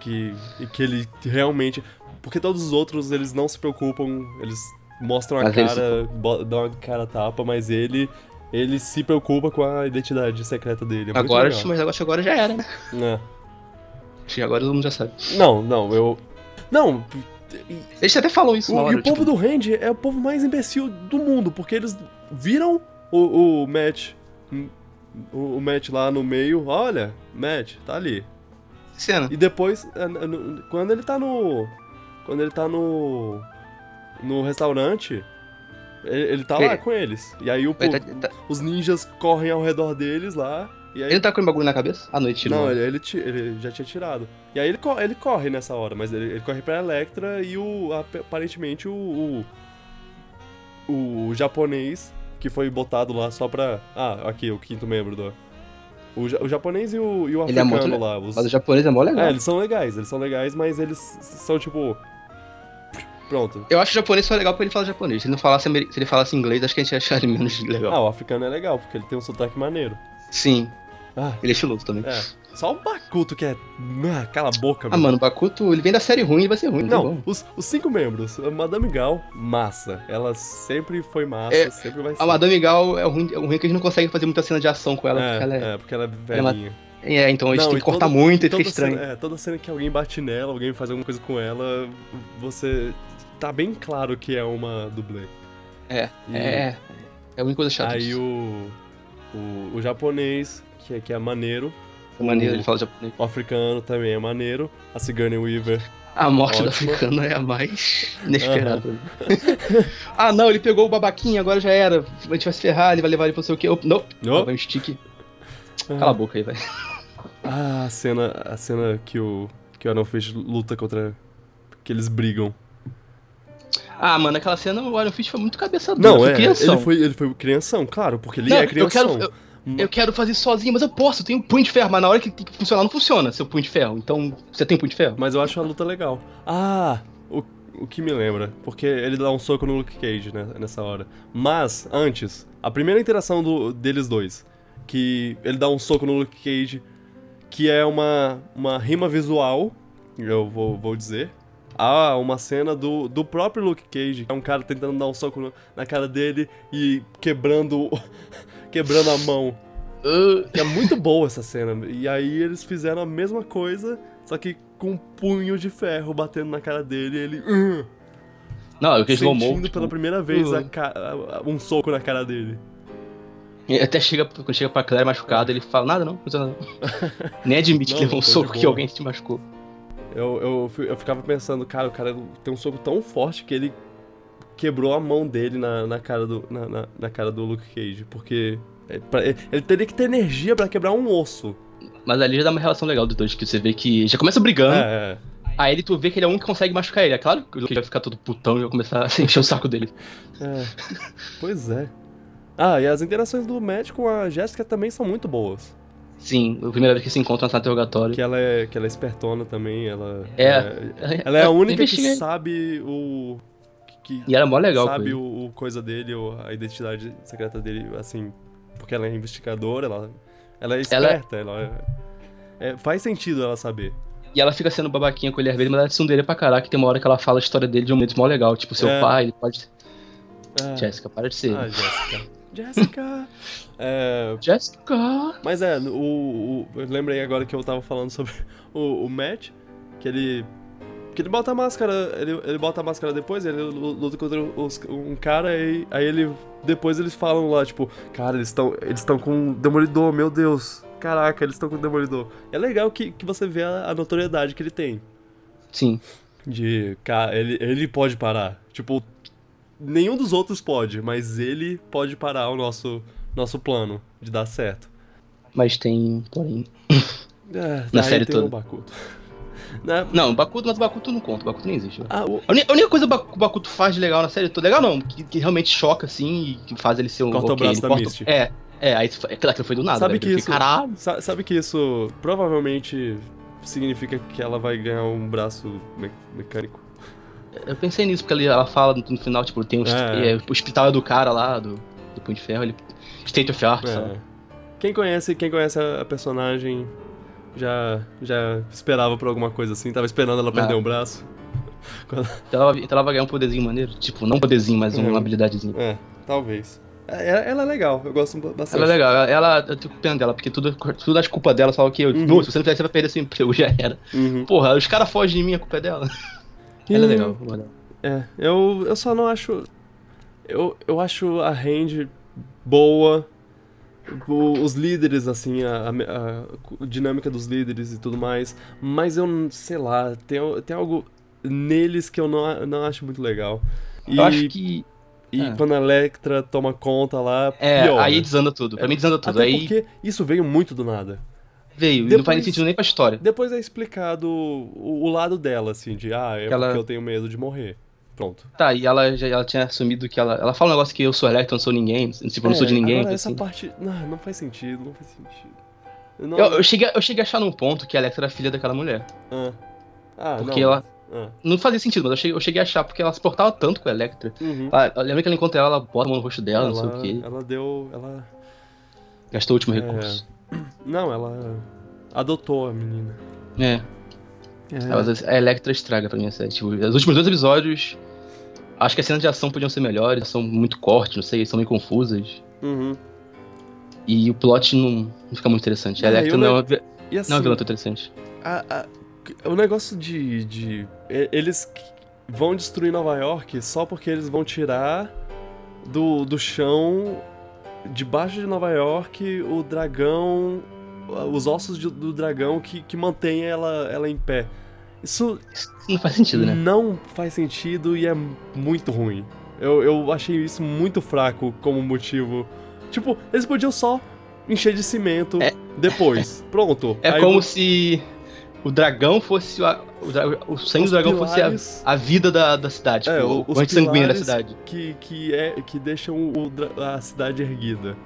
[SPEAKER 1] Que, e que ele realmente. Porque todos os outros eles não se preocupam, eles mostram a
[SPEAKER 2] Mas eles se
[SPEAKER 1] cara, bo- dão a cara tapa, mas ele. Ele se preocupa com a identidade secreta dele. É muito
[SPEAKER 2] agora,
[SPEAKER 1] legal.
[SPEAKER 2] mas agora, agora já era, né?
[SPEAKER 1] É.
[SPEAKER 2] Acho que agora todo mundo já sabe.
[SPEAKER 1] Não, não, eu. Não, e-
[SPEAKER 2] Eles até falam isso uma
[SPEAKER 1] O, e
[SPEAKER 2] hora,
[SPEAKER 1] o povo
[SPEAKER 2] tipo,
[SPEAKER 1] do Randy é o povo mais imbecil do mundo, porque eles viram o, o Matt. O, o Matt lá no meio. Olha, Matt, tá ali.
[SPEAKER 2] Cena.
[SPEAKER 1] E depois, é, n- n- quando ele tá no. Quando ele tá no. No restaurante, ele, ele tá lá
[SPEAKER 2] É.
[SPEAKER 1] com eles. E aí o po-
[SPEAKER 2] Ele, tá, tá-
[SPEAKER 1] os ninjas correm ao redor deles lá. E aí.
[SPEAKER 2] ele não tá com o bagulho na cabeça? À noite,
[SPEAKER 1] Não, ele, ele, ti- ele já tinha tirado. E aí ele, co- ele corre nessa hora, mas ele, ele corre pra Electra e o. ap- Aparentemente o, o. o japonês que foi botado lá só pra. Ah, aqui, o quinto membro do. O, ja- o japonês e o, e o
[SPEAKER 2] Ele é
[SPEAKER 1] africano
[SPEAKER 2] muito le-
[SPEAKER 1] lá. Os,
[SPEAKER 2] Mas o japonês é mó legal.
[SPEAKER 1] é, eles são legais, eles são legais, mas eles são tipo. Pronto.
[SPEAKER 2] Eu acho que o japonês só é legal porque ele fala japonês. Se ele, não falasse, amer- se ele falasse inglês, acho que a gente ia achar ele menos legal.
[SPEAKER 1] Ah, o africano é legal, porque ele tem um sotaque maneiro.
[SPEAKER 2] Sim,
[SPEAKER 1] Ah,
[SPEAKER 2] ele é estiloso também.
[SPEAKER 1] É. Só o Bakuto que é. Ah, cala a boca,
[SPEAKER 2] Ah, mano, o Bakuto, ele vem da série ruim, ele vai ser ruim. tá
[SPEAKER 1] Não,
[SPEAKER 2] bom.
[SPEAKER 1] os, os cinco membros. A Madame Gal, massa. Ela sempre foi massa,
[SPEAKER 2] É,
[SPEAKER 1] sempre vai ser.
[SPEAKER 2] A Madame Gal é o ruim, é o ruim que eles não conseguem fazer muita cena de ação com ela,
[SPEAKER 1] é,
[SPEAKER 2] porque ela é...
[SPEAKER 1] é, porque ela é
[SPEAKER 2] ela-
[SPEAKER 1] velhinha.
[SPEAKER 2] É, então eles
[SPEAKER 1] Não,
[SPEAKER 2] têm
[SPEAKER 1] e
[SPEAKER 2] que cortar
[SPEAKER 1] toda-
[SPEAKER 2] muito e fica
[SPEAKER 1] toda
[SPEAKER 2] estranho.
[SPEAKER 1] Cena, é, toda cena que alguém bate nela, alguém faz alguma coisa com ela, você. Tá bem claro que é uma dublê.
[SPEAKER 2] É,
[SPEAKER 1] E
[SPEAKER 2] É, é a única coisa chata.
[SPEAKER 1] Aí
[SPEAKER 2] disso.
[SPEAKER 1] o, o. o japonês, que é, que é maneiro.
[SPEAKER 2] É maneiro, ele fala japonês.
[SPEAKER 1] O africano também é maneiro. A Sigourney Weaver.
[SPEAKER 2] A morte do
[SPEAKER 1] Ótimo.
[SPEAKER 2] africano é a mais inesperada. ah, não, ele pegou o babaquinho, agora já era. A gente vai se ferrar, ele vai levar ele pra não sei o quê. Op, não,
[SPEAKER 1] Oh,
[SPEAKER 2] vai um stick. Cala a boca aí, vai.
[SPEAKER 1] Ah, a cena, a cena que o, que o Aaron Fish luta contra. que eles brigam.
[SPEAKER 2] Ah, mano, aquela cena, o Iron Fist foi muito cabeça dura.
[SPEAKER 1] Não,
[SPEAKER 2] foi
[SPEAKER 1] é,
[SPEAKER 2] crianção.
[SPEAKER 1] ele foi, ele foi crianção, claro, porque ele
[SPEAKER 2] Não,
[SPEAKER 1] é crianção.
[SPEAKER 2] Eu quero, eu, eu quero fazer sozinho, mas eu posso, eu tenho um punho de ferro, mas na hora que tem que funcionar, não funciona, seu punho de ferro. Então, você tem punho de ferro?
[SPEAKER 1] Mas eu acho a luta legal. Ah, o, o que me lembra, porque ele dá um soco no Luke Cage né, nessa hora. Mas, antes, a primeira interação do- deles dois, que ele dá um soco no Luke Cage, que é uma, uma rima visual, eu vou, vou dizer, a uma cena do, do próprio Luke Cage, que é um cara tentando dar um soco no- na cara dele e quebrando, quebrando a mão.
[SPEAKER 2] Ah,
[SPEAKER 1] Que é muito boa essa cena. E aí eles fizeram a mesma coisa, só que com um punho de ferro batendo na cara dele e ele. "Ugh",
[SPEAKER 2] não, eu quis slow mo,
[SPEAKER 1] sentindo
[SPEAKER 2] tipo,
[SPEAKER 1] pela primeira vez a
[SPEAKER 2] "Ugh".
[SPEAKER 1] ca- a- a- um soco na cara dele.
[SPEAKER 2] Até chega, quando chega pra Claire machucado, ele fala, nada não, não funciona não. Nem admite
[SPEAKER 1] Não,
[SPEAKER 2] que levou um
[SPEAKER 1] foi de
[SPEAKER 2] soco que
[SPEAKER 1] boa.
[SPEAKER 2] alguém te machucou.
[SPEAKER 1] Eu, eu, fi- eu ficava pensando, cara, o cara tem um soco tão forte que ele quebrou a mão dele na, na, cara, do, na, na- na cara do Luke Cage. Porque é, pra- ele ele teria que ter energia pra quebrar um osso.
[SPEAKER 2] Mas ali já dá uma relação legal dos dois, que você vê que já começa brigando,
[SPEAKER 1] É, é.
[SPEAKER 2] aí ele tu vê que ele é um que consegue machucar ele. É claro que o Luke vai ficar todo putão e vai começar a encher o saco dele.
[SPEAKER 1] É. pois é. Ah, e as interações do Matt com a Jéssica também são muito boas.
[SPEAKER 2] Sim, a primeira vez que se encontram na interrogatório.
[SPEAKER 1] Que ela é, que ela é espertona também, ela.
[SPEAKER 2] É.
[SPEAKER 1] Ela, ela é a única que
[SPEAKER 2] Investiga-
[SPEAKER 1] sabe o. Que, que
[SPEAKER 2] E era mó legal, com
[SPEAKER 1] sabe
[SPEAKER 2] ele.
[SPEAKER 1] o, o coisa dele, ou a identidade secreta dele, assim. Porque ela é investigadora, ela. Ela é
[SPEAKER 2] Ela-
[SPEAKER 1] esperta, ela. é- é, faz sentido ela saber.
[SPEAKER 2] E ela fica sendo babaquinha com ele às vezes, mas ela é sundeira pra caraca. Tem uma hora que ela fala a história dele de um momento mó legal. Tipo, seu
[SPEAKER 1] É.
[SPEAKER 2] pai, ele pode.
[SPEAKER 1] Ah,
[SPEAKER 2] Jéssica, para de ser.
[SPEAKER 1] Ah, Jéssica. Jéssica! É,
[SPEAKER 2] Jéssica!
[SPEAKER 1] Mas é, o, o- eu lembrei agora que eu tava falando sobre o, o Matt, que ele. Que ele bota a máscara, ele, ele bota a máscara depois, ele lu- luta contra os- um cara e aí ele. Depois eles falam lá, tipo, cara, eles estão eles tão com um demolidor, meu Deus. Caraca, eles estão com um demolidor. É legal que, que você vê a, a notoriedade que ele tem.
[SPEAKER 2] Sim.
[SPEAKER 1] De. Cara, ele, ele pode parar. Tipo, nenhum dos outros pode, mas ele pode parar o nosso, nosso plano de dar certo.
[SPEAKER 2] Mas tem. Porém.
[SPEAKER 1] É,
[SPEAKER 2] Na
[SPEAKER 1] aí
[SPEAKER 2] série
[SPEAKER 1] tem
[SPEAKER 2] toda.
[SPEAKER 1] o Bakuto. Na-
[SPEAKER 2] Não, o Bakuto, mas o Bakuto não conta, o Bakuto nem existe. né?
[SPEAKER 1] ah, o-
[SPEAKER 2] A uni- a única coisa ba- que o Bakuto faz de legal na série toda, legal não, que, que realmente choca assim e que faz ele ser um.
[SPEAKER 1] Corta o
[SPEAKER 2] ok,
[SPEAKER 1] braço
[SPEAKER 2] ele
[SPEAKER 1] da
[SPEAKER 2] corta-
[SPEAKER 1] Misty.
[SPEAKER 2] É, é, aí isso foi- é claro que foi do nada.
[SPEAKER 1] Sabe
[SPEAKER 2] velho,
[SPEAKER 1] que
[SPEAKER 2] eu fiquei,
[SPEAKER 1] isso-
[SPEAKER 2] Caralho.
[SPEAKER 1] sa- sabe que isso provavelmente significa que ela vai ganhar um braço me- mecânico.
[SPEAKER 2] Eu pensei nisso, porque ali ela fala no, no final, tipo, tem um.
[SPEAKER 1] É.
[SPEAKER 2] é, o hospital é do cara lá, do, do Punho de Ferro, ele. State of Art, sabe?
[SPEAKER 1] É. Quem conhece, quem conhece a a personagem já já esperava por alguma coisa assim, tava esperando ela perder
[SPEAKER 2] Ah.
[SPEAKER 1] um braço.
[SPEAKER 2] Então ela, então ela vai ganhar um poderzinho maneiro. Tipo, não um poderzinho, mas uma
[SPEAKER 1] Uhum.
[SPEAKER 2] habilidadezinha.
[SPEAKER 1] É, talvez. É, Ela, ela é legal, eu gosto ba- bastante.
[SPEAKER 2] Ela é legal, ela, ela- eu tô com pena dela, porque tudo, tudo as culpas dela, só que eu,
[SPEAKER 1] Uhum.
[SPEAKER 2] "Pô, se você não fizer, você vai perder seu emprego, já era.
[SPEAKER 1] Uhum.
[SPEAKER 2] Porra, os caras fogem de mim, a culpa é dela. Ela
[SPEAKER 1] E-
[SPEAKER 2] é legal, eu gosto dela.
[SPEAKER 1] É, eu, eu só não acho. Eu, eu acho a range boa, o- os líderes, assim, a, a- a dinâmica dos líderes e tudo mais, mas eu, não- sei lá, tem, tem algo neles que eu não, a- não acho muito legal. E,
[SPEAKER 2] Eu acho que.
[SPEAKER 1] e
[SPEAKER 2] é.
[SPEAKER 1] quando a Electra toma conta lá,
[SPEAKER 2] É,
[SPEAKER 1] piora.
[SPEAKER 2] aí desanda tudo. Pra mim desanda tudo.
[SPEAKER 1] né? Até
[SPEAKER 2] aí
[SPEAKER 1] porque isso veio muito do nada.
[SPEAKER 2] veio. E não faz
[SPEAKER 1] depois-
[SPEAKER 2] sentido nem pra história.
[SPEAKER 1] Depois é explicado o, o lado dela, assim, de, ah, é
[SPEAKER 2] Que ela-
[SPEAKER 1] porque eu tenho medo de morrer. Pronto.
[SPEAKER 2] Tá, e ela já ela tinha assumido que ela. Ela fala um negócio que eu sou Electron, não sou ninguém. Tipo, eu não sou de
[SPEAKER 1] É,
[SPEAKER 2] ninguém.
[SPEAKER 1] Agora,
[SPEAKER 2] assim.
[SPEAKER 1] essa parte. Não, não faz sentido, não faz sentido. Não-
[SPEAKER 2] eu, eu, cheguei, a- eu cheguei a achar num ponto que a Electra era filha daquela mulher.
[SPEAKER 1] Ah, Ah,
[SPEAKER 2] Porque
[SPEAKER 1] não.
[SPEAKER 2] ela-
[SPEAKER 1] Ah,
[SPEAKER 2] Não fazia sentido, mas eu cheguei, eu cheguei a achar, porque ela se portava tanto com a Electra.
[SPEAKER 1] uhum.
[SPEAKER 2] Ah, eu lembro que ela encontra ela, ela bota a mão no rosto dela,
[SPEAKER 1] ela,
[SPEAKER 2] não sei o quê.
[SPEAKER 1] ela deu. Ela.
[SPEAKER 2] Gastou o último
[SPEAKER 1] É.
[SPEAKER 2] recurso.
[SPEAKER 1] Não, ela. Adotou a menina.
[SPEAKER 2] É.
[SPEAKER 1] É.
[SPEAKER 2] A Electra estraga pra mim essa série. Tipo, os últimos dois episódios. Acho que as cenas de ação podiam ser melhores, são muito cortes, não sei, são meio confusas.
[SPEAKER 1] Uhum.
[SPEAKER 2] E o plot não, não fica muito interessante. A
[SPEAKER 1] Ah,
[SPEAKER 2] Electra
[SPEAKER 1] eu le-
[SPEAKER 2] não, é uma vi-
[SPEAKER 1] E assim,
[SPEAKER 2] não é uma vilã tão interessante.
[SPEAKER 1] a- a- o negócio de, de. e- Eles qu- vão destruir Nova York só porque eles vão tirar do, do chão, debaixo de Nova York, o dragão. Os ossos de- do dragão que, que mantém ela, ela em pé. Isso
[SPEAKER 2] Isso não faz sentido, né?
[SPEAKER 1] não faz sentido e é muito ruim. Eu, eu achei isso muito fraco como motivo. Tipo, eles podiam só encher de cimento
[SPEAKER 2] É.
[SPEAKER 1] depois. Pronto.
[SPEAKER 2] É
[SPEAKER 1] Aí
[SPEAKER 2] como
[SPEAKER 1] os
[SPEAKER 2] se o dragão fosse. a- o, dra- o sangue do dragão fosse a,
[SPEAKER 1] pilares
[SPEAKER 2] a vida da, da cidade.
[SPEAKER 1] É,
[SPEAKER 2] tipo,
[SPEAKER 1] o-
[SPEAKER 2] o
[SPEAKER 1] os
[SPEAKER 2] corrente sanguínea da
[SPEAKER 1] pilares
[SPEAKER 2] cidade.
[SPEAKER 1] que, que, é, que deixam o dra- a cidade erguida.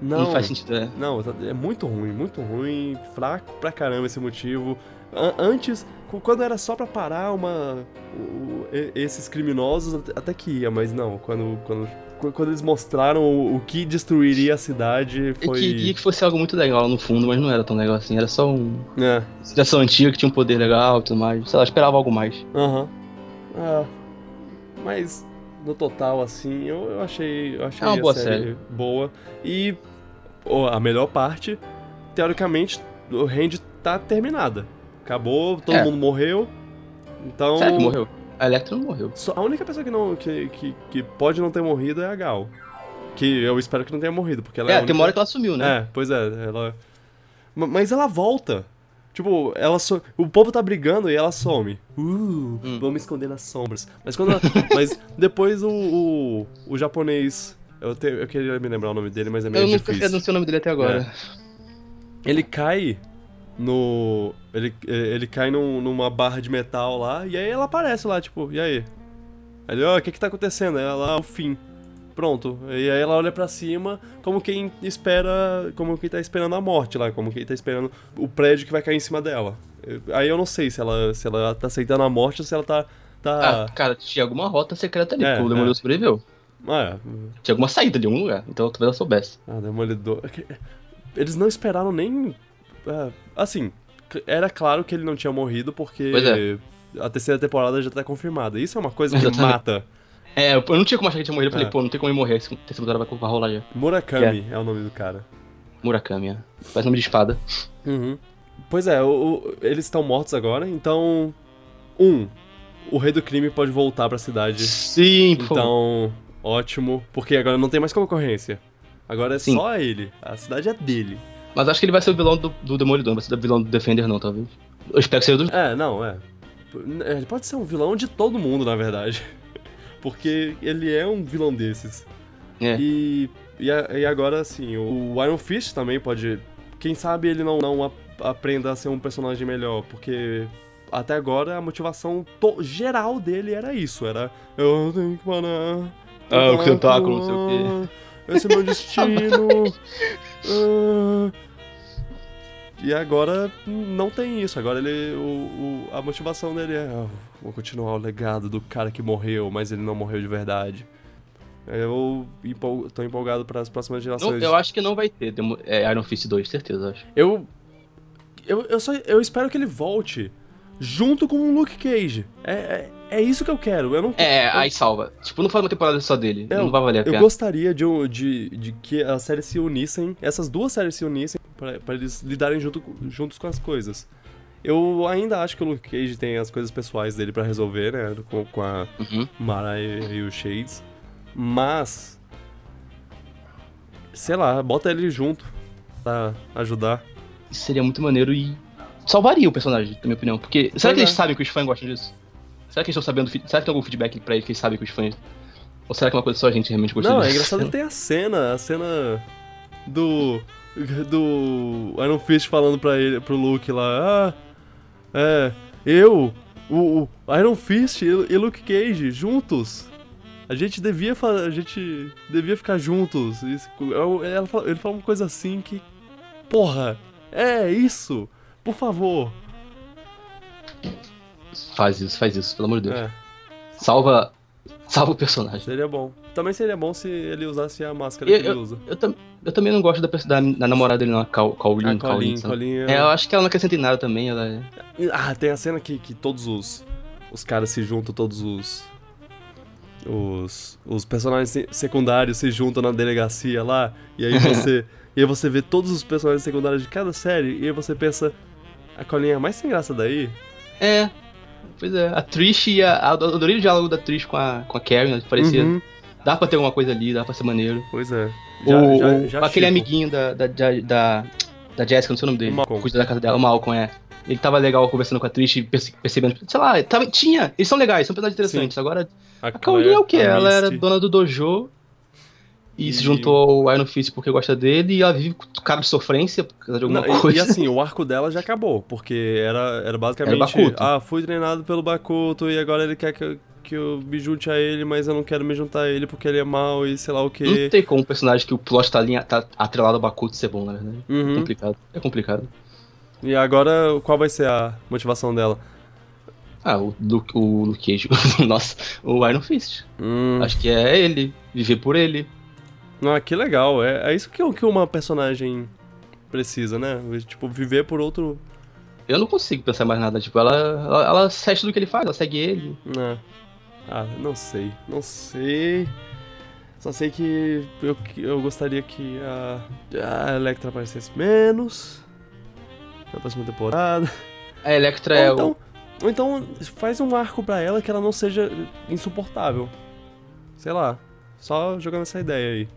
[SPEAKER 1] Não,
[SPEAKER 2] Não, faz sentido, né?
[SPEAKER 1] Não, tá- é muito ruim, muito ruim, fraco pra caramba esse motivo. An- antes, cu- quando era só pra parar uma o- o- e- esses criminosos, at- até que ia, mas não, quando quando cu- quando eles mostraram o, o que destruiria a cidade,
[SPEAKER 2] Eu
[SPEAKER 1] foi
[SPEAKER 2] queria que fosse algo muito legal no fundo, mas não era tão legal assim. Era só um.
[SPEAKER 1] é,
[SPEAKER 2] Civilização antiga que tinha um poder legal e tudo mais. Sei lá, eu esperava algo mais.
[SPEAKER 1] aham. Ah, mas no total assim, eu, eu achei, eu achei
[SPEAKER 2] É uma
[SPEAKER 1] a
[SPEAKER 2] boa
[SPEAKER 1] série boa e ó, a melhor parte, teoricamente, o Randy tá terminada. Acabou, todo
[SPEAKER 2] É.
[SPEAKER 1] mundo morreu. Então,
[SPEAKER 2] Será que morreu? A Electra não morreu.
[SPEAKER 1] Só- a única pessoa que, não, que, que, que pode não ter morrido é a Gal. Que eu espero que não tenha morrido, porque ela é,
[SPEAKER 2] é,
[SPEAKER 1] a
[SPEAKER 2] tem
[SPEAKER 1] única-
[SPEAKER 2] uma hora que ela sumiu, né?
[SPEAKER 1] É, pois é, ela. Ma- Mas ela volta. Tipo, ela so... o povo tá brigando e ela some. Uh,
[SPEAKER 2] Hum.
[SPEAKER 1] vamos esconder nas sombras. Mas quando ela... Mas depois o, o, o japonês. Eu, te- eu queria me lembrar o nome dele, mas é meio
[SPEAKER 2] Eu nunca
[SPEAKER 1] difícil. É.
[SPEAKER 2] eu não sei o nome dele até agora.
[SPEAKER 1] Ele cai no. Ele, ele cai num- numa barra de metal lá, e aí ela aparece lá, tipo, e aí? Aí Ele, ó, o que que tá acontecendo? Aí Ela, o fim. Pronto. E aí ela olha pra cima, como quem espera. Como quem tá esperando a morte lá, como quem tá esperando o prédio que vai cair em cima dela. Eu- Aí eu não sei se ela, se ela tá aceitando a morte ou se ela tá.
[SPEAKER 2] Ah,
[SPEAKER 1] tá
[SPEAKER 2] cara, tinha alguma rota secreta ali,
[SPEAKER 1] É,
[SPEAKER 2] porque o Demolidor
[SPEAKER 1] é.
[SPEAKER 2] sobreviveu.
[SPEAKER 1] ah,
[SPEAKER 2] Tinha alguma saída de algum lugar, então talvez ela soubesse.
[SPEAKER 1] Ah, Demolidor. Eles não esperaram nem. ah, assim, c- era claro que ele não tinha morrido porque
[SPEAKER 2] Pois é.
[SPEAKER 1] a terceira temporada já tá confirmada. Isso é uma coisa que
[SPEAKER 2] Exatamente.
[SPEAKER 1] mata.
[SPEAKER 2] É, eu eu não tinha como achar que ele tinha morrido, eu falei,
[SPEAKER 1] É.
[SPEAKER 2] pô, não tem como ele morrer, esse terceiro temporada vai, vai rolar já.
[SPEAKER 1] Murakami é. o nome do cara.
[SPEAKER 2] Murakami, é. Faz nome de espada. Uhum.
[SPEAKER 1] Pois é, o- o- eles estão mortos agora, então. Um, o rei do crime pode voltar pra cidade.
[SPEAKER 2] Sim, pô.
[SPEAKER 1] Então, ótimo. Porque agora não tem mais concorrência. Agora é
[SPEAKER 2] Sim.
[SPEAKER 1] só ele. A cidade é dele.
[SPEAKER 2] Mas acho que ele vai ser o vilão do, do Demolidor, não vai ser o vilão do Defender, não, talvez. Eu espero que seja do.
[SPEAKER 1] É, não, é. É, Ele pode ser um vilão de todo mundo, na verdade. Porque ele é um vilão desses.
[SPEAKER 2] É.
[SPEAKER 1] E, e, a- e agora, assim, o Iron Fist também pode. Quem sabe ele não, não ap- aprenda a ser um personagem melhor, porque até agora a motivação to- geral dele era isso: era eu tenho que parar.
[SPEAKER 2] Ah, o tentáculo, não sei o
[SPEAKER 1] quê. Esse é meu destino. Ah. E agora não tem isso. Agora ele. O, o- a motivação dele é. "Ah, vou continuar o legado do cara que morreu, mas ele não morreu de verdade. Eu empol, tô empolgado para as próximas
[SPEAKER 2] Não,
[SPEAKER 1] gerações.
[SPEAKER 2] eu acho que não vai ter Demo- é, Iron Fist 2, certeza, eu acho.
[SPEAKER 1] eu, eu, eu só, eu espero que ele volte junto com o Luke Cage. É, é, é isso que eu quero. Eu não
[SPEAKER 2] É, aí salva. Tipo, não faz uma temporada só dele.
[SPEAKER 1] É,
[SPEAKER 2] não vai valer a
[SPEAKER 1] Eu
[SPEAKER 2] pena.
[SPEAKER 1] gostaria de, um- de, de que as séries se unissem, essas duas séries se unissem pra pra eles lidarem junto, com- juntos com as coisas. Eu ainda acho que o Luke Cage tem as coisas pessoais dele pra resolver, né? Com, com a
[SPEAKER 2] Uhum.
[SPEAKER 1] Mara e, e o Shades. Mas. Sei lá, bota ele junto pra ajudar.
[SPEAKER 2] Isso seria muito maneiro e salvaria o personagem, na minha opinião. Porque. Será que
[SPEAKER 1] é.
[SPEAKER 2] eles sabem que os fãs gostam disso? Será que eles estão sabendo. fi- Será que tem algum feedback pra eles que eles sabem que os fãs. Ou será que é uma coisa só a gente realmente gosta
[SPEAKER 1] Não,
[SPEAKER 2] disso?
[SPEAKER 1] é engraçado que tem a cena, a cena do. do Iron Fist falando pra ele, pro Luke lá, ah, é, eu, o, o Iron Fist e e Luke Cage juntos. A gente devia fa- a gente devia ficar juntos. Isso- eu- ela fala- ele fala uma coisa assim que porra, é isso. Por favor.
[SPEAKER 2] É. Faz isso, faz isso, pelo amor de Deus.
[SPEAKER 1] É.
[SPEAKER 2] Salva. salva o personagem.
[SPEAKER 1] Seria bom. Também seria bom se ele usasse a máscara
[SPEAKER 2] Eu-
[SPEAKER 1] que ele usa.
[SPEAKER 2] Eu, tam- eu também não gosto da, perso- da, da namorada dele, não, a Cau- Caolin.
[SPEAKER 1] Ah,
[SPEAKER 2] Caolin,
[SPEAKER 1] Colin,
[SPEAKER 2] sabe?
[SPEAKER 1] Colin é-
[SPEAKER 2] É, eu acho que ela não acrescenta em nada também, ela é...
[SPEAKER 1] Ah, tem a cena que, que todos os, os caras se juntam, todos os, os. Os personagens se- secundários se juntam na delegacia lá. E aí você. e aí você vê todos os personagens secundários de cada série. E aí você pensa. A colinha é mais sem graça daí?
[SPEAKER 2] É. Pois é, a Trish e a. a- Eu adorei o diálogo da Trish com a, com a Karen, né? parecia.
[SPEAKER 1] Uhum,
[SPEAKER 2] Dá pra ter alguma coisa ali, dá pra ser maneiro.
[SPEAKER 1] Pois é.
[SPEAKER 2] Ou- ou aquele
[SPEAKER 1] chipo.
[SPEAKER 2] amiguinho da, da, da, da, da Jessica, não sei o nome dele.
[SPEAKER 1] O Malcolm.
[SPEAKER 2] Cuida da casa dela, o Malcolm, é. Ele tava legal conversando com a Trish, perce- percebendo. Sei lá, tava- tinha. Eles são legais, são personagens interessantes. Agora, a Kaori é o quê?
[SPEAKER 1] a
[SPEAKER 2] Ela era
[SPEAKER 1] Misty.
[SPEAKER 2] dona do dojo. E,
[SPEAKER 1] E-
[SPEAKER 2] se juntou ao Iron Fist porque gosta dele, e ela vive com cara de sofrência por causa de alguma
[SPEAKER 1] Não, e-
[SPEAKER 2] coisa.
[SPEAKER 1] E, assim, o arco dela já acabou, porque era, era basicamente.
[SPEAKER 2] Bakuto.
[SPEAKER 1] ah, fui treinado pelo Bakuto e agora ele quer que eu, que eu me junte a ele, mas eu não quero me juntar a ele porque ele é mau e sei lá o
[SPEAKER 2] Não
[SPEAKER 1] quê.
[SPEAKER 2] tem como um personagem que o plot tá, alinha- tá atrelado ao Bakuto ser bom, na verdade. É
[SPEAKER 1] Uhum.
[SPEAKER 2] complicado. É complicado.
[SPEAKER 1] E agora, qual vai ser a motivação dela?
[SPEAKER 2] Ah, o Luke, o Luke Cage. Nossa, o Iron Fist.
[SPEAKER 1] Hum,
[SPEAKER 2] Acho que é ele. Viver por ele.
[SPEAKER 1] ah, que legal. É, é isso que, que uma personagem precisa, né? Tipo, viver por outro.
[SPEAKER 2] Eu não consigo pensar mais nada. Tipo, ela, ela, ela se fecha do que ele faz, ela segue ele.
[SPEAKER 1] né? Ah, não sei. Não sei. Só sei que eu, que- eu gostaria que a, a Electra aparecesse menos na próxima temporada.
[SPEAKER 2] A Electra é
[SPEAKER 1] ou,
[SPEAKER 2] o.
[SPEAKER 1] então, ou então faz um arco pra ela que ela não seja insuportável. Sei lá. Só jogando essa ideia aí.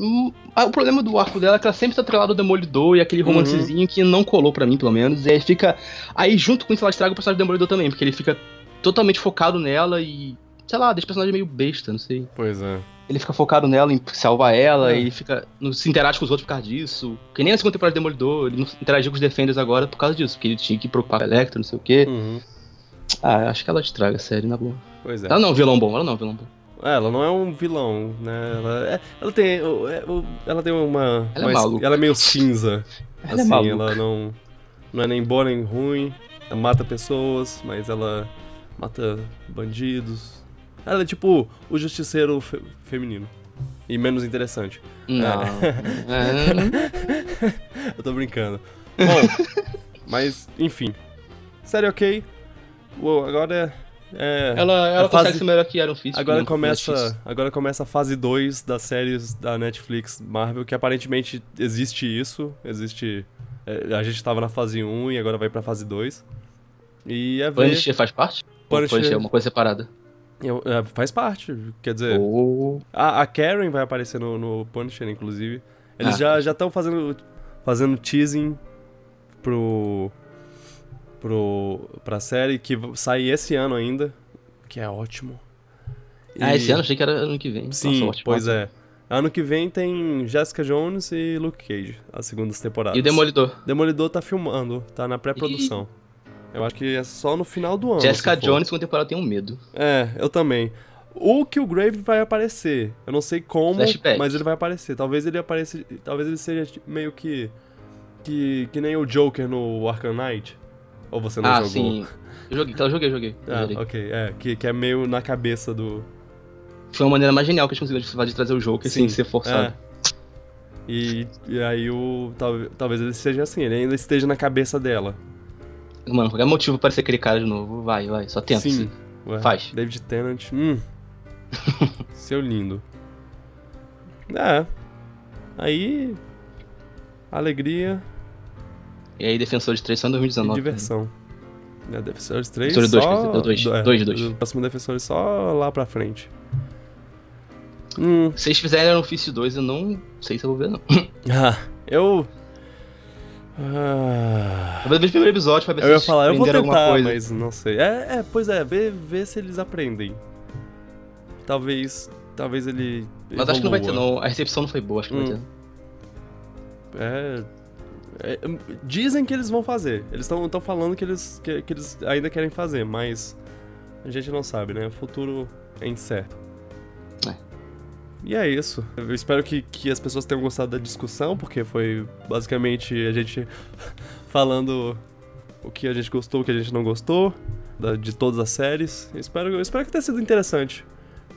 [SPEAKER 2] Hum, ah, O problema do arco dela é que ela sempre tá atrelada ao Demolidor e aquele romancezinho que não colou pra mim, pelo menos. E aí fica. Aí junto com isso ela estraga o personagem do Demolidor também, porque ele fica totalmente focado nela e. Sei lá, deixa o personagem meio besta, não sei.
[SPEAKER 1] Pois é.
[SPEAKER 2] Ele fica focado nela, em salvar ela,
[SPEAKER 1] É.
[SPEAKER 2] e fica. Não se interage com os outros por causa disso. Que nem na segunda temporada de Demolidor, ele não interagiu com os Defenders agora por causa disso, porque ele tinha que preocupar com a Electra, não sei o quê. Ah, acho que ela estraga a série, na boa.
[SPEAKER 1] Uhum. Pois é.
[SPEAKER 2] Ela não é um vilão bom, ela não é um vilão bom.
[SPEAKER 1] É, Ela não é um vilão, né? Ela, é- ela tem. o- é- o- Ela tem uma.
[SPEAKER 2] Ela é
[SPEAKER 1] uma-
[SPEAKER 2] maluca.
[SPEAKER 1] Ela é meio cinza.
[SPEAKER 2] Ela
[SPEAKER 1] assim,
[SPEAKER 2] é maluca.
[SPEAKER 1] ela não. Não é nem boa nem ruim. Ela mata pessoas, mas ela mata bandidos. Ela é tipo o justiceiro fe- feminino. E menos interessante.
[SPEAKER 2] Não. É.
[SPEAKER 1] Eu tô brincando. Bom, mas, enfim. Série ok. Uou, agora é. é
[SPEAKER 2] Ela, ela
[SPEAKER 1] A
[SPEAKER 2] consegue
[SPEAKER 1] fase-
[SPEAKER 2] ser melhor que Iron Fist.
[SPEAKER 1] Agora
[SPEAKER 2] né? Mas
[SPEAKER 1] começa, agora começa a fase 2 das séries da Netflix Marvel, que aparentemente existe isso, existe... é, a gente tava na fase 1 e agora vai pra fase 2. E é ver...
[SPEAKER 2] Punisher faz parte?
[SPEAKER 1] Punisher-
[SPEAKER 2] Punisher é uma coisa separada.
[SPEAKER 1] eu- é, faz parte, quer
[SPEAKER 2] Oh.
[SPEAKER 1] dizer...
[SPEAKER 2] Ou-
[SPEAKER 1] A, a Karen vai aparecer no, no Punisher, inclusive. Eles
[SPEAKER 2] Ah.
[SPEAKER 1] já já estão fazendo, fazendo teasing pro, pro, pra série, que v- sai esse ano ainda, que é ótimo.
[SPEAKER 2] Ah,
[SPEAKER 1] E-
[SPEAKER 2] esse ano achei que era ano que vem.
[SPEAKER 1] Sim,
[SPEAKER 2] Nossa, ótimo.
[SPEAKER 1] pois é. Ano que vem tem Jessica Jones e Luke Cage, as segundas temporadas.
[SPEAKER 2] E o Demolidor.
[SPEAKER 1] Demolidor tá filmando, tá na pré-produção. Eu acho que é só no final do ano.
[SPEAKER 2] Jessica
[SPEAKER 1] se for.
[SPEAKER 2] Jones, segunda temporada, tem um medo.
[SPEAKER 1] É, eu também. O que o Grave vai aparecer. Eu não sei como,
[SPEAKER 2] Flashback.
[SPEAKER 1] mas ele vai aparecer. Talvez ele apareça. Talvez ele seja ti- meio que. Que, que nem o Joker no Arkham Knight. Ou você não
[SPEAKER 2] ah,
[SPEAKER 1] jogou?
[SPEAKER 2] sim. Eu joguei, então eu joguei, eu joguei. Eu
[SPEAKER 1] Ah,
[SPEAKER 2] joguei.
[SPEAKER 1] ok. É, que, que é meio na cabeça do.
[SPEAKER 2] Foi uma maneira mais genial que eles conseguiram de trazer o jogo, que sem
[SPEAKER 1] Sim,
[SPEAKER 2] ser forçado.
[SPEAKER 1] É. E, e aí o. tal- talvez ele seja assim, ele ainda esteja na cabeça dela.
[SPEAKER 2] Mano, qualquer motivo para ser aquele cara de novo, vai, vai, só tenta.
[SPEAKER 1] é. Sim.
[SPEAKER 2] Sim.
[SPEAKER 1] Ué,
[SPEAKER 2] Faz.
[SPEAKER 1] David Tennant. Hum. Seu lindo. É. Aí. Alegria
[SPEAKER 2] E aí, Defensor de 3 só em
[SPEAKER 1] e
[SPEAKER 2] 2019.
[SPEAKER 1] diversão. É, Defensores 3.
[SPEAKER 2] Defensores dois,
[SPEAKER 1] só...
[SPEAKER 2] quer dizer, dois,
[SPEAKER 1] do- é,
[SPEAKER 2] dois, dois.
[SPEAKER 1] O próximo Defensores só lá pra frente. Hum.
[SPEAKER 2] Se eles fizerem Iron Fist 2, eu não sei se eu vou ver, não.
[SPEAKER 1] Ah, eu. Ah.
[SPEAKER 2] Eu vou ver o primeiro episódio pra ver se
[SPEAKER 1] Eu ia
[SPEAKER 2] eles
[SPEAKER 1] falar, eu vou
[SPEAKER 2] aprenderam alguma
[SPEAKER 1] tentar,
[SPEAKER 2] coisa.
[SPEAKER 1] mas não sei. É, é, pois é, vê, vê se eles aprendem. Talvez. Talvez ele.
[SPEAKER 2] Mas acho que não vai ter,
[SPEAKER 1] evolua.
[SPEAKER 2] não. A recepção não foi boa, acho que não vai
[SPEAKER 1] Hum.
[SPEAKER 2] ter.
[SPEAKER 1] É. é, dizem que eles vão fazer. Eles estão falando que eles, que, que eles ainda querem fazer, mas. A gente não sabe, né? O futuro é incerto.
[SPEAKER 2] É.
[SPEAKER 1] E é isso. Eu espero que, que as pessoas tenham gostado da discussão, porque foi basicamente a gente falando o que a gente gostou, o que a gente não gostou. da- de todas as séries. Eu espero, eu espero que tenha sido interessante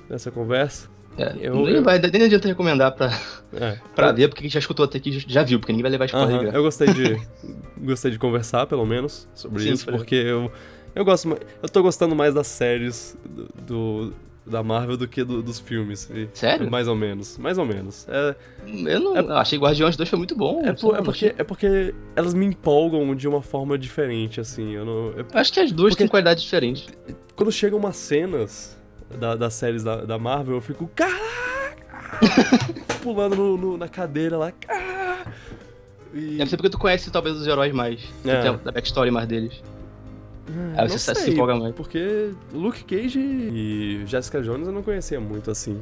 [SPEAKER 1] essa conversa.
[SPEAKER 2] É,
[SPEAKER 1] Eu-
[SPEAKER 2] nem,
[SPEAKER 1] eu-
[SPEAKER 2] vai, nem adianta recomendar pra,
[SPEAKER 1] É.
[SPEAKER 2] pra ver, porque quem já escutou até aqui já, já viu, porque ninguém vai levar spoiler.
[SPEAKER 1] Aham,
[SPEAKER 2] graças.
[SPEAKER 1] eu gostei de gostei de conversar pelo menos sobre
[SPEAKER 2] Sim,
[SPEAKER 1] isso
[SPEAKER 2] foi.
[SPEAKER 1] porque eu eu gosto ma- eu tô gostando mais das séries do, do- da Marvel do que do- dos filmes e-
[SPEAKER 2] Sério?
[SPEAKER 1] mais ou menos mais ou menos é,
[SPEAKER 2] Eu não eu achei Guardiões 2 foi muito bom.
[SPEAKER 1] é,
[SPEAKER 2] sei
[SPEAKER 1] por- é
[SPEAKER 2] lá, não
[SPEAKER 1] porque
[SPEAKER 2] achei.
[SPEAKER 1] é porque elas me empolgam de uma forma diferente assim eu não é-
[SPEAKER 2] Eu acho que as duas
[SPEAKER 1] Porque-
[SPEAKER 2] têm qualidades diferentes.
[SPEAKER 1] quando chegam umas cenas da- das séries da, da Marvel, eu fico, caraca! Pulando no- no- na cadeira lá, "Caraca!" E,
[SPEAKER 2] Deve ser porque tu conhece talvez os heróis mais,
[SPEAKER 1] É.
[SPEAKER 2] tu tem a backstory mais deles.
[SPEAKER 1] não
[SPEAKER 2] Aí você tá se- se
[SPEAKER 1] sei,
[SPEAKER 2] empolga mais.
[SPEAKER 1] Porque Luke Cage e Jessica Jones eu não conhecia muito assim.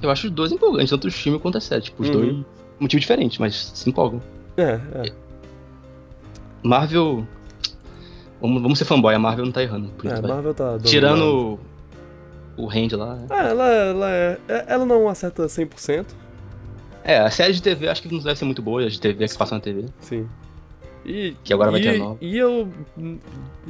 [SPEAKER 2] Eu acho os dois empolgantes, tanto os filmes quanto a série. Tipo, os
[SPEAKER 1] Uhum.
[SPEAKER 2] dois, motivo diferente, mas se empolgam.
[SPEAKER 1] É, é.
[SPEAKER 2] Marvel. Vamos, vamos ser fanboy, a Marvel não tá errando. por
[SPEAKER 1] é
[SPEAKER 2] enquanto,
[SPEAKER 1] a
[SPEAKER 2] vai.
[SPEAKER 1] Marvel tá dominando.
[SPEAKER 2] Tirando o, o Hand lá. né?
[SPEAKER 1] Ah, ela, ela, é, é- ela não acerta 100%,
[SPEAKER 2] É, a série de TV acho que não deve ser muito boa, as de TV que passam na TV.
[SPEAKER 1] sim. E,
[SPEAKER 2] Que agora vai
[SPEAKER 1] e-
[SPEAKER 2] ter a nova.
[SPEAKER 1] E eu.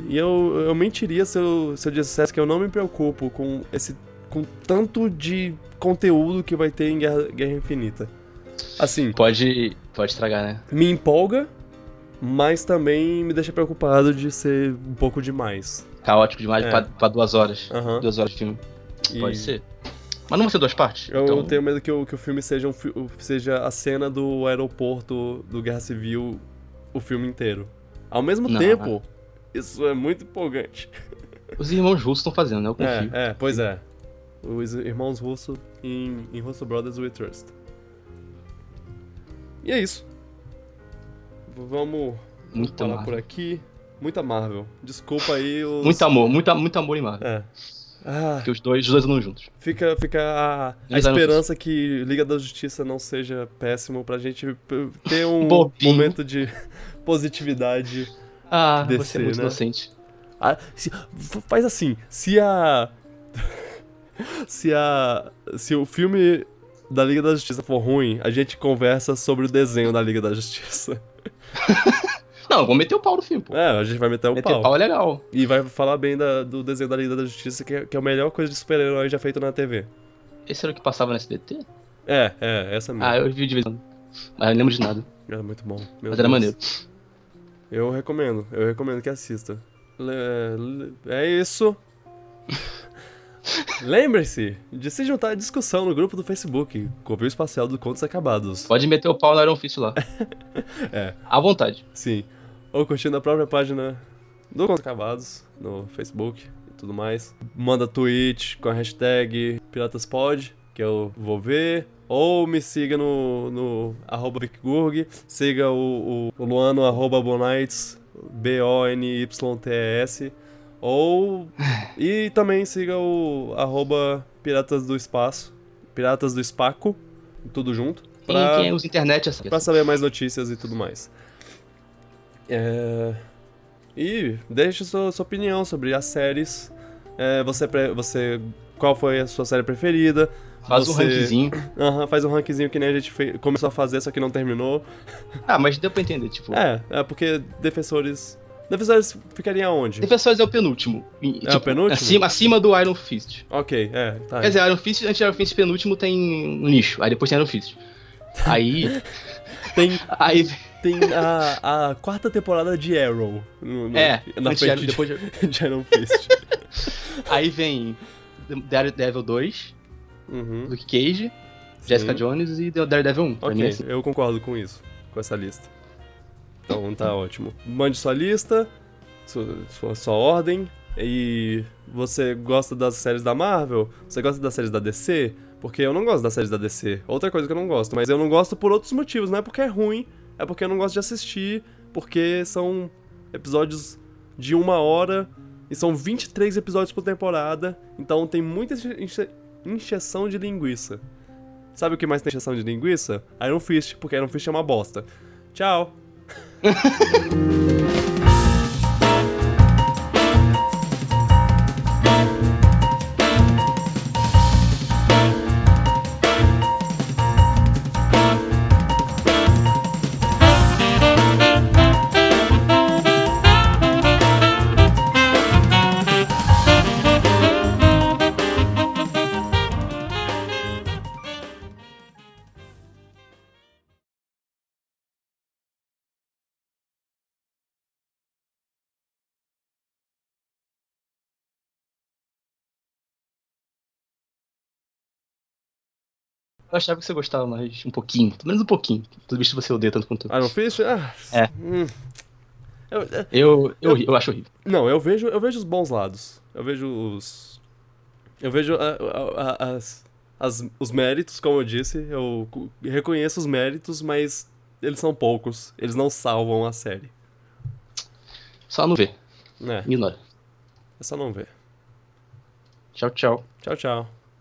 [SPEAKER 1] E eu, eu mentiria se eu, se eu dissesse que eu não me preocupo com esse. com tanto de conteúdo que vai ter em Guerra, Guerra Infinita. Assim,
[SPEAKER 2] Pode, pode estragar, né?
[SPEAKER 1] me empolga, mas também me deixa preocupado de ser um pouco demais.
[SPEAKER 2] Caótico demais
[SPEAKER 1] É.
[SPEAKER 2] pra, pra duas horas.
[SPEAKER 1] Aham.
[SPEAKER 2] Duas horas de filme.
[SPEAKER 1] E
[SPEAKER 2] Pode ser. Mas não vão ser duas partes?
[SPEAKER 1] Eu
[SPEAKER 2] então,
[SPEAKER 1] tenho medo que o, que o filme seja, um fi- seja a cena do aeroporto do Guerra Civil o filme inteiro. Ao mesmo
[SPEAKER 2] Não, né?
[SPEAKER 1] tempo, isso é muito empolgante.
[SPEAKER 2] Os irmãos russos estão fazendo, né? Eu confio.
[SPEAKER 1] É, é, pois é. Os irmãos Russo em, em Russo Brothers We Trust. E é isso. V- Vamos
[SPEAKER 2] Muito
[SPEAKER 1] falar
[SPEAKER 2] amor.
[SPEAKER 1] por aqui. Muita Marvel. Desculpa aí os.
[SPEAKER 2] Muito amor, muito, muito amor em Marvel.
[SPEAKER 1] É. Ah,
[SPEAKER 2] Porque os dois, os dois andam juntos.
[SPEAKER 1] fica, fica a, a
[SPEAKER 2] Eles eram-
[SPEAKER 1] esperança que Liga da Justiça não seja péssimo pra gente p- ter um
[SPEAKER 2] Bobinho.
[SPEAKER 1] momento de positividade
[SPEAKER 2] Ah,
[SPEAKER 1] DC,
[SPEAKER 2] você é muito
[SPEAKER 1] né?
[SPEAKER 2] inocente.
[SPEAKER 1] Ah, se- f- faz assim, se a. se a. Se o filme da Liga da Justiça for ruim, a gente conversa sobre o desenho da Liga da Justiça.
[SPEAKER 2] Não, eu vou meter o pau no filme, pô.
[SPEAKER 1] É, a gente vai meter o
[SPEAKER 2] meter
[SPEAKER 1] pau.
[SPEAKER 2] pau. é legal.
[SPEAKER 1] E vai falar bem da- do desenho da Liga da Justiça, que é, que é a melhor coisa de super-herói já feita na TV.
[SPEAKER 2] Esse era o que passava no SBT?
[SPEAKER 1] É, é, essa mesmo.
[SPEAKER 2] Ah, eu vi de vez em quando. Mas eu não lembro de nada.
[SPEAKER 1] Era muito bom. Meu
[SPEAKER 2] mas era
[SPEAKER 1] Deus.
[SPEAKER 2] maneiro.
[SPEAKER 1] Eu recomendo, eu recomendo que assista. Le- le- É isso. Lembre-se de se juntar à discussão no grupo do Facebook, Covil Espacial do Contos Acabados.
[SPEAKER 2] Pode meter o pau no Iron Fist lá.
[SPEAKER 1] É.
[SPEAKER 2] À vontade.
[SPEAKER 1] Sim. Ou curtindo a própria página do Contos Acabados no Facebook e tudo mais. Manda tweet com a hashtag PiratasPod, que eu vou ver. Ou me siga no, no arroba VicGurg, siga o, o, o Luan no arroba Bonites, B-O-N-Y-T-E-S. Ou. E também siga o arroba Piratas do Espaço, Piratas do Espaco, tudo junto.
[SPEAKER 2] Quem,
[SPEAKER 1] pra-
[SPEAKER 2] quem usa internet é
[SPEAKER 1] Pra saber mais notícias e tudo mais. É... E deixe sua, sua opinião sobre as séries. É, você, pre- você. Qual foi a sua série preferida?
[SPEAKER 2] Faz um
[SPEAKER 1] você-
[SPEAKER 2] rankzinho.
[SPEAKER 1] Aham, faz um rankzinho que nem a gente fe- começou a fazer, só que não terminou.
[SPEAKER 2] Ah, mas deu pra entender, tipo.
[SPEAKER 1] É, é porque defensores. Defensores ficariam onde?
[SPEAKER 2] Defensores é o penúltimo. E, tipo,
[SPEAKER 1] É o penúltimo?
[SPEAKER 2] Acima, acima do Iron Fist.
[SPEAKER 1] Ok, é, tá.
[SPEAKER 2] Quer dizer, Iron Fist, antes do Iron Fist, penúltimo tem um nicho. Aí depois tem Iron Fist. Aí.
[SPEAKER 1] Tem,
[SPEAKER 2] aí
[SPEAKER 1] tem a, a quarta temporada de Arrow. no- no-
[SPEAKER 2] é,
[SPEAKER 1] na
[SPEAKER 2] antes de Iron-
[SPEAKER 1] frente de,
[SPEAKER 2] depois de-
[SPEAKER 1] de Iron Fist.
[SPEAKER 2] Aí vem Daredevil 2,
[SPEAKER 1] Uhum,
[SPEAKER 2] Luke Cage, Jessica
[SPEAKER 1] sim.
[SPEAKER 2] Jones e Daredevil 1. Pra mim é
[SPEAKER 1] Ok,
[SPEAKER 2] assim.
[SPEAKER 1] eu concordo com isso, com essa lista. Então tá ótimo. Mande sua lista, su- sua, sua ordem. E você gosta das séries da Marvel? Você gosta das séries da DC? Porque eu não gosto das séries da DC. Outra coisa que eu não gosto, mas eu não gosto por outros motivos, não é porque é ruim, é porque eu não gosto de assistir, porque são episódios de uma hora e são 23 episódios por temporada, então tem muita enche- enche- encheção de linguiça. Sabe o que mais tem encheção de linguiça? Iron Fist, porque Iron Fist é uma bosta. Tchau!
[SPEAKER 2] Eu achava que você gostava mais um pouquinho, pelo menos um pouquinho. Tudo visto você odeia tanto quanto eu.
[SPEAKER 1] Iron Fist? Ah,
[SPEAKER 2] É.
[SPEAKER 1] hum. Eu- é,
[SPEAKER 2] Eu, eu, eu acho horrível.
[SPEAKER 1] não, eu vejo, eu vejo os bons lados. Eu vejo os. Eu vejo a- a- a- as, as- os méritos, como eu disse. Eu cu- reconheço os méritos, mas eles são poucos. Eles não salvam a série.
[SPEAKER 2] Só não vê.
[SPEAKER 1] É,
[SPEAKER 2] Ignora.
[SPEAKER 1] é só não ver.
[SPEAKER 2] Tchau, tchau.
[SPEAKER 1] Tchau, tchau.